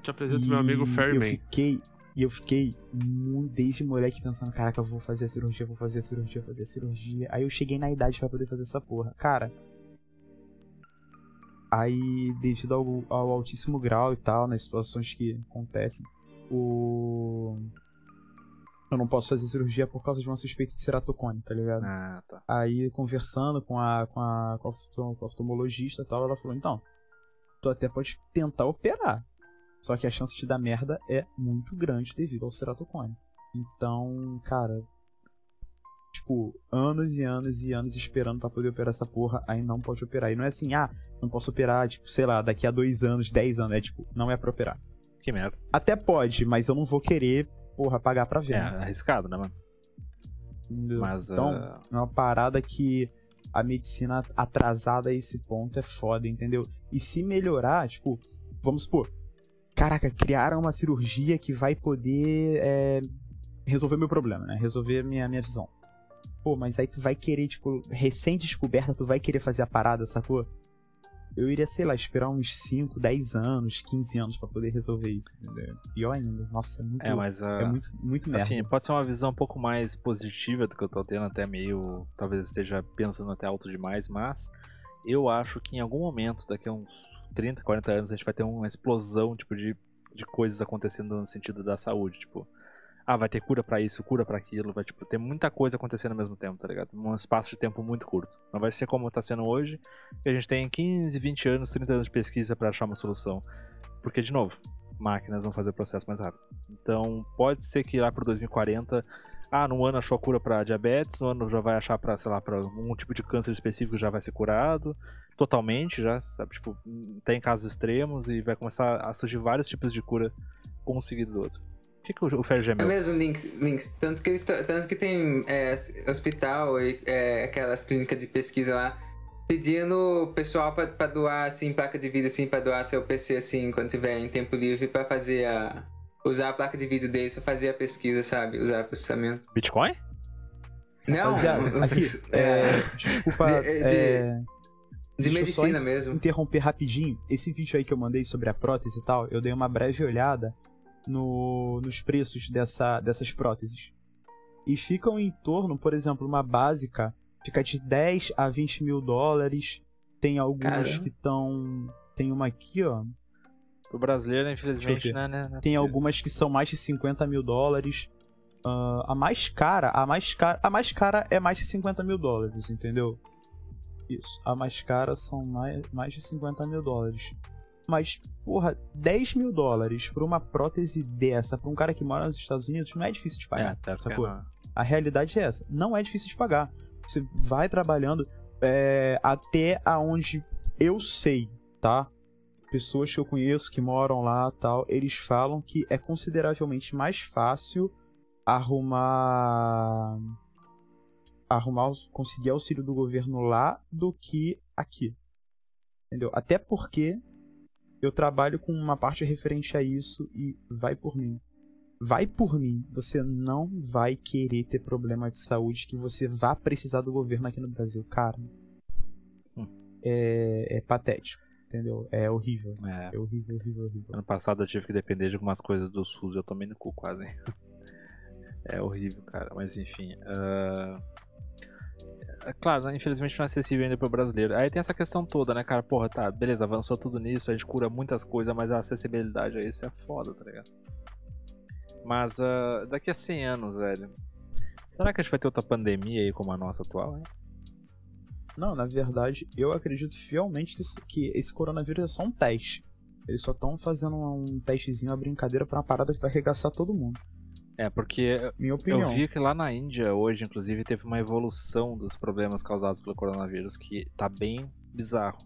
Te apresento meu amigo
E É. Eu
Ferryman.
fiquei. E eu fiquei muito desde moleque pensando, caraca, eu vou fazer a cirurgia, vou fazer a cirurgia, vou fazer a cirurgia. Aí eu cheguei na idade pra poder fazer essa porra. Cara. Aí, devido ao, ao altíssimo grau e tal, nas situações que acontecem, o. Eu não posso fazer cirurgia por causa de uma suspeita de ceratocone, tá ligado?
Ah, tá.
Aí, conversando com a, com a, com a, ofto- com a oftalmologista e tal, ela falou: então, tu até pode tentar operar. Só que a chance de dar merda é muito grande devido ao ceratocone. Então, cara. Tipo, anos e anos e anos esperando pra poder operar essa porra, aí não pode operar. E não é assim, ah, não posso operar, tipo, sei lá, daqui a dois anos, dez anos. É tipo, não é pra operar.
Que merda.
Até pode, mas eu não vou querer, porra, pagar pra ver.
É, arriscado, né, mano?
Entendeu?
Mas.
Então,
ah,
é uma parada que a medicina atrasada a esse ponto é foda, entendeu? E se melhorar, tipo, vamos supor, caraca, criaram uma cirurgia que vai poder é, resolver meu problema, né? Resolver minha, minha visão. Pô, mas aí tu vai querer, tipo, recém-descoberta, tu vai querer fazer a parada, sacou? Eu iria, sei lá, esperar uns 5, 10 anos, 15 anos pra poder resolver isso, entendeu? Pior ainda. Nossa, é muito,
é,
é,
mas. ah,
muito, muito merda.
Assim, pode ser uma visão um pouco mais positiva do que eu tô tendo, até meio. Talvez eu esteja pensando até alto demais, mas eu acho que em algum momento, daqui a uns 30, 40 anos, a gente vai ter uma explosão, tipo, de, de coisas acontecendo no sentido da saúde. Tipo, ah, vai ter cura pra isso, cura pra aquilo, vai, tipo, ter muita coisa acontecendo ao mesmo tempo, tá ligado? Num espaço de tempo muito curto. Não vai ser como tá sendo hoje, que a gente tem 15, 20 anos, 30 anos de pesquisa pra achar uma solução. Porque, de novo, máquinas vão fazer o processo mais rápido. Então, pode ser que lá para 2040 Ah, num ano achou a cura pra diabetes, no ano já vai achar pra, sei lá, pra um tipo de câncer específico já vai ser curado. Totalmente, já, sabe? Tipo, tem casos extremos e vai começar a surgir vários tipos de cura um seguido do outro. O que, que o, o Fergie é
É
meu?
mesmo, Links, Links. Tanto que eles tão- tanto que tem é, hospital e é, aquelas clínicas de pesquisa lá pedindo o pessoal pra, pra doar assim placa de vídeo assim para doar seu PC assim quando tiver em tempo livre pra fazer a usar a placa de vídeo deles pra fazer a pesquisa, sabe? Usar processamento.
Bitcoin?
Não,
Rapaziada, aqui,
é,
é, desculpa
um- de- de-
é,
de
deixa eu só
medicina mesmo.
interromper rapidinho. Esse vídeo aí que eu mandei sobre a prótese e tal, eu dei uma breve olhada no- nos preços dessa, dessas próteses. E ficam em torno, por exemplo, uma básica fica de 10 a 20 mil dólares. Tem alguns
Caramba.
que estão. Tem uma aqui, ó.
Pro brasileiro, infelizmente,
Deixa eu ver.
né? né, não é
Tem
possível.
algumas que são mais de 50 mil dólares. Ah, a mais cara, a mais cara, a mais cara é mais de 50 mil dólares, entendeu? Isso. A mais cara são mais, mais de 50 mil dólares. Mas, porra, 10 mil dólares por uma prótese dessa, pra um cara que mora nos Estados Unidos, não é difícil de pagar.
É, tá,
sacou?
pena.
A realidade é essa. Não é difícil de pagar. Você vai trabalhando é, até aonde eu sei, tá? Pessoas que eu conheço que moram lá tal, eles falam que é consideravelmente mais fácil arrumar arrumar os- conseguir auxílio do governo lá do que aqui. Entendeu? Até porque eu trabalho com uma parte referente a isso e vai por mim. Vai por mim, você não vai querer ter problema de saúde que você vá precisar do governo aqui no Brasil, cara.
Hum.
É, é patético, entendeu? É horrível.
É.
É horrível, horrível, horrível.
Ano passado eu tive que depender de algumas coisas do SUS, eu tomei no cu quase. É horrível, cara, mas enfim. ah, é Claro, né, infelizmente não é acessível ainda pro brasileiro. Aí tem essa questão toda, né, cara? Porra, tá, beleza, avançou tudo nisso, a gente cura muitas coisas, mas a acessibilidade a isso é foda, tá ligado? Mas ah, daqui a 100 anos, velho. Será que a gente vai ter outra pandemia aí como a nossa atual, hein?
Não, na verdade, eu acredito fielmente que, isso- que esse coronavírus é só um teste. Eles só estão fazendo um testezinho, uma brincadeira pra uma parada que vai arregaçar todo mundo.
É, porque
Minha
Eu
opinião.
vi que lá na Índia hoje, inclusive, teve uma evolução dos problemas causados pelo coronavírus que tá bem bizarro.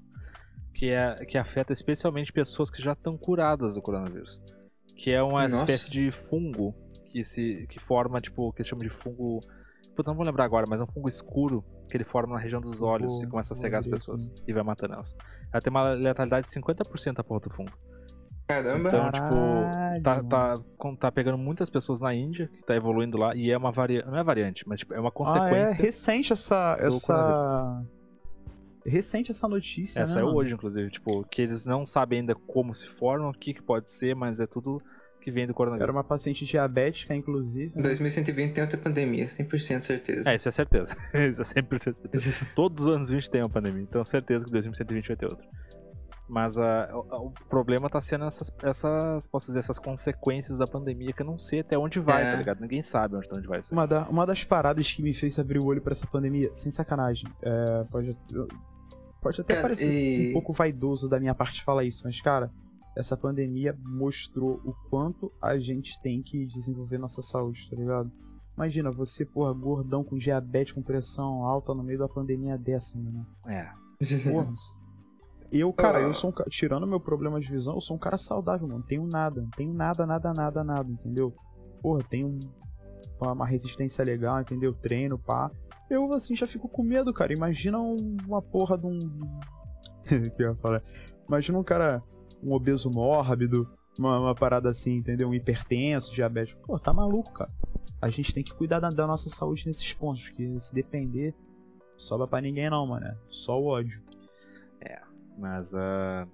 Que, é, que afeta especialmente pessoas que já estão curadas do coronavírus. Que é uma
Nossa.
espécie de fungo que se que forma, tipo, que se chama de fungo. Puta, não vou lembrar agora, mas é um fungo escuro que ele forma na região dos
Vou-
olhos e começa a
vou
cegar as
abrir
pessoas e vai matando elas. Ela tem uma letalidade de 50% a porra do fungo.
Caramba.
Então,
Caralho,
tipo, tá,
mano.
tá, com- tá pegando muitas pessoas na Índia, que tá evoluindo lá, e é uma variante. Não é variante, mas tipo, é uma
Ah, é
consequência.
recente essa.
do
essa... Recente essa notícia.
Essa
né,
é
mano?
hoje, inclusive, tipo, que eles não sabem ainda como se formam, o que, que pode ser, mas é tudo que vem do coronavírus.
Era uma paciente diabética, inclusive. né?
2120 tem outra pandemia, 100% certeza.
É, isso é certeza. isso é 100% certeza. Todos os anos 20 tem uma pandemia, então certeza que 2120 vai ter outra. Mas ah, o, o problema tá sendo essas, essas, posso dizer, essas consequências da pandemia, que eu não sei até onde vai,
É.
tá ligado? Ninguém sabe onde, onde vai isso. aí.
Uma, da- uma das paradas que me fez abrir o olho pra essa pandemia, sem sacanagem, é, pode, eu- pode até
Cara,
parecer
e-
um pouco vaidoso da minha parte falar isso, mas, cara, essa pandemia mostrou o quanto a gente tem que desenvolver nossa saúde, tá ligado? Imagina, você, porra, gordão com diabetes, com pressão alta no meio da pandemia dessa, mano.
É.
Porra. Eu, cara,
Ah.
eu sou um cara. Tirando meu problema de visão, eu sou um cara saudável, mano. Tenho nada. Tenho nada, nada, nada, nada, entendeu? Porra, tenho um- uma uma resistência legal, entendeu? Treino, pá. Eu, assim, já fico com medo, cara. Imagina um- uma porra de um. que eu ia falar. Imagina um cara, um obeso mórbido, uma, uma parada assim, entendeu? Um hipertenso, diabético. Pô, tá maluco, cara. A gente tem que cuidar da, da nossa saúde nesses pontos, porque se depender, sobra pra ninguém não, mano. Só o ódio.
Mas ah,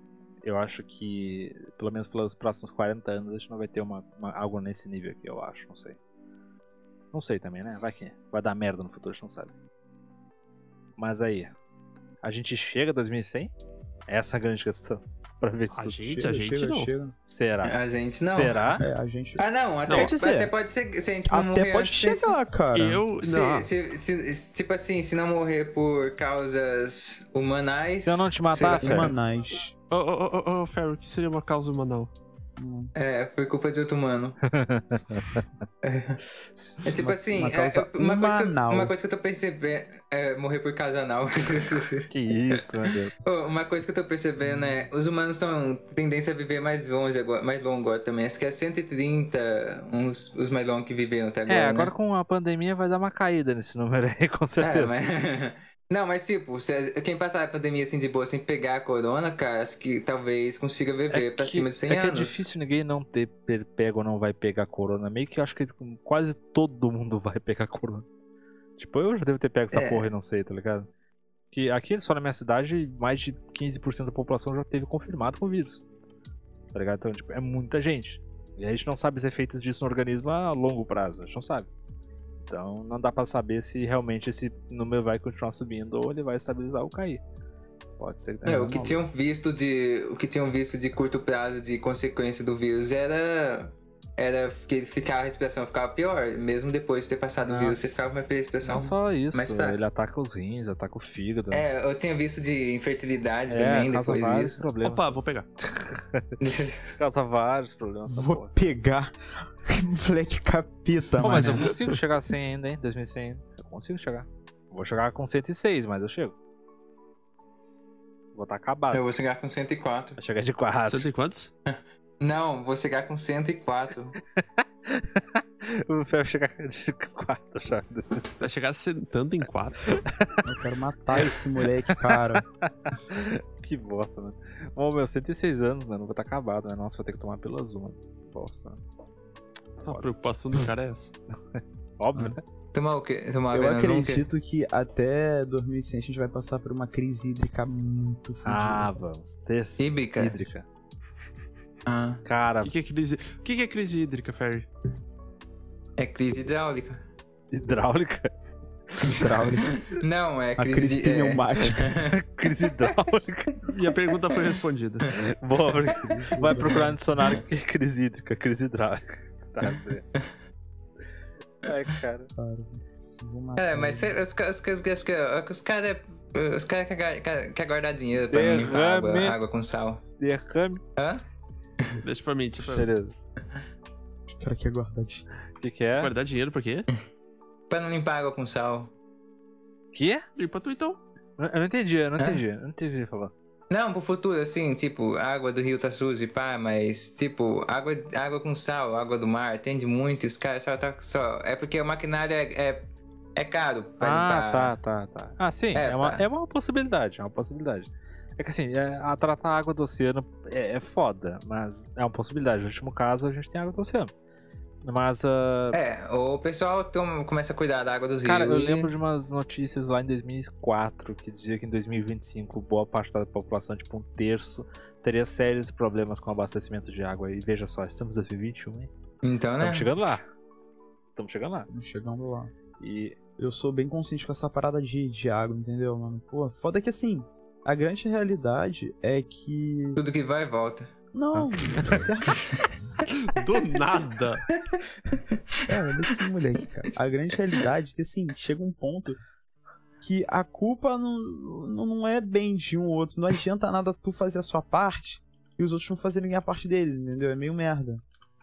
eu acho que, pelo menos pelos próximos 40 anos, a gente não vai ter uma, uma- algo nesse nível aqui, eu acho, não sei. Não sei também, né? Vai que vai dar merda no futuro, a gente não sabe. Mas aí, a gente chega a 2100? Essa é a grande questão. Pra ver se
A
tudo
gente, a gente não.
chega.
Será?
A gente É, não.
Será?
É, a gente.
Ah, não, até,
Não, quer dizer,
até pode ser. Se a gente não assim.
Até
morrer
pode
antes, se a gente-
chegar, cara.
Eu.
Se,
não,
se- se- se- tipo assim, se não morrer por causas humanais.
Se eu não te matar,
Será?
Fer,
Manais.
Ô, ô, ô, ô, ô, Ferro, o que seria uma causa humanal?
Hum.
É, foi culpa de outro humano. É tipo assim,
uma
é-
causa
é uma, coisa que eu,
humanal.
uma coisa que eu tô percebendo. É, morrer por causa anal.
Que isso, meu Deus.
Ô, uma coisa que eu tô percebendo é, os humanos estão tendência a viver mais longe agora, mais longo agora também. Acho que é 130 uns, os mais longos que viveram até agora.
É, agora
né?
com a pandemia vai dar uma caída nesse número aí, com certeza.
É, mas... Não, mas tipo, se- quem passar a pandemia assim de boa sem pegar a corona, cara, acho que talvez consiga viver pra cima de 100
é que é
anos.
difícil ninguém não ter pe- pego ou não vai pegar corona. Meio que eu acho que quase todo mundo vai pegar corona. Tipo, eu já devo ter pego essa
É.
porra e não sei, tá ligado? Que aqui só na minha cidade, mais de 15% da população já teve confirmado com o vírus. Tá ligado? Então, tipo, é muita gente. E a gente não sabe os efeitos disso no organismo a longo prazo, a gente não sabe. Então não dá pra saber se realmente esse número vai continuar subindo ou ele vai estabilizar ou cair. Pode ser
É, o que
normal.
tinham visto de o que tinham visto de curto prazo de consequência do vírus era era que ficar a respiração ficava pior, mesmo depois de ter passado
Ah.
o vírus, você ficava com a respiração.
Não só isso,
Então, mas pra-
ele ataca os rins, ataca o fígado. É,
É, eu tinha visto de infertilidade também
causa
depois
vários
disso.
problemas.
Opa, vou pegar.
Causa vários problemas. essa
Vou Tá
porra.
pegar. Moleque capita,
Pô,
mano.
mas eu consigo chegar a 100 ainda, hein? 2100. ainda. Eu consigo chegar. Vou chegar com 106, mas eu chego. Vou estar acabado.
Eu vou chegar com 104.
Vai chegar de 4.
Ah, Você tem quantos?
Não, vou chegar com 104.
O Fel chegar de 4 já. 2006.
Vai chegar sentando em quatro.
Eu quero matar esse moleque, cara.
Que bosta, né? Ô, meu, 106 anos, mano. Vou estar acabado, né? Nossa, vou ter que tomar pílula azul, mano. Bosta. né?
A preocupação do cara é essa.
Ah,
Óbvio, né?
Tomar o quê? Tomar
Eu
Venom, não, o quê?
acredito que até 2100 a gente vai passar por uma crise hídrica muito
Ah,
fodida.
vamos. Tess.
Híbrica.
Hídrica.
Ah,
Cara,
O que, que é crise... O que, que é crise hídrica, Ferry?
é crise hidráulica.
hidráulica.
Hidráulica.
Não, é
A crise
crise, de- é,
pneumática.
Crise hidráulica.
E a pergunta foi respondida.
Boa, obrigado. vai procurar no dicionário que é crise hídrica, crise hidráulica. Tá, Zé. Ai, cara.
Vou matar
É, mas cê- os, ca- os, ca- os, ca- os caras os cara querem guardar dinheiro pra
Derrame.
limpar a água, água com sal.
Derrame.
Hã?
Deixa pra mim, tipo,
Beleza.
esse cara que é guardadinho.
O que, que é?
guardar dinheiro pra quê?
Pra não limpar a água com sal.
Quê?
Limpa tu então.
Eu não entendi, eu não
Hã?
entendi. Eu não entendi o que falar.
Não, pro futuro, assim, tipo, a água do rio tá suja e pá, mas, tipo, água, água com sal, água do mar, tende muito, e os caras só tá só. É porque o maquinário é, é, é caro pra limpar.
Ah, tá, tá, tá. Ah, sim, é,
É,
uma,
tá.
é uma possibilidade, é uma possibilidade. É que assim, é, a tratar a água do oceano é, é foda, mas é uma possibilidade. No último caso, a gente tem água do oceano. Mas ah,
É, o pessoal toma- começa a cuidar da água do rio.
Cara, eu
e-
lembro de umas notícias lá em 2004 que dizia que em 2025 boa parte da população, tipo um terço, teria sérios problemas com abastecimento de água. E veja só, estamos em 2021, hein?
Então, né?
Estamos um chegando lá. Estamos chegando lá.
Não Chegando lá.
E
eu sou bem consciente com essa parada de, de água, entendeu, mano? Pô, foda que assim, a grande realidade é que.
Tudo que vai e volta.
Não, é um certo.
Do nada.
É, olha esse moleque, cara. A grande realidade é que assim, chega um ponto que a culpa não, não, não é bem de um ou outro. Não adianta nada tu fazer a sua parte e os outros não fazerem a parte deles, entendeu? É meio merda.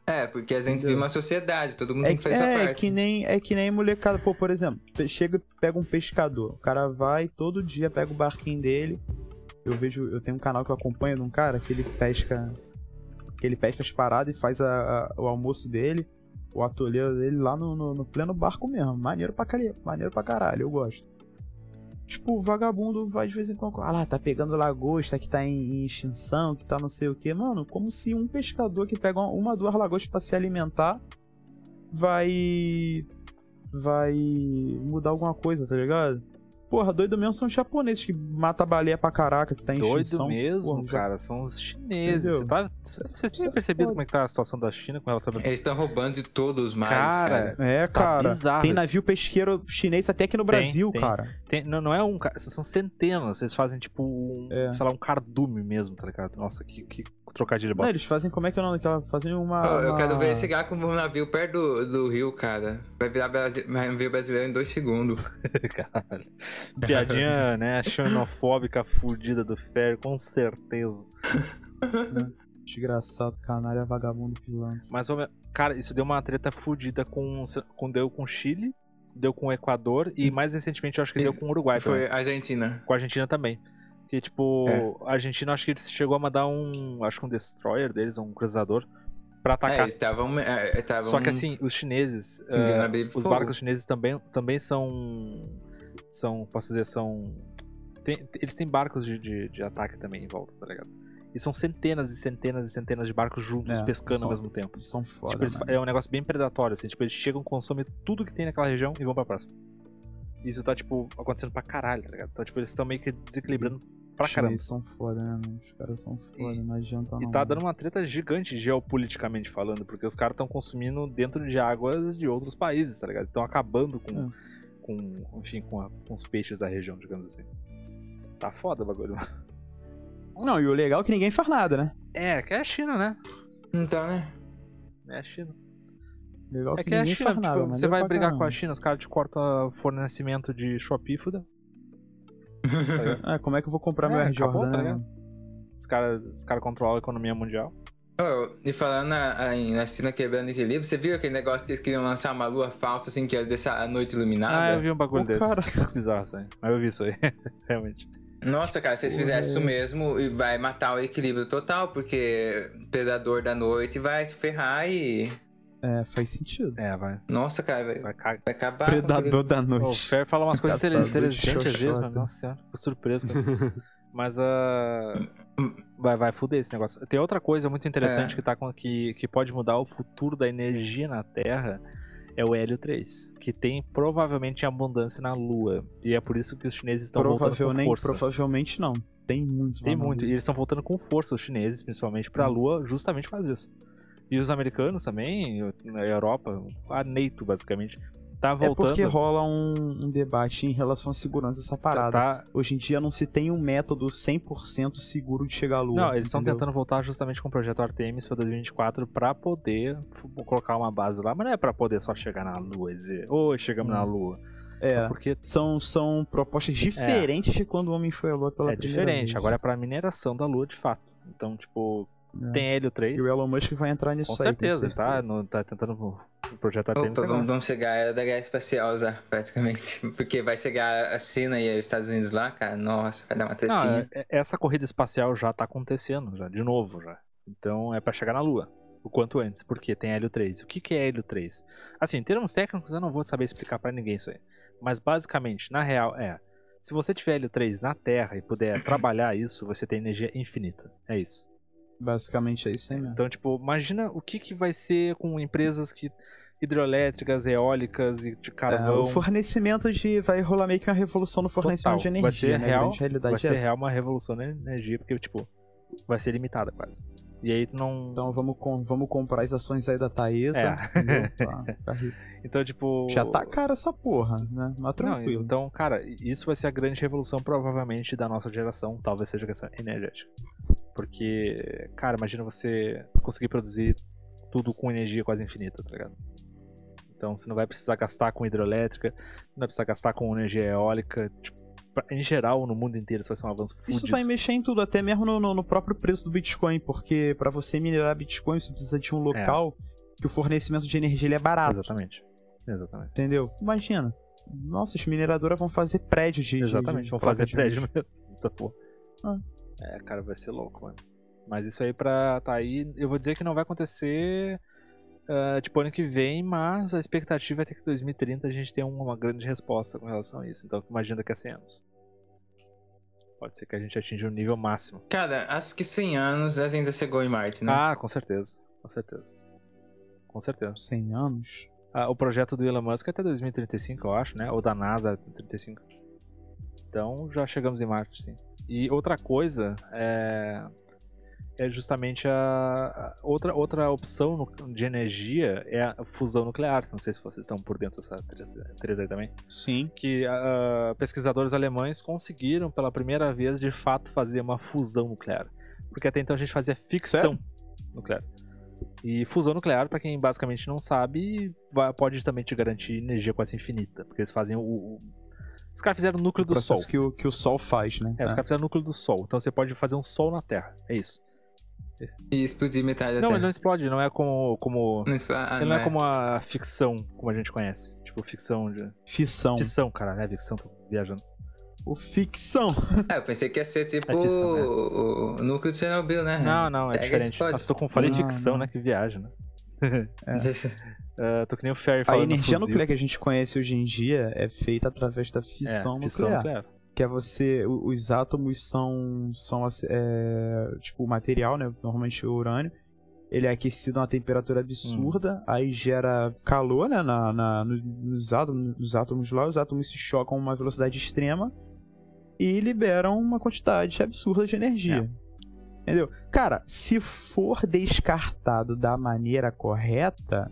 É, porque a gente
Entendeu?
vive uma sociedade, todo mundo
É,
tem que fazer sua
é,
parte.
que nem, é que nem molecada. Pô, por exemplo, pe- chega pega um pescador. O cara vai todo dia, pega o barquinho dele. Eu vejo, eu tenho um canal que eu acompanho de um cara que ele pesca. Que ele pesca as paradas e faz a- a- o almoço dele, o atoleiro dele lá no, no- no pleno barco mesmo. Maneiro pra, cali- maneiro pra caralho, eu gosto. Tipo, o vagabundo vai de vez em quando. Ah lá, tá pegando lagosta que tá em, em extinção, que tá não sei o que. Mano, como se um pescador que pega uma, uma duas lagostas pra se alimentar vai. Vai mudar alguma coisa, tá ligado? Porra, doido mesmo são os japoneses que mata baleia pra caraca, que tá em
doido
extinção.
mesmo,
Porra, já-
cara, são os chineses. Você
Entendeu?
tá, vocês têm
Isso é
percebido
foda.
como é que tá a situação da China com relação a
Eles estão roubando de todos os mares,
Cara,
cara.
É,
Tá
cara.
bizarro
tem
isso.
navio pesqueiro chinês até aqui no
Tem,
Brasil,
tem.
cara.
Tem- não, não é um, ca- são centenas. Eles fazem tipo um,
É.
sei lá, um cardume mesmo, tá ligado? Nossa, que, que trocadilho
Não,
bosta.
eles fazem como é que é o nome daquela? Fazem uma.
Ó, eu
uma-
quero ver chegar com um navio perto do, do rio, cara. Vai virar Brasi- navio brasileiro em dois segundos.
Caralho. Piadinha, né? Xenofóbica fudida do Fer, com certeza.
Desgraçado, canalha, vagabundo, pilantra.
Mas, ô, meu, cara, isso deu uma treta fodida com, com. Deu com o Chile, deu com o Equador e mais recentemente eu acho que deu com o Uruguai.
Hum. Foi
também.
Argentina.
Com a Argentina também. Que, tipo,
É.
a Argentina acho que eles chegou a mandar um. Acho que um destroyer deles, um cruzador, pra
É,
atacar.
eles estavam. é, estavam-
Só que assim, os chineses.
Se
eh,
engana, baby,
os
fogo.
barcos chineses também, também são. São. Posso dizer, são. tem- eles têm barcos de, de, de ataque também em volta, tá ligado? E são centenas e centenas e centenas de barcos juntos,
É,
pescando
são-
ao mesmo tempo.
Eles são foda.
Tipo, eles fa-
mano.
é um negócio bem predatório, assim. Tipo, eles chegam, consomem tudo que tem naquela região e vão pra próxima. Isso tá, tipo, acontecendo pra caralho, tá ligado? Então, tipo, eles estão meio que desequilibrando pra
Os
caramba.
chineses são foda, né, mano? Os caras são foda, não adianta
E
não.
tá
mano.
dando uma treta gigante geopoliticamente falando, porque os caras estão consumindo dentro de águas de outros países, tá ligado? Estão acabando com,
É.
com enfim, com, a- com os peixes da região, digamos assim. Tá foda o bagulho.
Não, e o legal é que ninguém faz nada, né?
É, que é a China, né?
Então, né?
É a China.
Legal
É
que
que é a
ninguém
China.
faz nada,
tipo,
mano.
você
Deu
vai
pra
brigar com a
caramba.
China, os caras te cortam fornecimento de chopífuda.
É, como é que eu vou comprar
É,
meu Air
acabou,
Jordan,
tá
né,
ligado?
mano?
Os caras os cara controlam a economia mundial.
Ô, e falando na, aí, na China quebrando equilíbrio, você viu aquele negócio que eles queriam lançar uma lua falsa, assim, que era dessa noite
Ah, eu
iluminada?
vi um bagulho
Ô,
desse.
cara.
Bizarro isso aí. Mas eu vi isso aí, realmente.
Nossa, cara, se eles fizerem isso mesmo, e vai matar o equilíbrio total, porque predador da noite vai se ferrar e.
É, faz sentido.
É, vai.
Nossa, cara, vai,
Vai cagar.
vai acabar. com o
Predador da
Pô, o
noite.
Fer fala umas coisas
Caçador de
interessantes às vezes,
xoxota.
mas nossa senhora, fico surpreso. com isso. mas ah, vai, vai fuder esse negócio. Tem outra coisa muito interessante
É.
que, tá com, que, que pode mudar o futuro da energia na Terra. É o hélio 3, que tem provavelmente abundância na Lua. E é por isso que os chineses estão voltando com
Provavelmente,
força.
provavelmente não. Tem muito.
Tem
mano.
muito. E eles estão voltando com força, os chineses, principalmente, pra Lua, justamente por causa disso. E os americanos também, a Europa, a NATO, basicamente, tá
É
voltando.
porque rola um, um debate em relação à segurança dessa parada.
tá,
Hoje em dia não se tem um método 100% seguro de chegar à lua.
Não, eles estão
Tipo, entendeu?
tentando voltar justamente com o projeto Artemis pra 2024 pra poder f- colocar uma base lá, mas não é pra poder só chegar na Lua e dizer, oi, chegamos
Hum.
na Lua.
É.
Porque
São, são propostas diferentes de quando o homem foi à lua pela
é
primeira
diferente,
vez.
agora é pra mineração da Lua de fato. Então, tipo,
É.
tem Hélio 3.
E o Elon Musk vai entrar nisso
com
aí. tenho
certeza, tá?
certeza.
No, tá tentando o projeto
Opa,
Artemis. é
vamos,
agora.
vamos chegar à era da guerra espacial já, praticamente. Porque vai chegar a China e os Estados Unidos lá, cara. Nossa, vai dar uma
Não,
tretinha.
é- é- essa corrida espacial já tá acontecendo, já, de novo, já. Então é pra chegar na Lua. O quanto antes, porque tem Hélio 3. O que, que é Hélio 3? Assim, em termos técnicos, eu não vou saber explicar pra ninguém isso aí. Mas basicamente, na real, é. Se você tiver Hélio 3 na Terra e puder trabalhar isso, você tem energia infinita. É isso.
Basicamente é isso aí mesmo.
Então, tipo, imagina o que, que vai ser com empresas que. hidrelétricas, eólicas e de
É,
carvão.
o fornecimento de. Vai rolar meio que uma revolução no fornecimento
Total.
de energia.
Vai ser
né? A
real,
grande realidade
vai
é
ser
essa.
real uma revolução na energia, porque, tipo, vai ser limitada quase. E aí tu não.
Então vamos, com- vamos comprar as ações aí da Thaesa.
É.
entendeu? Tá, tá rico.
Então, tipo.
Já tá cara essa porra, né? Mas
Não,
tranquilo.
então, cara, isso vai ser a grande revolução, provavelmente, da nossa geração. Talvez seja a questão energética. Porque, cara, imagina você conseguir produzir tudo com energia quase infinita, tá ligado? Então você não vai precisar gastar com hidrelétrica, não vai precisar gastar com energia eólica. Tipo, pra- em geral, no mundo inteiro, isso vai ser um avanço fudido.
Isso vai mexer em tudo, até mesmo no, no- no próprio preço do Bitcoin, porque pra você minerar Bitcoin você precisa
É.
de um local que o fornecimento de energia ele é barato,
Exatamente. Exatamente.
entendeu? Imagina. Nossa, as mineradoras vão fazer prédio de. de-
Exatamente,
de
vão
placa
fazer
de-
prédio mesmo. Essa porra.
Ah.
É, cara, vai ser louco, mano. Mas isso aí pra tá aí, eu vou dizer que não vai acontecer ah, tipo ano que vem, mas a expectativa é ter que em 2030 a gente tenha uma grande resposta com relação a isso. Então imagina daqui a 100 anos. Pode ser que a gente atinja o nível máximo.
Cara, acho que 100 anos a gente já chegou em Marte, né?
Ah, com certeza. Com certeza. Com certeza.
100 anos.
Ah, o projeto do Elon Musk é até 2035, eu acho, né? Ou da NASA 35. Então já chegamos em Marte, sim. E outra coisa é, é justamente a, a- outra, outra opção nu- de energia é a fusão nuclear. Não sei se vocês estão por dentro dessa tre- treta aí também.
Sim.
Que ah, pesquisadores alemães conseguiram pela primeira vez de fato fazer uma fusão nuclear. Porque até então a gente fazia ficção nuclear. E fusão nuclear, pra quem basicamente não sabe, vai- pode também te garantir energia quase infinita. Porque eles fazem o. o- Os caras fizeram o núcleo
O
do Sol.
processo que o, que o Sol faz, né?
É, os caras fizeram o núcleo do Sol. Então você pode fazer um Sol na Terra. É isso.
E explodir metade da
Não,
Terra.
ele não explode, não é como. como...
Não expl- ah,
Ele não é
é.
como a ficção, como a gente conhece. Tipo, ficção de.
Ficção.
Ficção, cara, né? Ficção, tô viajando.
O ficção.
Ah, eu pensei que ia ser tipo
É ficção, né?
o, o núcleo de Chernobyl, né?
Não, não, é
Pega e
diferente.
explode.
Nossa, tô com falei
Não,
ficção,
não.
né? Que viagem, né?
É.
Ah, tô que nem o Ferry
A
falando.
energia
fuzil.
nuclear que a gente conhece hoje em dia é feita através da fissão,
é,
nuclear, Que é você. o- Os átomos são. são assim, é, tipo, o material, né? Normalmente o urânio. Ele é aquecido a uma temperatura absurda, aí gera calor, né? Na, na- no- nos, átomos, nos átomos lá, os átomos se chocam a uma velocidade extrema e liberam uma quantidade absurda de energia. Entendeu? Cara, se for descartado da maneira correta,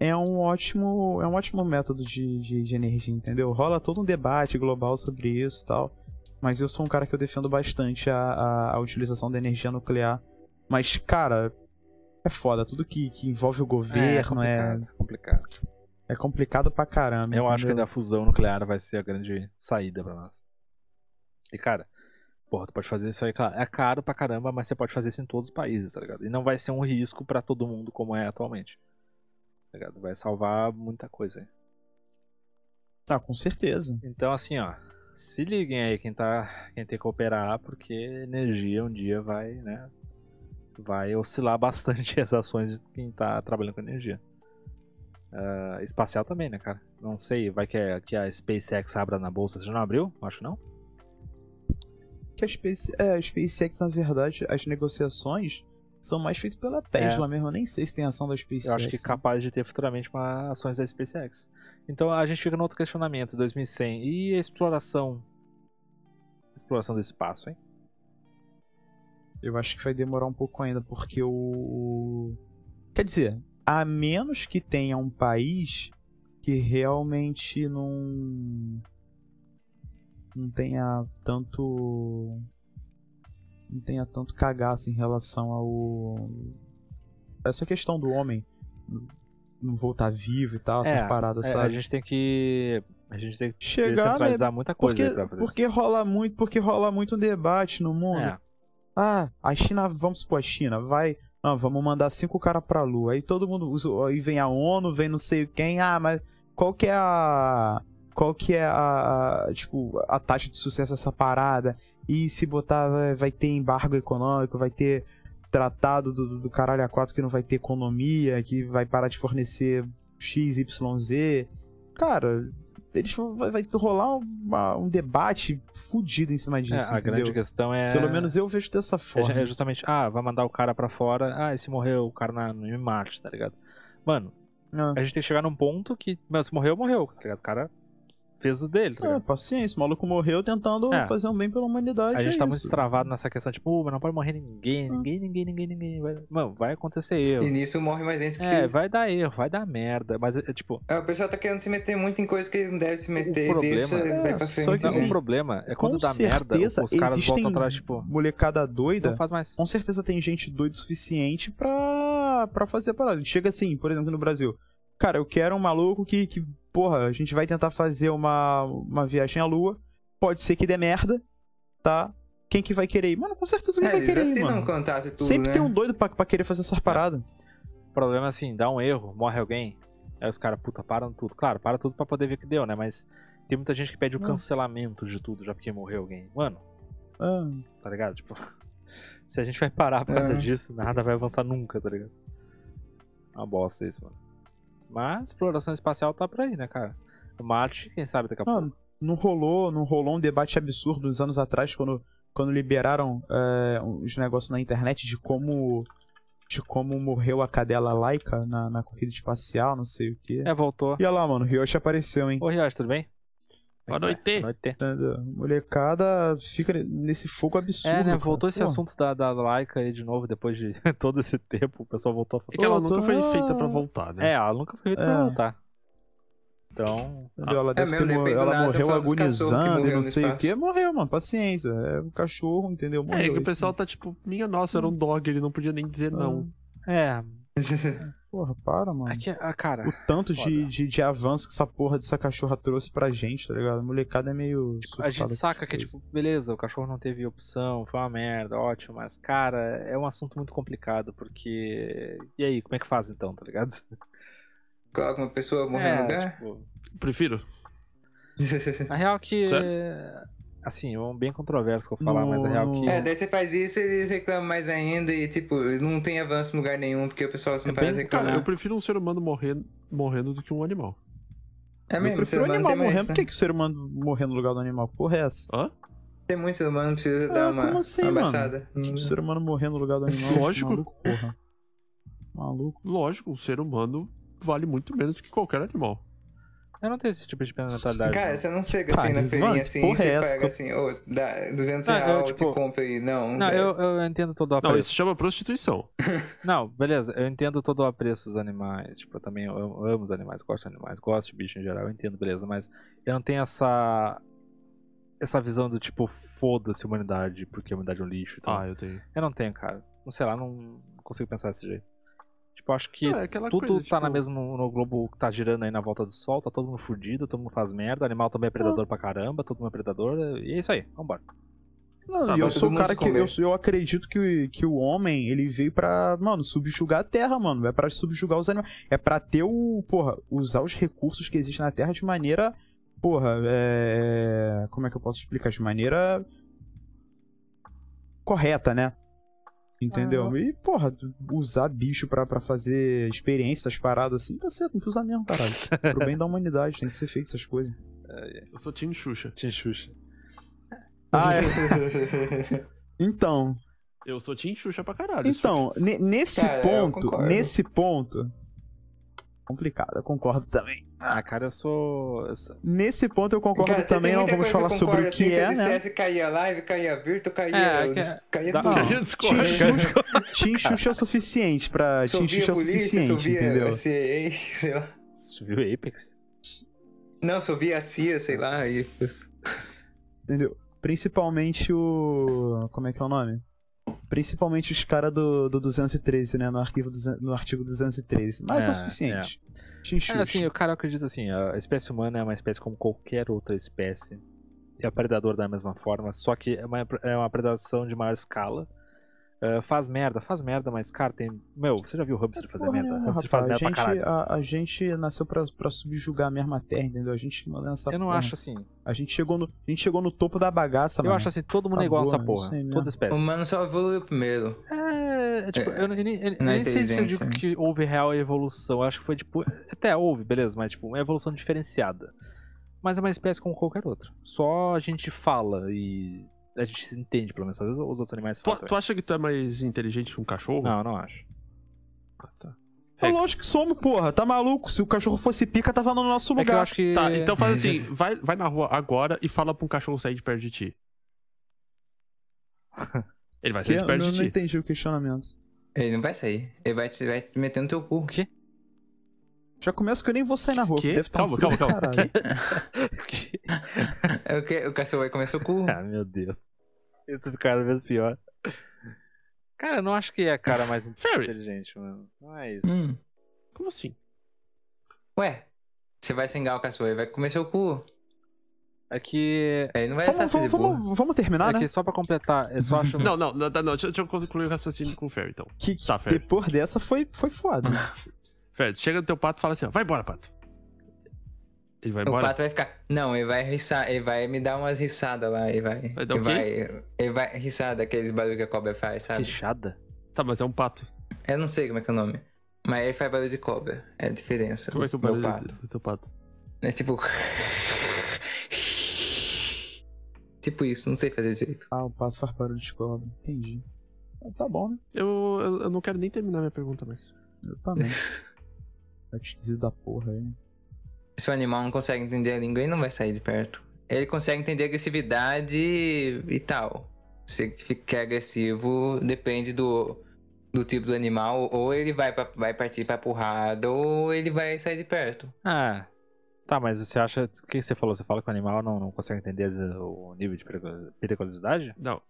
é um ótimo, é um ótimo método de, de, de energia, entendeu? Rola todo um debate global sobre isso e tal. Mas eu sou um cara que eu defendo bastante a, a, a utilização da energia nuclear. Mas, cara, é foda. Tudo que, que envolve o governo é,
é complicado, complicado.
é, complicado pra caramba.
Eu acho que
entendeu?
ainda a fusão nuclear vai ser a grande saída pra nós. E, cara, porra, tu pode fazer isso aí, claro. É caro pra caramba, mas você pode fazer isso em todos os países, tá ligado? E não vai ser um risco pra todo mundo como é atualmente. Tá ligado? Vai salvar muita coisa aí.
Ah, com certeza.
Então, assim, ó. Se liguem aí quem, tá, quem tem que operar, porque energia um dia vai, né? Vai oscilar bastante as ações de quem tá trabalhando com energia. Ah, espacial também, né, cara? Não sei, vai que a, que a SpaceX abra na bolsa. Você já não abriu? Acho que não.
Que a, Space, é, a SpaceX, na verdade, as negociações são mais feitas pela Tesla mesmo. Eu nem sei se tem ação da SpaceX.
É.
né?
Eu acho que é capaz de ter futuramente uma ações da SpaceX. Então a gente fica no outro questionamento, 2100. E a exploração? Exploração do espaço, hein?
Eu acho que vai demorar um pouco ainda, porque o- o. Quer dizer, a menos que tenha um país que realmente não. Não tenha tanto. Não tenha tanto cagaço em relação ao. Essa questão do homem não voltar vivo e tal, essas
É,
paradas,
É, a
sabe?
gente tem que. A gente tem que
Chegar, né?
descentralizar muita coisa
Porque,
aí pra fazer
porque rola muito, porque rola muito um debate no
isso.
mundo.
É,
Ah, a China, vamos supor, a China vai. Ah, vamos mandar cinco caras pra lua. Aí todo mundo. usa- Aí vem a ONU, vem não sei quem. Ah, mas qual que é a. Qual que é a. a- Tipo, a taxa de sucesso dessa parada? E se botar. vai- Vai ter embargo econômico, vai ter tratado do, do caralho a quatro que não vai ter economia, que vai parar de fornecer XYZ. Cara, eles, vão- vai, vai rolar uma- um debate fudido em cima disso.
é, a
assim, entendeu?
grande questão é.
Pelo menos eu vejo dessa
é, ju-
forma.
é justamente, ah, vai mandar o cara pra fora, ah, e se morreu o cara na, no Marte, tá ligado? Mano,
Ah,
a gente tem que chegar num ponto que, meu, se morreu, morreu, tá ligado? O cara fez o dele, tá
ah,
ligado?
paciência, o maluco morreu tentando
É.
fazer um bem pela humanidade.
a gente
é
tá
isso.
muito travado nessa questão, tipo, "Uh, mas não pode morrer ninguém, ninguém, ninguém, ninguém, ninguém. Vai- Mano, vai acontecer
E
erro.
nisso morre mais gente que.
É, vai dar erro, vai dar merda. Mas, é, tipo,
É, o pessoal tá querendo se meter muito em coisas que eles não devem se meter.
problema
Deixa,
é,
vai pra
só
frente.
que
Não,
assim,
o problema é quando
com
dá merda,
certeza
os caras
existem
voltam atrás, tipo,
Molecada doida.
não faz mais.
Com certeza tem gente doida o suficiente pra, pra fazer a parada. Chega assim, por exemplo, no Brasil. Cara, eu quero um maluco que, que porra, a gente vai tentar fazer uma, uma viagem à lua. Pode ser que dê merda, tá? Quem que vai querer ir? Mano, com certeza não
É,
vai
eles
querer ir,
assinam um
mano.
contrato e tudo,
Sempre
né?
tem um doido pra, pra querer fazer
É.
essas paradas.
O problema é assim, dá um erro, morre alguém, aí os caras, puta, param tudo. Claro, para tudo pra poder ver o que deu, né? Mas tem muita gente que pede o
Hum.
cancelamento de tudo, já porque morreu alguém. Mano,
Ah,
tá ligado? Tipo, se a gente vai parar por causa
É.
disso, nada vai avançar nunca, tá ligado? É Uma bosta isso, mano. Mas exploração espacial tá por aí, né, cara? Marte, quem sabe daqui a pouco.
Mano, não rolou, não rolou um debate absurdo uns anos atrás quando, quando liberaram é, os negócios na internet de como de como morreu a cadela laica na, na corrida espacial, não sei o quê.
É, voltou.
E olha lá, mano, o Ryoshi apareceu, hein?
Ô, Riach, tudo bem?
Boa
Como é que tá?
noite.
Boa noite.
Molecada fica nesse fogo absurdo.
É, né?
cara.
Voltou esse
Pô,
assunto da, da Laika aí de novo, depois de todo esse tempo, o pessoal voltou a
É
falar.
que ela
Voltou.
nunca foi feita pra voltar, né?
É, ela nunca foi feita pra
É.
voltar. Então.
entendeu? Ela, deve
É
ter
mesmo,
mor-
depende do
ela
nada,
morreu
fala dos cachorros que
agonizando e
morreu
não
no
sei o
espaço.
quê. Morreu, mano, paciência. É o cachorro, entendeu? Morreu,
É, que o
isso. né?
pessoal tá tipo, minha nossa, era um dog, ele não podia nem dizer não.
É.
Porra, para, mano.
É que, ah, cara.
O tanto de,
foda.
de, de avanço que essa porra dessa cachorra trouxe pra gente, tá ligado? A molecada é meio.
A
surtada com
gente
essas
saca que,
coisas.
tipo, beleza, o cachorro não teve opção, foi uma merda, ótimo, mas, cara, é um assunto muito complicado, porque. E aí, como é que faz então, tá ligado?
Coloca uma pessoa morrendo
é,
no lugar.
tipo,
Ah, Prefiro.
a real que. Assim, é um bem controverso que eu vou falar,
No-
mas a real que.
É, daí você faz isso e eles reclamam mais ainda e, tipo, não tem avanço em lugar nenhum porque o pessoal não
É
parece
bem-
Cara,
reclamar.
eu prefiro um ser humano morrendo, morrendo do que um animal.
é
Eu
mesmo, ser
prefiro o
humano
animal
tem mais,
morrendo.
né?
Por que, que o ser humano morrer no lugar do animal? Porra, é essa?
Hã?
Tem muito ser humano, precisa
Ah,
dar uma Uhum.
como assim,
uma
mano?
abraçada.
Tipo, o ser humano morrer no lugar do animal.
Lógico.
Maluco, porra. Maluco.
Lógico, um ser humano vale muito menos que qualquer animal.
Eu não tenho esse tipo de mentalidade.
Cara,
não.
você não chega assim
é Cara,
na
mano,
feirinha
que
assim,
porra
você
é essa Ah, que
pega
eu-
assim, ô, dá 200
Não, eu,
reais,
tipo-
te compra e não.
Não,
é-
eu, eu entendo todo o
Não,
apreço.
isso chama prostituição.
Não, beleza, eu entendo todo o apreço dos animais. Tipo, eu também eu amo, amo os animais, gosto de animais, gosto de bicho em geral, eu entendo, beleza, mas eu não tenho essa. Essa visão do tipo, foda-se a humanidade, porque a humanidade é um lixo e tal.
Ah, eu tenho.
Eu não tenho, cara. Não sei lá, não consigo pensar desse jeito. Tipo, acho que
Ah, é aquela
tudo
coisa,
tá na
tipo,
mesmo no globo que tá girando aí na volta do sol, tá todo mundo fudido, todo mundo faz merda, animal também é
Ah.
predador pra caramba, todo mundo é predador, e é isso aí, vambora.
Não,
Tá,
e eu
Ah, mas
sou
todo
o
mundo
cara
se
que. Eu,
comer.
sou- eu acredito que, que o homem, ele veio pra, mano, subjugar a terra, mano. É pra subjugar os animais. É pra ter o. Porra, usar os recursos que existem na terra de maneira. Porra, é. Como é que eu posso explicar? De maneira. correta, né? Entendeu? E, porra, usar bicho pra, pra fazer experiências, paradas assim, tá certo, não precisa usar mesmo, caralho. Pro bem da humanidade, tem que ser feito essas coisas.
Eu sou Team Xuxa.
Tinha Xuxa.
Ah, é. Então,
Eu sou Team Xuxa pra caralho.
Então,
Xuxa.
ne- nesse
Cara, eu
ponto,
concordo.
nesse ponto. Complicado, eu concordo também.
Ah, cara, eu sou. Eu sou...
Nesse ponto eu concordo
Cara, tem- tem
também, não
muita
vamos
coisa
falar
que eu
sobre o
concordo,
que
assim,
é,
Se eu
né?
dissesse caía live, caía virto, caía,
É,
dis- caía
dá-
tudo.
Não.
Que discorda.
Tinha- Team Xuxa é o suficiente pra.
Se
Team
ouvia
Xuxa é o
polícia, se
suficiente,
ouvia
entendeu?
a CIA, sei lá.
Você viu Apex?
Não, se ouvia a CIA, sei lá. aí-
Entendeu? Principalmente o. Como é que é o nome? Principalmente os caras do, do 213, né? No, arquivo duzen- no artigo 213. Mas é,
É,
o suficiente. Team
É,
Xuxa.
assim, eu, cara, eu acredito assim, a espécie humana é uma espécie como qualquer outra espécie. É predador da mesma forma, só que é uma, é uma predação de maior escala. Ah, faz merda, faz merda, mas, cara, tem. Meu, você já viu o Hamster fazer
Porra
merda?
nenhuma,
Hamster faz
rapaz.
merda
a,
pra caralho.
gente, a, a gente nasceu pra, pra subjugar mesmo a terra, entendeu? A gente que manda nessa
Eu não
porra.
acho assim.
A gente chegou no, a gente chegou no topo da bagaça,
eu
mano.
acho assim, todo mundo é
Tá
igual
boa,
nessa
não
porra.
sei mesmo.
Toda
O
espécie.
humano só evoluiu primeiro.
É, tipo, eu, eu nem- eu nem- eu
na
nem sei se eu
inteligência,
digo
né?
que houve real evolução. Eu acho que foi tipo. Até houve, beleza, mas tipo, uma evolução diferenciada. Mas é uma espécie como qualquer outra. Só a gente fala e. A gente se entende, pelo menos. Às vezes os outros animais
Tu,
falam.
tu acha que tu é mais inteligente que um cachorro?
também. Não, não acho.
Ah, tá.
É lógico que somos, porra. Tá maluco? Se o cachorro fosse pica, tava no nosso
É que eu
lugar.
acho que.
Tá, então faz assim, vai, vai na rua agora e fala pra um cachorro sair de perto de ti. Ele vai sair é de
eu
perto
não,
de
não
ti.
entendi o questionamento.
Ele não vai sair. Ele vai te, vai te meter no teu cu.
O quê?
Já começa que eu nem vou sair na rua.
Quê?
porque Deve tá um estar
Calma, calma, calma.
É o que? O cachorro vai comer seu cu.
É.
ah, meu Deus. Isso fica cada vez pior. Cara, eu não acho que é a cara mais
Ferry,
inteligente, mano. Não é isso.
Hum.
como assim?
Ué, você vai singar o cachorro, ele vai comer seu cu.
É que.
Ele não vai
Vamos,
sair de
vamos,
boa.
vamos, vamos
Ah,
terminar,
é
né?
que só pra completar, eu só acho.
Não, não, não, não, deixa, deixa eu concluir o raciocínio com o Ferry, então.
Que, que
Tá, Fer.
depois dessa foi, foi foda.
Ferry, tu chega no teu pato e fala assim, ó, vai embora, pato. Ele
É
vai
O
embora?
pato vai ficar. Não, ele vai rissar, ele vai me dar umas rissadas lá. Ele vai.
Vai dar o
ele,
quê?
vai ele vai rissar daqueles barulhos que a cobra faz, sabe?
Fechada?
Tá, mas é um pato.
Eu não sei como é que é o nome. Mas ele faz barulho de cobra. É a diferença.
Como é que é o
do meu
barulho
pato.
do- do teu pato?
É tipo. tipo isso, não sei fazer direito.
Ah, o pato faz barulho de cobra. Entendi. Ah, Tá bom, né?
Eu, eu, eu não quero nem terminar minha pergunta mais.
Eu também. É esquisito da porra aí.
Se o animal não consegue entender a língua, ele não vai sair de perto. Ele consegue entender agressividade e tal. Se ele ficar agressivo, depende do, do tipo do animal. Ou ele vai, pra- vai partir pra porrada, ou ele vai sair de perto.
Ah. Tá, mas você acha. O que você falou? Você fala que o animal não, não consegue entender as- o nível de perigo- periculosidade?
Não.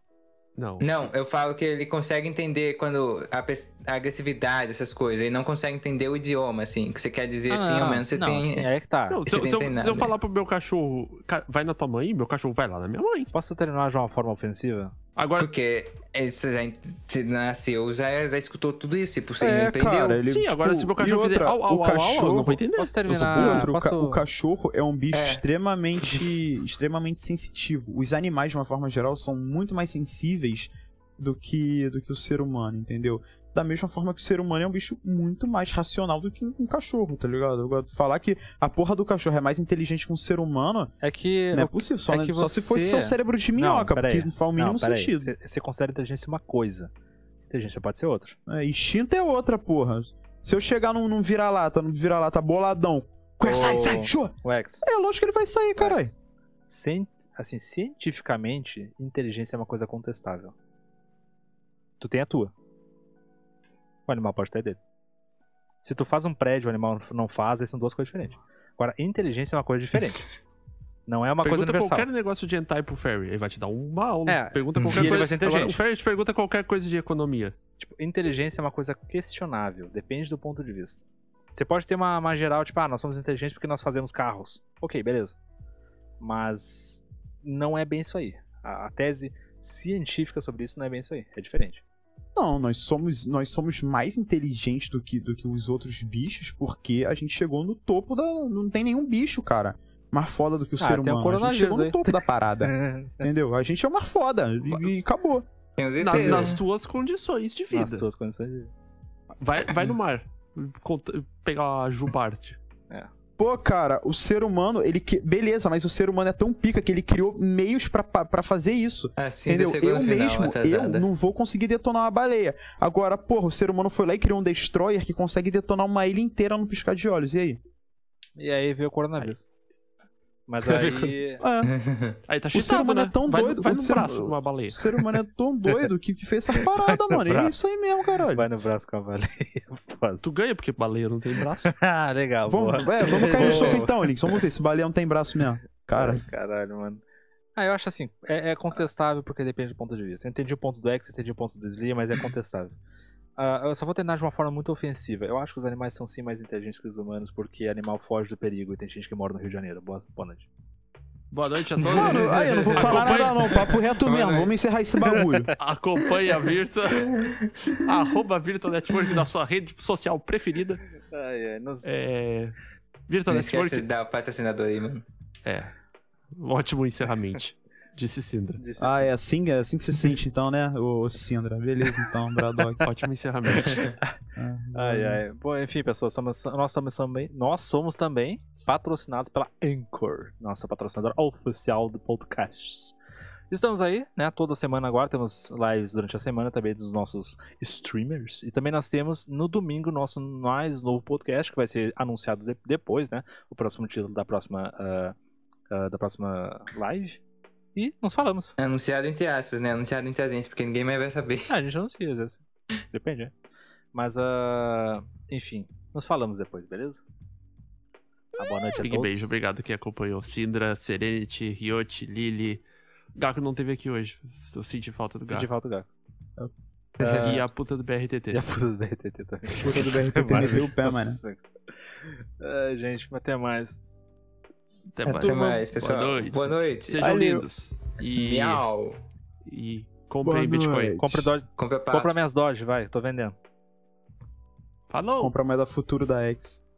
Não.
Não, eu falo que ele consegue entender quando a, pes- a agressividade, essas coisas, ele não consegue entender o idioma, assim, que você quer dizer assim,
Ah,
ao menos você
não,
tem.
assim, é que tá.
Não,
Esse
se, eu-
nem
se eu-
tem
se eu
nada.
falar pro meu cachorro, "Ca- vai na tua mãe, meu cachorro vai lá na minha mãe.
Posso terminar de uma forma ofensiva?
Agora,
Porque ele É, já en- se nasceu, assim, já, já escutou tudo isso, tipo, você
É,
não entendeu.
cara, ele-
sim,
tipo,
agora se meu
e
cachorro fizer
outra,
au,
o
au, au, au, eu não
cachorro-
vou entender.
Posso
Eu sou
terminar?
burro.
Leandro, o, ca-
Ah, posso-
o cachorro é um
É.
bicho extremamente extremamente sensitivo. Os animais, de uma forma geral, são muito mais sensíveis do que, do que o ser humano, entendeu? Da mesma forma que o ser humano é um bicho muito mais racional do que um cachorro, tá ligado? Eu gosto de falar que a porra do cachorro é mais inteligente que um ser humano
É que.
não é possível. Só,
é
né-
que
só se fosse
você-
seu cérebro de minhoca,
peraí.
porque não faz o mínimo
não, peraí.
sentido.
Você- Você considera inteligência uma coisa. Inteligência pode ser outra.
É, instinto é outra, porra. Se eu chegar num, num vira-lata, num vira-lata boladão,
Ô.
sai, sai, chua!
O X.
É lógico que ele vai sair, caralho.
Mas, cien- assim, cientificamente, inteligência é uma coisa contestável. Tu tem a tua. O animal pode ter dele. Se tu faz um prédio e o animal não faz, aí são duas coisas diferentes. Agora, inteligência é uma coisa diferente. Não é uma coisa
pergunta
universal.
qualquer negócio de hentai pro Ferry, ele vai te dar uma aula.
É,
pergunta
e
qualquer
ele
coisa.
vai ser inteligente.
Agora, o Ferry te pergunta qualquer coisa de economia.
Tipo, inteligência é uma coisa questionável, depende do ponto de vista. Você pode ter uma, uma geral, tipo, ah, nós somos inteligentes porque nós fazemos carros. Ok, beleza. Mas não é bem isso aí. A, a tese científica sobre isso não é bem isso aí. É diferente.
Não, nós somos, nós somos mais inteligentes do que, do que os outros bichos, porque a gente chegou no topo da. Não tem nenhum bicho, cara. Mais foda do que o
Ah,
ser
tem o
humano. a gente
coronavírus
chegou no
aí.
topo da
Tá.
parada. entendeu? A gente é mais foda. E, e acabou.
Tem os
Na-
ETs,
nas
né?
tuas condições de
Nas
vida.
suas condições. de-
Vai, vai no mar. Conta- pegar a Jubarte.
Pô, cara, o ser humano, ele. que- Beleza, mas o ser humano é tão pica que ele criou meios pra- pra pra fazer isso.
Assim,
Entendeu?
você chegou
Eu
no final, tá
mesmo, eu
atrasada.
não vou conseguir detonar uma baleia. Agora, porra, o ser humano foi lá e criou um destroyer que consegue detonar uma ilha inteira num piscar de olhos. E aí?
E aí veio o coronavírus. Mas aí.
É.
Aí tá
ser
chitado,
humano
né?
é tão
vai,
doido
Vai
quanto
no
o ser
braço
humano-
uma baleia.
O ser humano é tão doido que, que fez essa parada, mano. E é isso aí mesmo, caralho.
Vai no braço com a baleia. Foda.
Tu ganha porque baleia não tem braço.
ah, legal. boa.
Vamos, é, vamos cair no
Boa.
soco então, Links. Vamos ver se baleão tem braço mesmo. Cara,
Ai, caralho, mano. Ah, eu acho assim, é, é contestável porque depende do ponto de vista. Eu entendi o ponto do X, entendi o ponto do Sli, mas é contestável. Ah, eu só vou terminar de uma forma muito ofensiva. Eu acho que os animais são sim mais inteligentes que os humanos porque animal foge do perigo e tem gente que mora no Rio de Janeiro. Boa, boa noite.
Boa noite a todos.
mano, aí eu não vou falar
Acompanhe-
nada não. Papo reto mesmo.
Mano, é-
Vamos encerrar esse bagulho.
Acompanhe a Virtua. arroba Virtua Network na sua rede social preferida.
Ai, ai, não sei.
É... Virtua Network.
Não
né,
esquece de dar o patrocinador aí, mano.
É. Ótimo encerramento. Disse Sindra.
Disse
Ah,
assim.
é assim, é assim que você sente então, né, ô Sindra? Beleza então, Braddock.
Ótimo encerramento.
ai, ai. Bom, enfim, pessoas, somos- nós, somos também, nós somos também patrocinados pela Anchor, nossa patrocinadora oficial do podcast. Estamos aí, né? Toda semana agora temos lives durante a semana também dos nossos streamers. E também nós temos no domingo nosso mais novo podcast, que vai ser anunciado de- depois, né? O próximo título da próxima, ah, ah, da próxima live. E nos falamos.
Anunciado entre aspas, né? Anunciado entre a gente, porque ninguém mais vai saber.
Ah, a gente anuncia, às vezes. Depende, né? Mas, ah, enfim, nos falamos depois, beleza? Uma boa noite a
Big
todos.
beijo, obrigado quem acompanhou. Sindra, Serenity, Riot, Lili. Gaco não teve aqui hoje. Eu senti falta do
Senti
Gaco.
falta do Gaco.
E a puta do BRTT.
E a puta do BRTT também.
Puta do BRTT meteu o pé, mano.
Nossa. Ai, gente, mas até mais.
Até
é
mais.
Até
Turma,
mais, pessoal.
boa noite.
Boa noite.
Sejam
Valeu.
lindos. E,
Miau.
e comprem
Boa
Bitcoin.
noite.
Compre Dodge.
Compra papo.
Compra minhas Dodge, vai, tô vendendo.
Falou!
Compra mais da futuro da X.